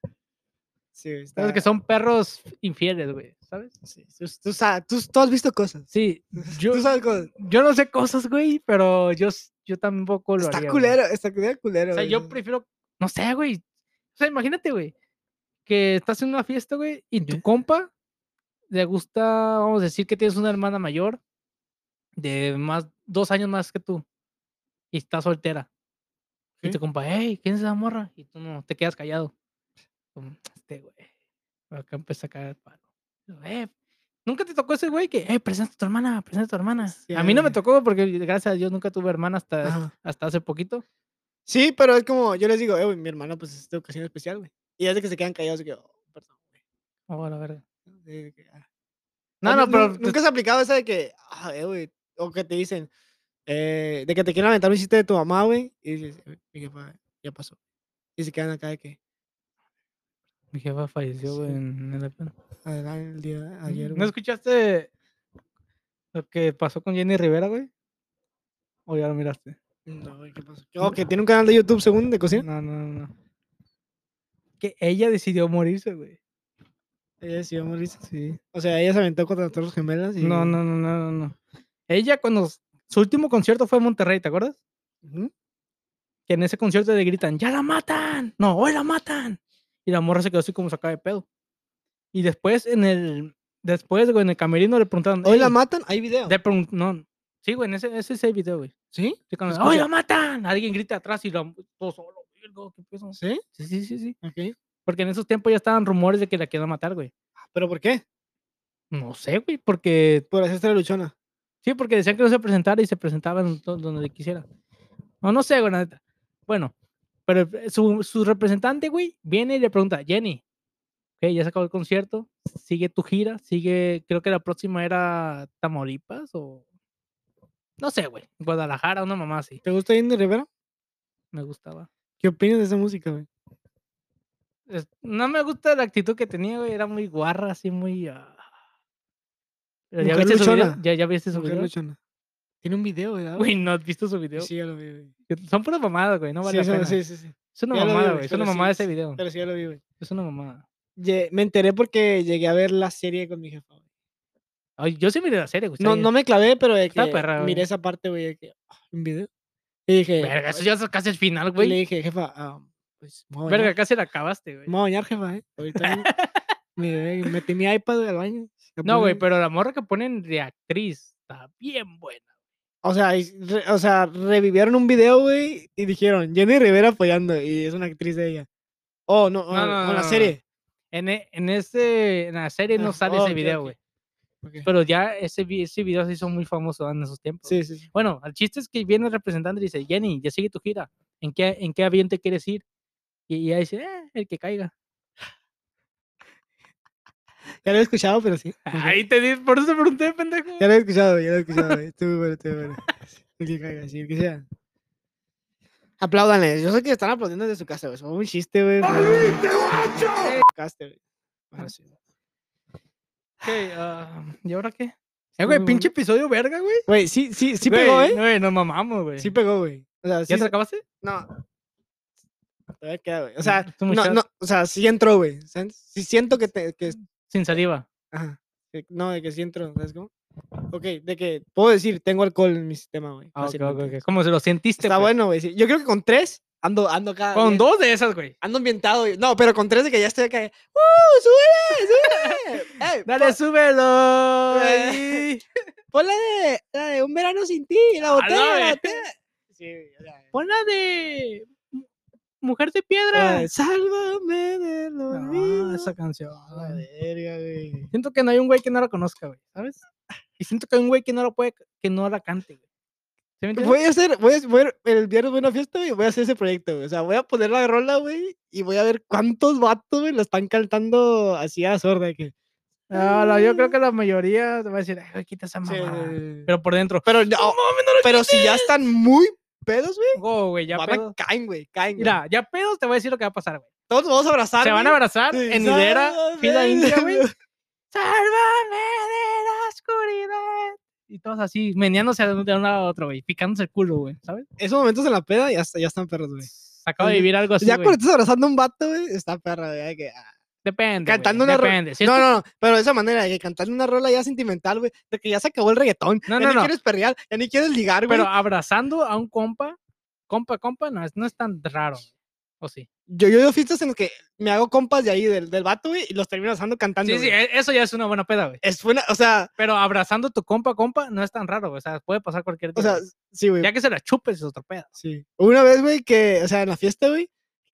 S1: Sí, está...
S2: Sabes que son perros infieles, güey, ¿sabes?
S1: sí, tú, tú sa- tú- tú has visto cosas.
S2: Sí, yo,
S1: Tú sabes cosas.
S2: yo no sé cosas, güey, pero yo, s- yo tampoco lo
S1: Está
S2: haría, güey.
S1: culero, está culero, culero.
S2: O sea,
S1: güey,
S2: yo
S1: sí, sí.
S2: prefiero, no sé, güey. O sea, imagínate, güey, que estás en una fiesta, güey, y tu compa le gusta, vamos a decir que tienes una hermana mayor de más, dos años más que tú, y está soltera. Y
S1: Sí.
S2: tu compa, hey, ¿quién es la morra? Y tú no, te quedas callado. Como, Este, güey. Acá empieza a caer el palo. Yo, "Eh, Nunca te tocó ese güey que, eh, presenta a tu hermana, presenta a tu hermana.
S1: Sí,
S2: a mí no me
S1: güey.
S2: tocó porque gracias a Dios nunca tuve hermana hasta,
S1: Ajá.
S2: hasta hace poquito.
S1: Sí, pero es como, yo les digo, eh, güey, mi hermana, pues es de ocasión especial, güey. Y ya de que se quedan callados, de que, oh, perdón, güey.
S2: Oh, la verga.
S1: Sí, de que, ah.
S2: No,
S1: Ah,
S2: no,
S1: nu-
S2: pero pues
S1: nu-
S2: te-
S1: Nunca se ha aplicado esa de que, ah, eh, güey, o que te dicen, eh, de que te quieren aventar un chiste de tu mamá, güey, y dices, "Eh, mi jefa, ya pasó. Y se quedan acá de que,
S2: Mi jefa falleció, güey,
S1: Sí.
S2: en el avión.
S1: "Adela- "Ah, el día de ayer,
S2: Mm, ¿No
S1: güey".
S2: escuchaste lo que pasó con Jenny Rivera, güey? ¿O ya lo miraste?
S1: No, güey, ¿qué pasó? Oh, que tiene un canal de YouTube, según, de cocina.
S2: No, no, no, no. Que ella decidió morirse, güey.
S1: Ella decidió morirse.
S2: Sí.
S1: O sea, ella se aventó contra las torres gemelas y...
S2: No, no, no, no, no, no. Ella cuando s- su último concierto fue en Monterrey, ¿te acuerdas?
S1: Ujú.
S2: Que en ese concierto le gritan, ¡ya la matan! ¡No, hoy la matan! Y la morra se quedó así como sacada de pedo. Y después en el, Después, güey, en el camerino le preguntaron.
S1: Hoy la
S2: "Ey",
S1: matan, hay video.
S2: le pregun- no. Sí, güey, en ese, ese es el video, güey.
S1: ¿Sí?
S2: Sí, cuando,
S1: Se
S2: ¡Ay,
S1: escucha.
S2: la matan! Alguien grita atrás y lo todo solo, virgo, ¿qué pedo?
S1: ¿Sí?
S2: Sí, sí, sí, sí.
S1: Ok.
S2: Porque en esos tiempos ya estaban rumores de que la querían matar, güey.
S1: Ah, ¿Pero por qué?
S2: No sé, güey, porque.
S1: Por hacerse la luchona.
S2: Sí, porque decían que no se presentara y se presentaban to- donde le quisiera. No, no sé, güey, la neta. Bueno, pero eh, su, su representante, güey, viene y le pregunta, Jenny, ok, ya se acabó el concierto, sigue tu gira, sigue, creo que la próxima era Tamaulipas o. No sé, güey, Guadalajara, una mamá así.
S1: ¿Te gusta Indy Rivera?
S2: Me gustaba.
S1: ¿Qué opinas de esa música, güey?
S2: es- No me gusta la actitud que tenía, güey. Era muy guarra, así muy. ah. Pero ¿Ya
S1: Mujer
S2: viste, su video?
S1: luchona.
S2: ¿Ya, ya viste su
S1: Mujer
S2: video.
S1: luchona. Tiene un video, ¿verdad? güey?
S2: Güey, no has visto su video.
S1: Sí, ya lo vi, güey.
S2: Que Son puras mamadas, güey. No
S1: Sí,
S2: vale
S1: eso-
S2: la pena.
S1: sí, sí, sí.
S2: Es una
S1: ya lo vi,
S2: mamada,
S1: güey,
S2: güey. Es
S1: pero
S2: una
S1: sí,
S2: mamada ese
S1: sí,
S2: video.
S1: Pero sí, ya lo vi, güey.
S2: Es una mamada.
S1: Ye- Me enteré porque llegué a ver la serie con mi jefa, güey.
S2: Ay, yo sí miré la serie, güey. está
S1: No,
S2: bien.
S1: no me clavé, pero de
S2: Está
S1: que
S2: perra, güey.
S1: miré esa parte, güey, de que ah, un video. Y dije,
S2: Verga, eso
S1: "Ay",
S2: ya es casi el final,
S1: y le
S2: güey.
S1: dije, jefa, ah, pues, me voy a
S2: Verga,
S1: bañar,
S2: casi la acabaste, güey.
S1: me voy a bañar, jefa, eh. Ahorita vengo". Me- me metí mi iPad güey, al baño. me
S2: No, güey,
S1: puse-
S2: pero la morra que ponen de actriz está bien buena.
S1: O sea, y re- o sea, revivieron un video, güey, y dijeron, Jenny Rivera apoyando, y es una actriz de ella. Oh, no, o-
S2: No, no,
S1: o
S2: no,
S1: la
S2: no,
S1: serie.
S2: En, e- en, ese, en la serie no
S1: Ah,
S2: sale
S1: oh,
S2: ese
S1: ok,
S2: video,
S1: ok.
S2: güey.
S1: Ok.
S2: Pero ya ese, vi- ese video se hizo muy famoso en esos tiempos.
S1: Sí, sí, sí.
S2: Bueno, el chiste es que viene el representante y dice, Jenny, ya sigue tu gira. ¿En qué, en qué avión te quieres ir? Y y ella dice, "Eh, el que caiga.
S1: Ya lo he escuchado, pero sí. ok.
S2: Ahí te di, por eso te pregunté, pendejo.
S1: Ya lo he escuchado, ya lo he escuchado. güey. Estuvo bueno, estuvo bueno. El que caiga, sí, el que sea. Apláudanle. Yo sé que están aplaudiendo desde su casa, güey. Fue un chiste, güey. Caste, güey. Bueno, sí.
S2: Ok, ah, ¿Y ahora qué?
S1: Eh, güey, pinche
S2: episodio verga, güey.
S1: Güey, sí, sí, sí pegó, ¿eh?
S2: Güey, nos mamamos, güey.
S1: Sí pegó, güey. O sea, sí.
S2: ¿Ya te
S1: se-
S2: acabaste?
S1: No. Todavía queda, güey. O sea, no,
S2: Tú muchas-
S1: no, o sea, sí entró, güey. ¿sabes? Sí siento que, te, que
S2: Sin saliva.
S1: Ajá. de- No, de que sí entro, ¿sabes cómo? Ok, de que puedo decir, tengo alcohol en mi sistema, güey.
S2: Ah, ok, ok,
S1: fácilmente.
S2: ok. ¿Cómo se lo sentiste?
S1: Está
S2: pues?
S1: bueno, güey. sí. Yo creo que con tres ando, ando acá.
S2: Con
S1: bien,
S2: dos de esas, güey.
S1: Ando ambientado. güey. No, pero con tres de que ya estoy acá. ¡Uh! ¡Sube! ¡Sube! Ey,
S2: Dale,
S1: pon-
S2: súbelo.
S1: Güey.
S2: ahí.
S1: pon la de, la de un verano sin ti, la
S2: la
S1: botella, la
S2: vez.
S1: botella. Ah, Sí, o sea, eh.
S2: Ponla de mu- Mujer de
S1: la
S2: Piedra.
S1: de Sálvame del olvido.
S2: Ah, esa canción.
S1: La verga, güey.
S2: Siento que no hay un güey que no la conozca, güey, ¿sabes? Y siento que hay un güey que no la puede, que no la cante, güey. ¿Sí me entiendes?
S1: Voy a hacer, voy a, voy a- el viernes voy a una fiesta güey, y voy a hacer ese proyecto, güey. O sea, voy a poner la rola, güey, y voy a ver cuántos vatos, güey, la están cantando así a la sorda. de Que...
S2: No, no, yo creo que Ah, la mayoría te va a decir, ay, güey, quita esa
S1: Mm. Sí, sí,
S2: mamada.
S1: sí, sí.
S2: Pero por dentro, "Oh,
S1: Pero, no, pero si ya están muy pedos, güey,
S2: go, oh, güey, ya
S1: van a-
S2: pedos.
S1: caen, güey, caen. güey.
S2: Mira, ya pedos te voy a decir lo que va a pasar, güey.
S1: Todos nos vamos a abrazar.
S2: Se van a
S1: güey.
S2: abrazar
S1: Sí,
S2: en hilera, fila
S1: sálvame
S2: india, güey.
S1: del-
S2: ¡Sálvame de la oscuridad! Y todos así, meneándose de un de un lado a otro, güey, picándose el culo, güey, ¿sabes?
S1: Esos momentos en la peda ya, está- ya están perros, güey.
S2: Acabo de
S1: Oye,
S2: vivir algo así,
S1: ya cuando
S2: güey.
S1: estás abrazando a un vato, güey, está perra, güey. de que, ah,
S2: Depende,
S1: cantando
S2: güey,
S1: una ro-
S2: depende. Si es
S1: No,
S2: tu-
S1: no, no, pero de esa manera, de que cantando una rola ya sentimental, güey, de que ya se acabó el reggaetón,
S2: No,
S1: ya
S2: no,
S1: ni
S2: no.
S1: quieres perrear, ya ni quieres ligar, güey.
S2: Pero abrazando a un compa, compa, compa, no es, no es tan raro. güey. ¿O sí?
S1: Yo yo veo fiestas en las que me hago compas de ahí del, del vato, güey, y los termino asando cantando.
S2: Sí, sí,
S1: güey.
S2: e- eso ya es una buena peda, güey.
S1: Es buena, o sea,
S2: Pero abrazando a tu compa, compa, no es tan raro, güey. O sea, puede pasar cualquier
S1: o
S2: día.
S1: sea, sí, güey.
S2: ya que se la chupes es otra peda.
S1: Sí. Una vez, güey, que, o sea, en la fiesta, güey,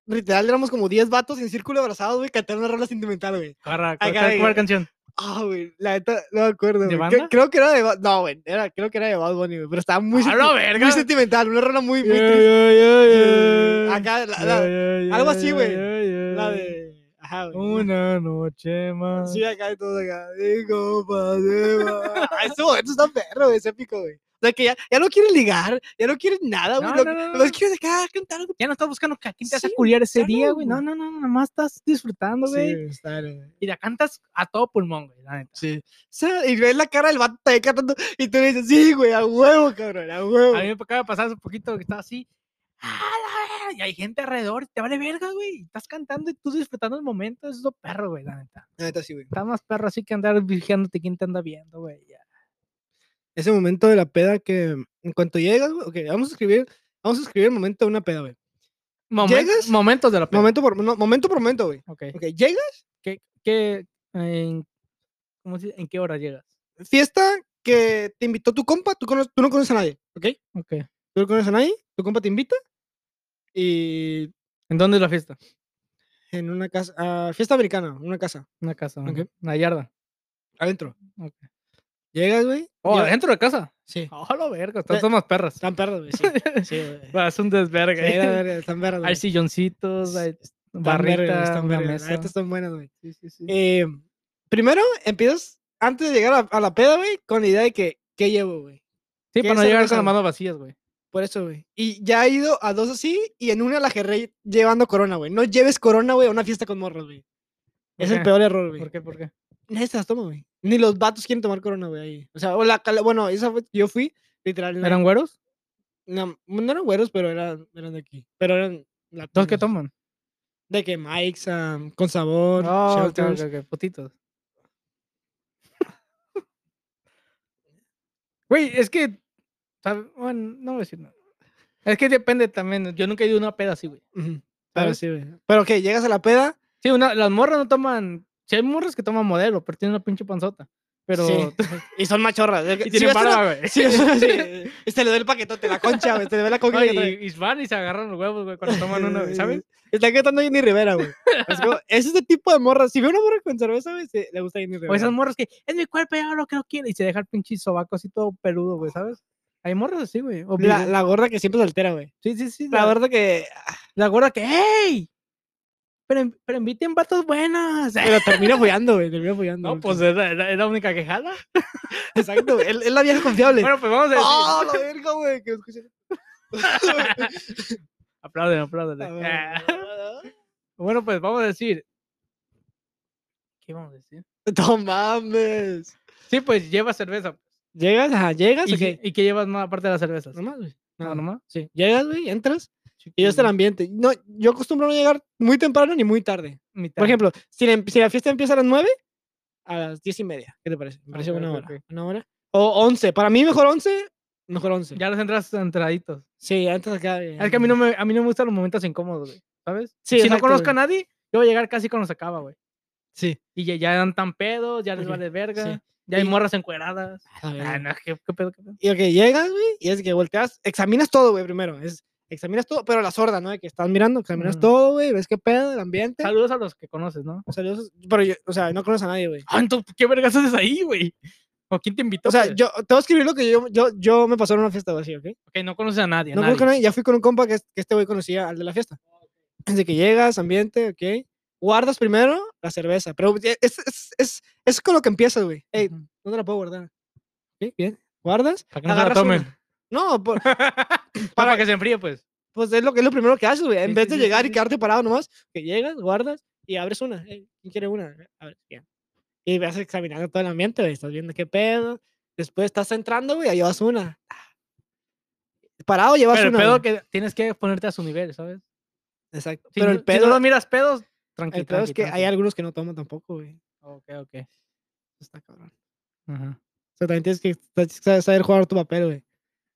S1: literal éramos como 10 vatos en círculo abrazados, güey, cantando una rola sentimental, güey.
S2: Agarra,
S1: Acá
S2: ¿cuál-
S1: de-
S2: cuál canción?
S1: Ah, güey, la neta, no me acuerdo.
S2: ¿De
S1: güey. Cre-
S2: banda?
S1: creo que era de. Ba- No, güey, era, creo que era de Bad Bunny, güey, pero estaba muy,
S2: ¡A la
S1: senti-
S2: Ah, verga!
S1: muy sentimental, una rola muy, muy
S2: Yeah,
S1: triste. Eh,
S2: yeah, yeah, yeah.
S1: Acá, la-
S2: Yeah,
S1: la-
S2: yeah,
S1: algo
S2: yeah,
S1: así,
S2: yeah,
S1: güey.
S2: yeah, yeah.
S1: la de. Ajá, güey.
S2: Una noche más.
S1: Sí, acá y todo acá. Digo, padre, va. Ah, Ese momento está perro, güey, es épico, güey. O sea, que ya, ya no quieres ligar, ya no quieres nada, güey.
S2: No,
S1: lo,
S2: no, no,
S1: lo
S2: no.
S1: que quieres acá cantar. güey.
S2: Ya no estás buscando que a quién te vas a
S1: Sí,
S2: culiar ese
S1: ya
S2: día,
S1: no,
S2: güey. No,
S1: güey.
S2: no, no, nada más estás disfrutando, güey.
S1: güey, está bien,
S2: Y la cantas a todo pulmón, güey. la neta.
S1: Sí. O sea, y ves la cara del vato ahí cantando y tú le dices, sí, güey, a huevo, cabrón, a huevo.
S2: A mí me acaba de pasar hace poquito que estaba así. "Ah, la verga", Y hay gente alrededor, y te vale verga, güey. y Estás cantando y tú disfrutando el momento. Eso es lo perro, güey, la neta.
S1: La neta, sí, güey.
S2: Está más perro así que andar vigilándote quién te anda viendo, güey. ya.
S1: Ese momento de la peda que en cuanto llegas, güey, ok, vamos a escribir, vamos a escribir el momento de una peda, güey.
S2: Momen-
S1: Llegas,
S2: Momentos de la peda.
S1: Momento por, no, momento por momento, güey.
S2: Ok.
S1: Ok, llegas,
S2: ¿Qué, qué, en- ¿cómo se dice? ¿En qué hora llegas?
S1: Fiesta que te invitó tu compa, tú, cono- tú no conoces a nadie, ¿ok?
S2: Ok.
S1: Tú no conoces a nadie, tu compa te invita y
S2: ¿En dónde es la fiesta?
S1: en una casa, ah, fiesta americana, una casa,
S2: Una casa.
S1: Ok.
S2: ok. Una yarda.
S1: adentro.
S2: Ok.
S1: Llegas, güey.
S2: Oh,
S1: llegas-
S2: adentro de casa.
S1: Sí.
S2: Oh, la verga.
S1: Eh,
S2: Están todas más perras.
S1: Están perros, güey. Sí, sí, güey.
S2: Va, Es un desvergue.
S1: Sí, la verga, están perros.
S2: hay
S1: güey.
S2: silloncitos, hay
S1: Están vergas,
S2: barritas,
S1: están
S2: una
S1: vergas. La neta
S2: mesa.
S1: están buenas, güey.
S2: Sí, sí, sí.
S1: Eh, primero, empiezas antes de llegar a, a la peda, güey, con la idea de que, ¿qué llevo, güey? ¿qué
S2: Sí, para no llegar con
S1: cerveza?
S2: las manos vacías, güey.
S1: Por eso, güey. Y ya he ido a dos así y en una la agarré llevando corona, güey. No lleves corona, güey, a una fiesta con morros, güey.
S2: ¿Por
S1: Es el
S2: qué?
S1: peor error, güey.
S2: ¿Por qué? ¿Por qué?
S1: Nadie se las toma, güey. Ni los vatos quieren tomar corona, güey, ahí. O sea, o la cala- bueno, esa fue- yo fui, literal. na-
S2: ¿Eran güeros?
S1: na- no eran güeros, pero eran, eran de aquí. Pero eran
S2: ¿Todos qué
S1: latinos.
S2: toman?
S1: De que Mike's, am, con sabor,
S2: Oh, ok,
S1: Shelters.
S2: ok, ok, putitos. Güey, es que. sabe- Bueno, no voy a decir nada. Es que depende también. Yo nunca he ido a una peda así, güey.
S1: Ujú, Pero
S2: ¿sabes?
S1: sí, güey. Pero que llegas a la peda,
S2: Sí, una, las morras no toman. Si hay morras que toman modelo, pero tienen una pinche panzota. Pero.
S1: Sí. y son machorras. de que-
S2: Y
S1: si
S2: tienen
S1: ves una-
S2: barba, güey.
S1: Sí, o sea, sí, eh, Este le doy el paquetote, la concha, güey. Te le doy la concha.
S2: Oye,
S1: que trae.
S2: y, y van y se agarran los huevos, güey, cuando toman una, güey, ¿sabes?
S1: Está cantando Jenny Rivera, güey. Es, como, es ese tipo de morra. Si ve una morra con cerveza, güey, se- le gusta Jenny Rivera.
S2: O esas morras que es mi cuerpo, yo lo que no quiero. Y se deja el pinche sobaco así todo peludo, güey, ¿sabes? Hay morras así, güey.
S1: la,
S2: o bigote.
S1: la gorda que siempre se altera, güey.
S2: sí, sí, sí.
S1: La
S2: la-
S1: gorda que.
S2: La gorda que, ¡hey! Pero, in- pero inviten vatos buenas.
S1: Pero termina follando, güey. Termina follando.
S2: No,
S1: güey,
S2: pues
S1: sí.
S2: es la, es la- es la única quejada.
S1: Exacto, güey. Es es la vieja confiable.
S2: Bueno, pues vamos a decir.
S1: ¡Oh, la verga, güey! Que escuché.
S2: Aplauden, aplauden. Ah, Bueno, pues vamos a decir. ¿Qué vamos a decir?
S1: No mames.
S2: Sí, pues lleva cerveza. pues.
S1: Llegas, ajá, llegas,
S2: ¿Y,
S1: ¿o qué?
S2: qué- y qué llevas más aparte de las cervezas? Ah,
S1: Nomás, güey.
S2: No,
S1: nada.
S2: nomás.
S1: Sí, llegas, güey, entras y ya
S2: Chiquillo,
S1: está el ambiente. No, yo acostumbro no llegar muy temprano ni muy tarde.
S2: mitad.
S1: Por ejemplo, si la, em- si la fiesta empieza a las 9, a las 10 y media. ¿Qué te parece? Me parece
S2: Ah, ok,
S1: una
S2: ok,
S1: hora.
S2: ok.
S1: Una hora. O 11. Para mí, mejor 11. Mejor 11.
S2: Ya los entras entraditos.
S1: Sí, antes acá.
S2: Es que a mí, no me, a mí no me gustan los momentos incómodos, güey. ¿Sabes?
S1: Sí,
S2: si no
S1: exacto,
S2: conozco a
S1: güey.
S2: nadie, yo voy a llegar casi cuando se acaba, güey.
S1: Sí.
S2: Y ya, ya dan tan pedos, ya les
S1: Ujú,
S2: vale verga.
S1: sí.
S2: Ya hay
S1: Y-
S2: morras encueradas.
S1: A la
S2: Ah,
S1: verga.
S2: no, ¿qué, qué pedo, qué pedo?
S1: Y ok, llegas, güey, y es que volteas, examinas todo, güey, primero. Es, examinas todo, pero la sorda, ¿no? De que estás mirando, examinas
S2: Ujú.
S1: todo, güey, ves qué pedo, el ambiente.
S2: Saludos a los que conoces, ¿no?
S1: Saludos. Pero yo, o sea, no conoces a nadie, güey.
S2: Ah, entonces, ¿qué vergas haces ahí, güey? ¿O quién te invitó?
S1: O sea,
S2: pues?
S1: yo te voy a escribir lo que yo, yo, yo me pasó en una fiesta o así, ¿ok?
S2: Ok, no conoces a nadie. a
S1: No
S2: nadie.
S1: conozco a nadie, ya fui con un compa que, es- que este güey conocía al de la fiesta. Desde que llegas, ambiente, ok. Guardas primero la cerveza, pero e- es, es, es, es con lo que empiezas, güey. Ey,
S2: Ujú.
S1: no te la puedo guardar. Ok, bien. Guardas,
S2: Para que no se la
S1: agarras una.
S2: tomen. No,
S1: No, por-
S2: Para,
S1: para-
S2: que se enfríe, pues.
S1: pues es lo, que es lo primero que haces, güey. En
S2: Sí,
S1: vez
S2: sí,
S1: de
S2: sí,
S1: llegar
S2: sí,
S1: y
S2: sí.
S1: quedarte parado nomás, que llegas, guardas y abres una. Ey, ¿Quién quiere una? A ver, bien. Y vas examinando todo el ambiente, güey. Estás viendo qué pedo. Después estás entrando, güey, ahí llevas una. Ah. Parado llevas
S2: Pero el
S1: una.
S2: pedo
S1: güey.
S2: que tienes que ponerte a su nivel, ¿sabes?
S1: Exacto.
S2: Si
S1: pero
S2: no-
S1: el
S2: Si
S1: pedo,
S2: no lo miras pedos, tranquilo.
S1: el pedo es que hay algunos que no toman tampoco, güey.
S2: Ok, ok.
S1: Está cabrón.
S2: Ajá.
S1: O sea, también tienes que tienes que saber- saber jugar tu papel, güey.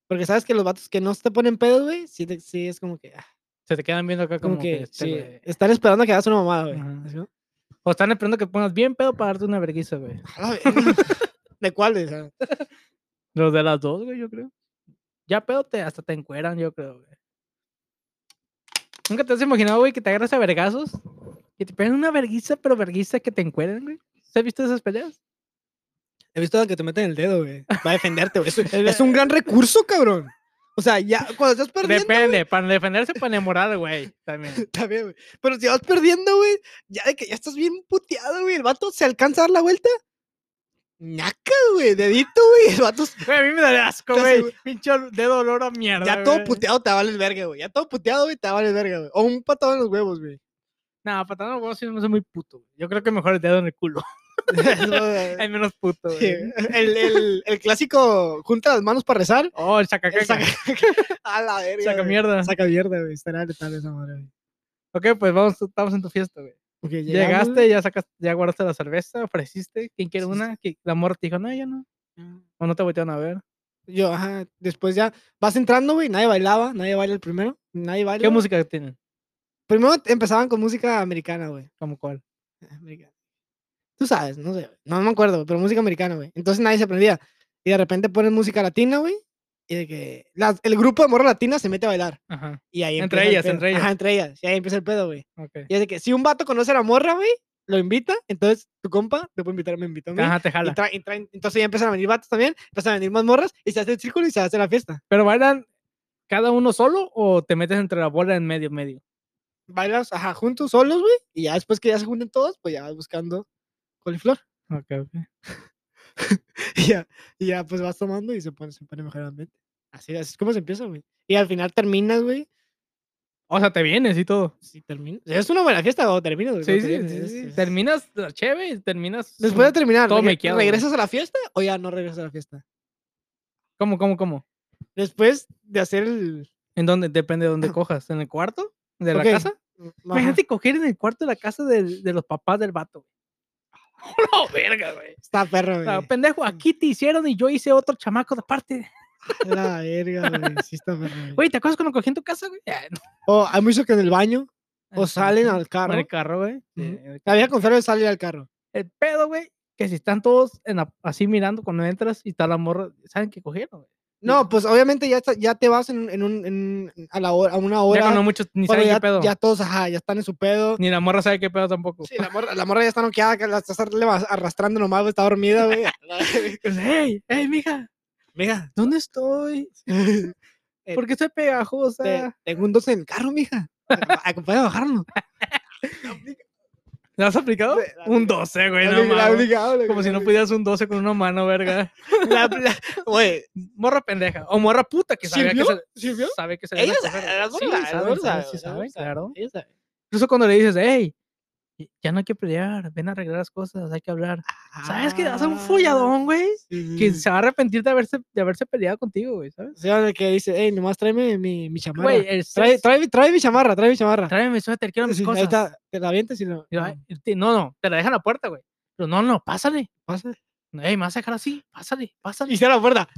S1: Porque sabes que los vatos que no se te ponen pedos, güey, sí, te- sí es como que. ah,
S2: Se te quedan viendo acá
S1: Como,
S2: como,
S1: que.
S2: este,
S1: sí,
S2: güey.
S1: están esperando a que hagas una mamada, güey.
S2: Ajá.
S1: Así, ¿no?
S2: O están esperando que pongas bien pedo para darte una vergüenza, güey.
S1: A la verga. ¿De cuáles? O sea,
S2: Los de las dos, güey, yo creo. Ya pedo te, hasta te encueran, yo creo, güey. ¿Nunca te has imaginado, güey, que te agarras a vergazos? Que te peguen una verguiza, pero verguiza que te encueran, güey. ¿Se has visto esas peleas?
S1: He visto que te meten el dedo, güey. Va a defenderte, güey. Es, es un gran recurso, cabrón. O sea, ya cuando estás perdiendo.
S2: Depende, para defenderse, para enamorar, güey. También.
S1: Está bien, güey. Pero si vas perdiendo, güey, ya de que ya estás bien puteado, güey. El vato se alcanza a dar la vuelta. Ñaca, güey. Dedito, güey. El vato
S2: Güey, a mí me da asco,
S1: Ya sé,
S2: güey.
S1: güey.
S2: Pinche ol- dedo olor a mierda.
S1: ya todo
S2: güey.
S1: puteado te vale el verga, güey. Ya todo puteado, güey, te vale el verga, güey. O un patado en los huevos, güey.
S2: Nah, patando los huevos sí me soy muy puto. güey. Yo creo que mejor el dedo en el culo.
S1: Eso,
S2: Hay
S1: güey.
S2: menos puto,
S1: Sí,
S2: güey.
S1: el, el, el clásico junta las manos para rezar.
S2: Oh, el chacacaca.
S1: el saca, a la verga.
S2: saca
S1: güey.
S2: mierda.
S1: Saca mierda, güey. Estará letal esa madre, güey.
S2: Ok, pues vamos, estamos en tu fiesta, güey.
S1: Ok, llegamos,
S2: Llegaste, ya sacaste, ya guardaste la cerveza, ofreciste, ¿quién quiere
S1: Sí, sí.
S2: una? Que la morra te dijo, no, ya no.
S1: güey.
S2: O no te voltearon a ver.
S1: Yo, ajá, después ya vas entrando, güey, nadie bailaba, nadie baila el primero, nadie baila.
S2: ¿Qué música tienen?
S1: Primero empezaban con música americana, güey.
S2: ¿Como cuál?
S1: Americana. Tú sabes, no sé, no me acuerdo, pero música americana, güey. Entonces nadie se aprendía. Y de repente ponen música latina, güey. Y de que la- el grupo de morra latina se mete a bailar.
S2: Ajá,
S1: Y ahí
S2: Entre
S1: empieza el
S2: ellas,
S1: pedo.
S2: entre ellas.
S1: Ajá, entre ellas. Y ahí empieza el pedo, güey.
S2: ok.
S1: Y es de que si un vato conoce a la morra, güey, lo invita. Entonces tu compa te puede invitar, me invitó a mí.
S2: Ajá, te
S1: y
S2: jala.
S1: tra- y traen- entonces ya empiezan a venir vatos también, empiezan a venir más morras y se hace el círculo y se hace la fiesta.
S2: ¿Pero bailan cada uno solo o te metes entre la bola en medio, medio?
S1: Bailas, ajá, juntos, solos, güey. Y ya después que ya se junten todos, pues ya vas buscando coliflor.
S2: Ok, ok.
S1: Y ya, y ya pues vas tomando y se pone, se pone mejor el ambiente. Así, así es como se empieza, güey. Y al final terminas, güey.
S2: O sea, te vienes y todo.
S1: Sí, terminas. Es una buena fiesta o terminas, güey.
S2: Sí,
S1: cuando te
S2: sí,
S1: vienes,
S2: Pues sí,
S1: es-
S2: sí.
S1: es-
S2: Terminas la cheve y terminas.
S1: Después de
S2: un-
S1: terminar,
S2: todo
S1: regre-
S2: mequeado, güey.
S1: ¿regresas a la fiesta o ya no regresas a la fiesta?
S2: ¿Cómo, cómo, cómo?
S1: Después de hacer el...
S2: ¿En dónde? Depende de dónde cojas. ¿En el cuarto? ¿De la
S1: Ok,
S2: casa? Imagínate coger en el cuarto de la casa del- de los papás del vato. güey. No, verga, güey.
S1: Está perro,
S2: O
S1: güey. mm.
S2: sea, pendejo, aquí te hicieron y yo hice otro chamaco de parte.
S1: La verga, güey. Sí está perro, güey.
S2: Güey, ¿te acuerdas cuando cogí en tu casa, güey? Ah, no.
S1: O hay muchos que en el baño o salen
S2: Ajá.
S1: al carro.
S2: En el carro, güey. Sí,
S1: Ujú.
S2: en el
S1: La vieja
S2: carro.
S1: confiable es salir al carro.
S2: El pedo, güey, que si están todos en la- así mirando cuando entras y está la morra, ¿saben qué cogieron? güey?
S1: No, pues obviamente ya, está- ya te vas en, un- en un, en- en- a, la hora, a una
S2: ya
S1: hora.
S2: cuando muchos ni
S1: cuando
S2: saben
S1: ya,
S2: qué pedo.
S1: ya todos, ajá, ya están en su pedo.
S2: Ni la morra sabe qué pedo tampoco.
S1: Sí, la morra, la morra ya está noqueada, que la estás arle- arrastrando nomás, güey, está dormida, güey.
S2: Pues, hey, hey, mija,
S1: Mija,
S2: ¿dónde estoy?
S1: Eh,
S2: ¿Por qué estoy pegajosa?
S1: te- tengo un 12 en el carro, mija. Ac- Acompáñame a bajarlo.
S2: ¿La has aplicado?
S1: La- la
S2: Un
S1: aplica-
S2: 12, güey,
S1: La
S2: no
S1: oblig- la
S2: mames.
S1: obligado, la
S2: Como si no
S1: obligado.
S2: pudieras un 12 con una mano, verga.
S1: La- la- Güey,
S2: Morra pendeja. O morra puta que sabe que
S1: ¿sirvió?
S2: se,
S1: ¿Sirvió?
S2: sabe que se le van a
S1: Ellos,
S2: coger, güey.
S1: las
S2: Sí,
S1: morras, las
S2: saben,
S1: morras,
S2: saben, sí
S1: las
S2: saben,
S1: morras,
S2: claro.
S1: ellas saben.
S2: Incluso cuando le dices, hey, ya no hay que pelear, ven a arreglar las cosas, hay que hablar. ¿Sabes que das un
S1: Ah,
S2: folladón, güey?
S1: sí,
S2: Que
S1: sí, sí.
S2: se va a arrepentir de haberse, de haberse peleado contigo, güey, ¿sabes?
S1: O sea, de que dice, hey, nomás tráeme mi, mi chamarra.
S2: Güey, el
S1: trae,
S2: stress-
S1: trae, mi- trae mi chamarra, trae mi chamarra.
S2: tráeme mi suéter, quiero mis
S1: Sí,
S2: cosas.
S1: Ahí está, te la avientes y lo
S2: Y yo, "Ay,
S1: lo
S2: te- no, no, te la dejan a la puerta, güey. Pero no, no, pásale.
S1: pasas.
S2: Ey, me vas a dejar así, pásale, pásale.
S1: Y cierra la puerta.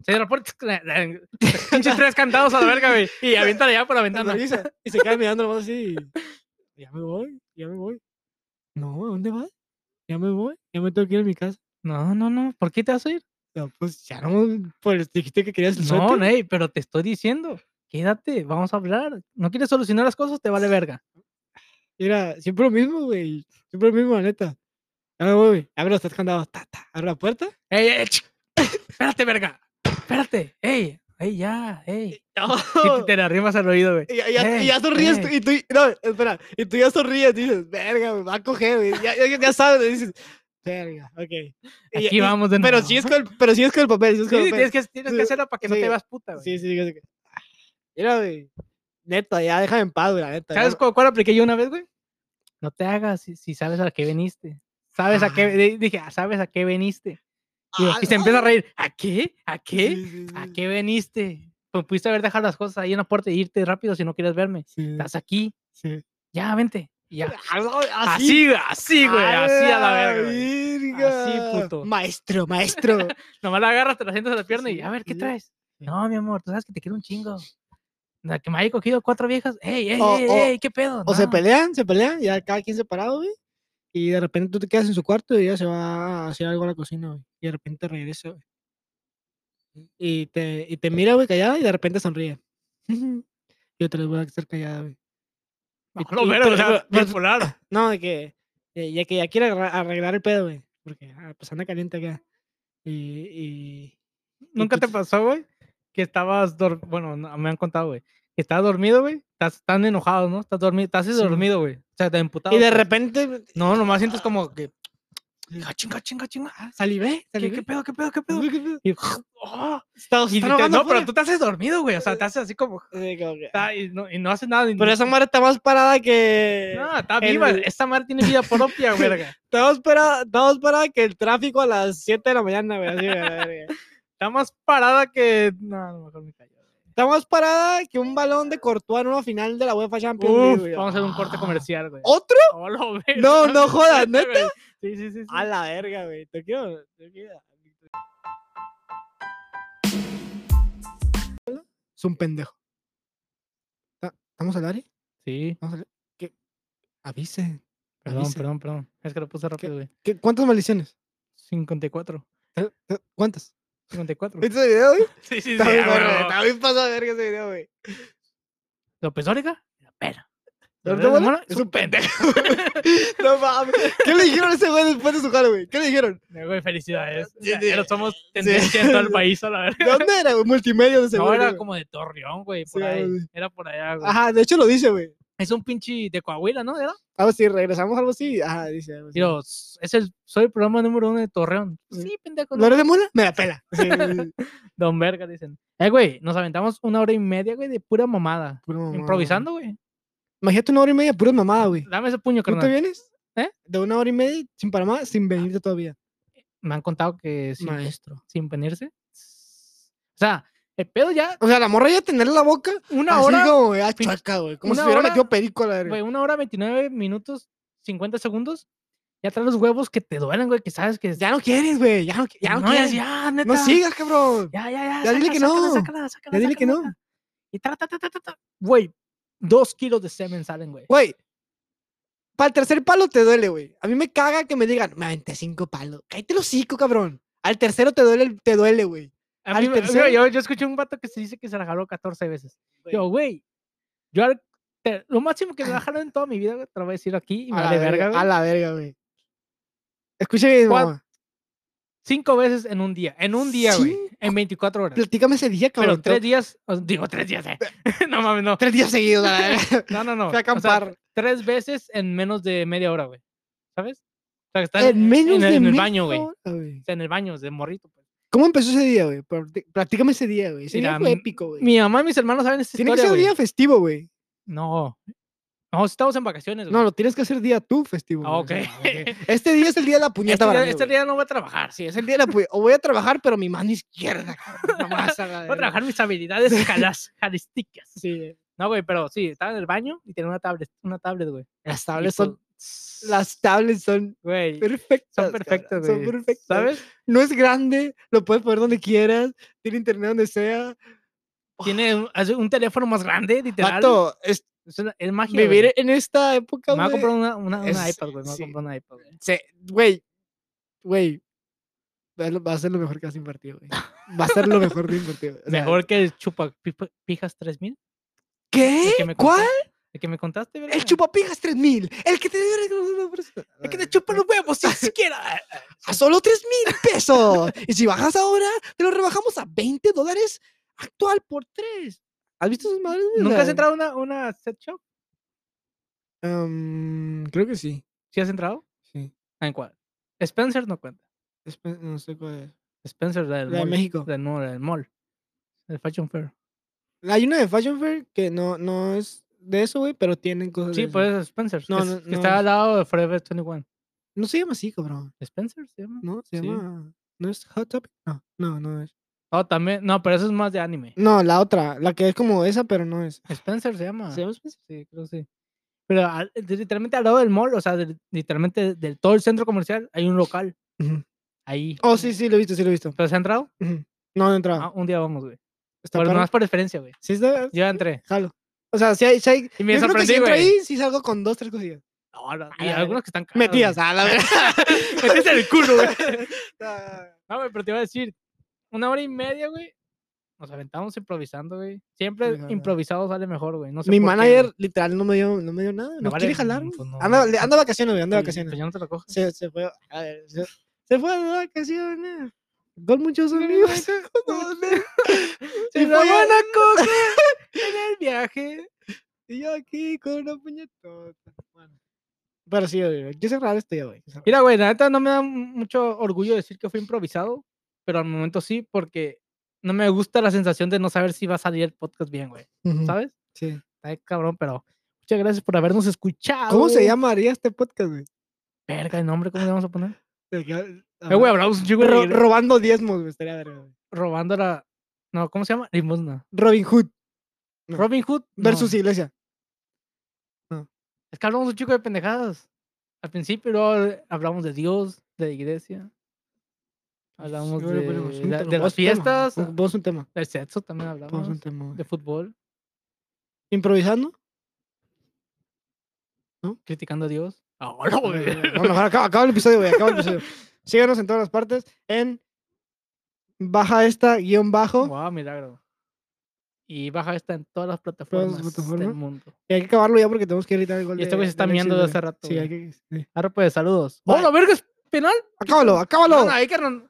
S2: Se la puerta, pinches tres cantados a la verga, güey. Y aviéntale ya por la ventana.
S1: aterriza, Y se queda mirando nomás así. y, Ya me voy, ya me voy. No, ¿a dónde vas? Ya me voy, ya me tengo que ir a mi casa.
S2: No, no, no, ¿por qué te vas a ir?
S1: No, pues ya no, pues dijiste que querías el
S2: No,
S1: suéter.
S2: Ney, pero te estoy diciendo, quédate, vamos a hablar. ¿No quieres solucionar las cosas? Te vale verga.
S1: Mira, siempre lo mismo, güey. Siempre lo mismo, la neta. Ya me voy, güey. Abre los tres candados. Ta, ta. Abre la puerta.
S2: Ey, ey, ch- espérate, verga. Espérate, ey, ey, ya, ey. Y te- te la rimas al oído, güey.
S1: Y ya, ya- y
S2: Ey,
S1: ya sonríes tú-
S2: ey.
S1: y tú, no, espera, y tú ya sonríes, dices, verga, me va a coger, güey. Ya, ya, ya sabes, dices, verga, ok. Y-
S2: Aquí
S1: y-
S2: vamos de nuevo.
S1: Pero sí es con el, pero sí es con el papel, sí es
S2: Sí,
S1: con el
S2: tienes
S1: papel.
S2: que, tienes
S1: Sí,
S2: que hacerlo para que no
S1: sí,
S2: te veas puta, güey.
S1: Sí, sí, sí, sí. Mira, güey, neta, ya déjame en paz, güey, la neta. ya
S2: ¿Sabes
S1: no-
S2: cu- cuál apliqué yo una vez, güey? No te hagas si, si sabes a qué veniste. ¿Sabes a qué?
S1: Ah.
S2: di- Dije, "Ah, ¿sabes a qué veniste? Y, yo-
S1: Ah,
S2: y se
S1: no,
S2: empieza a reír. ¿A qué? ¿A qué?
S1: sí, sí,
S2: ¿A
S1: sí,
S2: qué veniste? Pues pudiste haber dejado las cosas ahí en la puerta e irte rápido si no quieres verme.
S1: sí,
S2: Estás aquí.
S1: sí.
S2: Ya, vente. y ya.
S1: Ah, no,
S2: Así, güey, así, güey. Así a la verga. güey.
S1: verga.
S2: Así, puto.
S1: Maestro, maestro.
S2: Nomás la agarras, te la sientas a la pierna y
S1: sí,
S2: a ver, ¿qué
S1: sí,
S2: traes?
S1: sí.
S2: No, mi amor, tú sabes que te quiero un chingo. La que me haya cogido cuatro viejas. ¡Ey, ey,
S1: O-
S2: ey,
S1: o-
S2: ey! ¿Qué pedo?
S1: O se
S2: No.
S1: pelean, se pelean, ya cada quien separado, güey. Y de repente tú te quedas en su cuarto y ella se va a hacer algo a la cocina, güey. Y de repente regresa, güey. Y te, y te mira, güey, callada y de repente sonríe. Yo te lo voy a hacer callada, güey.
S2: Ah,
S1: y-
S2: lo
S1: y- pues,
S2: verga,
S1: pero-
S2: o sea,
S1: pero- pero-
S2: bipolar.
S1: No, de que, de- ya que ya quiere arra- arreglar el pedo, güey. Porque ah, pues anda caliente acá. Y, y- pues
S2: ¿Nunca
S1: tú
S2: te
S1: te-
S2: pasó, güey? Que estabas dor- bueno, no, me han contado, güey, que estabas dormido, güey, estás tan enojado, ¿no? Estás dormido, estás así
S1: Sí.
S2: dormido, güey. O sea, te emputado.
S1: y de
S2: pues.
S1: repente
S2: no, nomás sientes como que
S1: Sí.
S2: "Ah, chinga, chinga, chinga.
S1: ah, salivé,
S2: ¿Qué,
S1: salivé.
S2: qué pedo, qué pedo, qué pedo?
S1: Uy, ¿Qué pedo?
S2: Y, "Oh",
S1: Está-
S2: y
S1: está
S2: te-
S1: ahogando
S2: no, pero
S1: afuera.
S2: tú te haces dormido, güey. O sea, te haces así como
S1: Sí, como que, ah.
S2: "Ah", y no, y no haces nada. y
S1: Pero
S2: no-
S1: esa madre está más parada que.
S2: no, está viva.
S1: el-
S2: Esta madre tiene vida propia, verga.
S1: Estamos para, estamos para que el tráfico a las 7 de la mañana, güey. así, güey, a la verga.
S2: Está más parada que. No, a lo mejor me callo. güey.
S1: Está más parada que un balón de Courtois en una final de la UEFA Champions League,
S2: Uf,
S1: güey.
S2: vamos a hacer un corte
S1: Ah.
S2: comercial, güey.
S1: ¿Otro?
S2: Oh, lo
S1: No,
S2: verga,
S1: no jodas,
S2: güey.
S1: ¿neta?
S2: Sí, sí, sí. sí.
S1: A la verga, güey. Te quiero. Te quiero. Es un pendejo. ¿Estamos al aire?
S2: Sí.
S1: Avise.
S2: Perdón,
S1: Avisa.
S2: perdón, perdón. Es que lo puse rápido, güey.
S1: ¿Qué- ¿Cuántas maldiciones?
S2: 54.
S1: Eh, eh, ¿Cuántas?
S2: 54.
S1: ¿Viste ese video, güey?
S2: sí, sí,
S1: Está bien,
S2: ah,
S1: verga,
S2: huevo.
S1: está bien pasado de verga ese video, güey.
S2: López Dóriga, la pera.
S1: ¿Pero
S2: Lorenzo
S1: te mola?
S2: Zamora, Es un pendejo.
S1: No mames. ¿Qué le dijeron a ese güey después de su jale, güey? ¿Qué le dijeron?
S2: Eh, Güey, felicidades.
S1: Sí,
S2: Ya-
S1: sí.
S2: Ya lo somos tendencia en todo el país, a la
S1: ¿De
S2: verdad.
S1: dónde era? güey? Multimedia de seguro.
S2: No, era
S1: güey.
S2: como de Torreón, güey,
S1: Sí,
S2: por ahí.
S1: güey.
S2: Era por allá, güey.
S1: Ajá, de hecho lo dice, güey.
S2: Es un pinche de Coahuila, ¿no? ¿Era?
S1: Algo así, regresamos, algo así. Ajá, dice. algo así.
S2: Digo, "S- es el, soy el programa número uno de Torreón.
S1: Sí.
S2: Sí, pendejo. no
S1: ¿Lore de Mola? Me Pues la pela. Sí,
S2: Don Verga, dicen. Eh, güey, nos aventamos una hora y media, güey, de pura mamada.
S1: pura mamada.
S2: Improvisando, güey.
S1: Imagínate una hora y media, pura mamada, güey.
S2: Dame ese puño,
S1: ¿No te
S2: carnal.
S1: vienes?
S2: ¿Eh?
S1: De una hora y media, sin parar más, sin venirte todavía.
S2: Me han contado que sin,
S1: Maestro.
S2: sin venirse. O sea, el pedo ya,
S1: O sea, la morra ya tener la boca.
S2: una
S1: así
S2: hora,
S1: como, ah,
S2: pinche-
S1: chaca, güey. Como
S2: una
S1: si hubiera
S2: hora,
S1: metido perico a la verga.
S2: güey, una hora 29 minutos, 50 segundos. Ya traes los huevos que te duelen, güey, que sabes que.
S1: Pues Ya no quieres, güey. Ya no, qui- ya no,
S2: ya,
S1: quieres.
S2: ya,
S1: no
S2: neta.
S1: sigas, cabrón.
S2: Ya, ya, ya.
S1: Ya dile que no.
S2: sácala, sácala,
S1: dile que
S2: sácala,
S1: no.
S2: sácala. Y ta, ta, ta, ta, ta, ta. Güey, dos kilos de semen salen, güey.
S1: Güey, para el tercer palo te duele, güey. A mí me caga que me digan, me aventé cinco palos. Cállate los cinco, cabrón. Al tercero te duele, el- te duele, güey.
S2: A
S1: Al
S2: mí me-
S1: tercero-
S2: yo, yo escuché un vato que se dice que se la jaló 14 veces.
S1: Güey.
S2: Yo, güey, yo al- te- lo máximo que me la jaló en toda mi vida, güey, te lo voy a decir aquí y me
S1: A la
S2: vale verga,
S1: A
S2: güey.
S1: la verga, güey. Escucha bien,
S2: Cuat-
S1: mamá.
S2: Cinco veces en un día, en un día, güey,
S1: Cinco.
S2: en 24 horas.
S1: Platícame ese día,
S2: Pero
S1: cabrón.
S2: tres
S1: Tengo-
S2: días, o- digo tres días, eh. no mames, no.
S1: tres días seguidos, a la verga.
S2: No, no, no.
S1: Fui a
S2: O sea,
S1: acampar.
S2: tres veces en menos de media hora, güey. ¿Sabes? O sea, que están
S1: En menos
S2: en,
S1: de
S2: el- en el
S1: media
S2: baño, güey. O
S1: hora, güey.
S2: sea, en el baño, de morrito. pues.
S1: ¿Cómo empezó ese día, güey? Platí- Platícame ese día, güey. Ese día
S2: Mira,
S1: fue
S2: m-
S1: épico, güey.
S2: Mi mamá y mis hermanos saben esta
S1: Tiene que
S2: historia,
S1: ser un
S2: güey.
S1: día festivo, güey.
S2: No. No, estamos en vacaciones, güey.
S1: No, lo tienes que hacer día tú festivo.
S2: Pues Ah,
S1: güey, o
S2: ok.
S1: sea, Este día es el día de la puñeta
S2: Este
S1: para
S2: día,
S1: mí,
S2: este
S1: güey.
S2: día no voy a trabajar, sí.
S1: Es el día de la pu- O voy a trabajar, pero mi mano izquierda. cabrón, nomás a la
S2: Voy a
S1: verga.
S2: trabajar mis habilidades jalas- jalísticas.
S1: Sí,
S2: No, güey, pero sí, estaba en el baño y tenía una tablet, una tablet, güey.
S1: las
S2: Y
S1: tablets
S2: pues,
S1: son. Las tablets son
S2: Güey,
S1: perfectas.
S2: son
S1: cabrón,
S2: perfectas,
S1: Son
S2: güey.
S1: perfectas.
S2: ¿Sabes?
S1: No es grande, lo puedes poner donde quieras, tiene internet donde sea.
S2: Tiene un, hace un teléfono más grande, literal.
S1: Pato, es-
S2: Es, una- es magia, güey.
S1: vivir en esta época,
S2: Me va a
S1: güey.
S2: comprar una, una, una
S1: es-
S2: iPad, güey. Me va a
S1: sí.
S2: comprar una iPad, güey.
S1: se- Güey, güey. Va a lo- va a ser lo mejor que has invertido, güey. Va a ser lo mejor que he invertido. o sea,
S2: Mejor que el Chupapijas 3000.
S1: ¿Qué?
S2: el que me
S1: ¿Cuál?
S2: contaste- El que me contaste, ¿verdad?
S1: El chupapijas 3000. El que te dio una persona.
S2: El que te chupa los huevos sin siquiera.
S1: a solo 3 mil pesos. y si bajas ahora, te lo rebajamos a 20 dólares actual por 3. ¿Has visto esas madres? güey? O
S2: ¿Nunca has
S1: sea,
S2: entrado a una, una set shop?
S1: em, creo que sí.
S2: ¿Sí has entrado?
S1: Sí.
S2: Ah, ¿En cuál? Spencer no cuenta.
S1: Espe- no sé cuál es.
S2: Spencer la del
S1: La de
S2: mall.
S1: México.
S2: Del, no, la del mall. El Fashion Fair.
S1: Hay una de Fashion Fair que no, no es de eso, güey, pero tienen cosas
S2: Sí,
S1: de eso.
S2: pues es Spencer.
S1: Oh, No,
S2: No,
S1: no, no
S2: está
S1: es.
S2: al lado de Forever 21.
S1: No se llama así, cabrón.
S2: ¿Spencer se llama?
S1: ¿No? Se
S2: Sí.
S1: llama... ¿No es Hot Topic? No, no, no es.
S2: Oh, también. No, pero eso es más de anime.
S1: No, la otra. La que es como esa, pero no es.
S2: Spencer se llama.
S1: ¿Se llama Spencer?
S2: Sí, creo que sí. Pero al- de- literalmente al lado del mall, o sea, del- literalmente del todo el centro comercial hay un local.
S1: Ujú.
S2: Ahí.
S1: Oh, sí, sí, lo he visto, sí lo he visto.
S2: ¿Pero se ha entrado?
S1: Ujú. No, no he entrado.
S2: Ah, un día vamos, güey.
S1: Está
S2: Pero
S1: perro.
S2: más por diferencia, güey.
S1: Sí, está...
S2: Yo ya entré.
S1: Jalo. O sea, si hay... Si hay...
S2: Y me
S1: yo creo que si
S2: sorprendí,
S1: entro
S2: güey.
S1: ahí, sí salgo con dos, tres cosillas.
S2: No, no,
S1: A
S2: y
S1: la
S2: algunos que están caros.
S1: Metidas, a la verdad.
S2: Metías en el culo, güey.
S1: Ah,
S2: No, güey, pero te iba a decir, una hora y media, güey. Nos aventamos improvisando, güey. Siempre
S1: Improvisando.
S2: improvisado sale mejor, güey. No sé
S1: Mi
S2: por qué,
S1: manager
S2: güey.
S1: literal no me dio, no me dio nada. No,
S2: No
S1: quiere
S2: vale,
S1: jalar.
S2: mm,
S1: güey.
S2: pues no,
S1: anda, le-
S2: pues-
S1: anda de vacaciones, güey, anda de
S2: Pues- pues
S1: vacaciones.
S2: ya no te lo coges.
S1: Se, se fue. A ver, se, se fue de vacaciones. Con muchos amigos.
S2: Se
S1: y
S2: la
S1: fue-
S2: van a coger en el viaje.
S1: Y yo aquí con una puñetota. Bueno. Pero sí, güey, yo cerrar esto ya, güey.
S2: Mira, güey, la neta no me da mucho orgullo decir que fue improvisado, pero al momento sí, porque no me gusta la sensación de no saber si va a salir el podcast bien, güey.
S1: Ujú,
S2: ¿Sabes?
S1: sí.
S2: Está de cabrón, pero muchas gracias por habernos escuchado.
S1: ¿Cómo se llamaría este podcast, güey?
S2: Verga, el nombre, ¿cómo le vamos a poner?
S1: El que-
S2: Eh, güey, hablamos un chico de
S1: Ro-
S2: regre-
S1: robando diezmos, güey. Estaría verga, güey.
S2: robando la. No, ¿cómo se llama? Limosna.
S1: Robin Hood No.
S2: Robin Hood
S1: versus
S2: no.
S1: Iglesia.
S2: Es que hablamos un chico de pendejadas. Al principio luego eh, hablamos de Dios, de la iglesia. Hablamos de, la- de las fiestas,
S1: Vos un tema.
S2: del sexo también
S1: Vamos
S2: hablamos,
S1: un tema. güey.
S2: de fútbol,
S1: ¿Improvisando?
S2: criticando a Dios. Ahora,
S1: No,
S2: Ah, güey.
S1: no, mejor acaba, acaba el episodio, güey. Acaba el episodio. Síganos en todas las partes en baja esta guión bajo.
S2: Wow, milagro. Y baja esta en todas las
S1: las
S2: plataformas, del
S1: plataformas.
S2: mundo.
S1: Y hay que acabarlo ya porque tenemos que gritar el gol.
S2: Y este
S1: de-
S2: güey se está
S1: de Alexis,
S2: mirando de
S1: güey.
S2: hace rato,
S1: Sí, hay
S2: güey.
S1: que. sí.
S2: Ahora pues, saludos.
S1: Bye.
S2: ¡Hola, verga! ¿Es penal?
S1: Acábalo, acábalo.
S2: Ahí, carnal.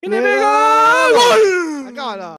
S2: ¡Viene,
S1: Ve-
S2: verga! ¡Gol!
S1: Acábalo.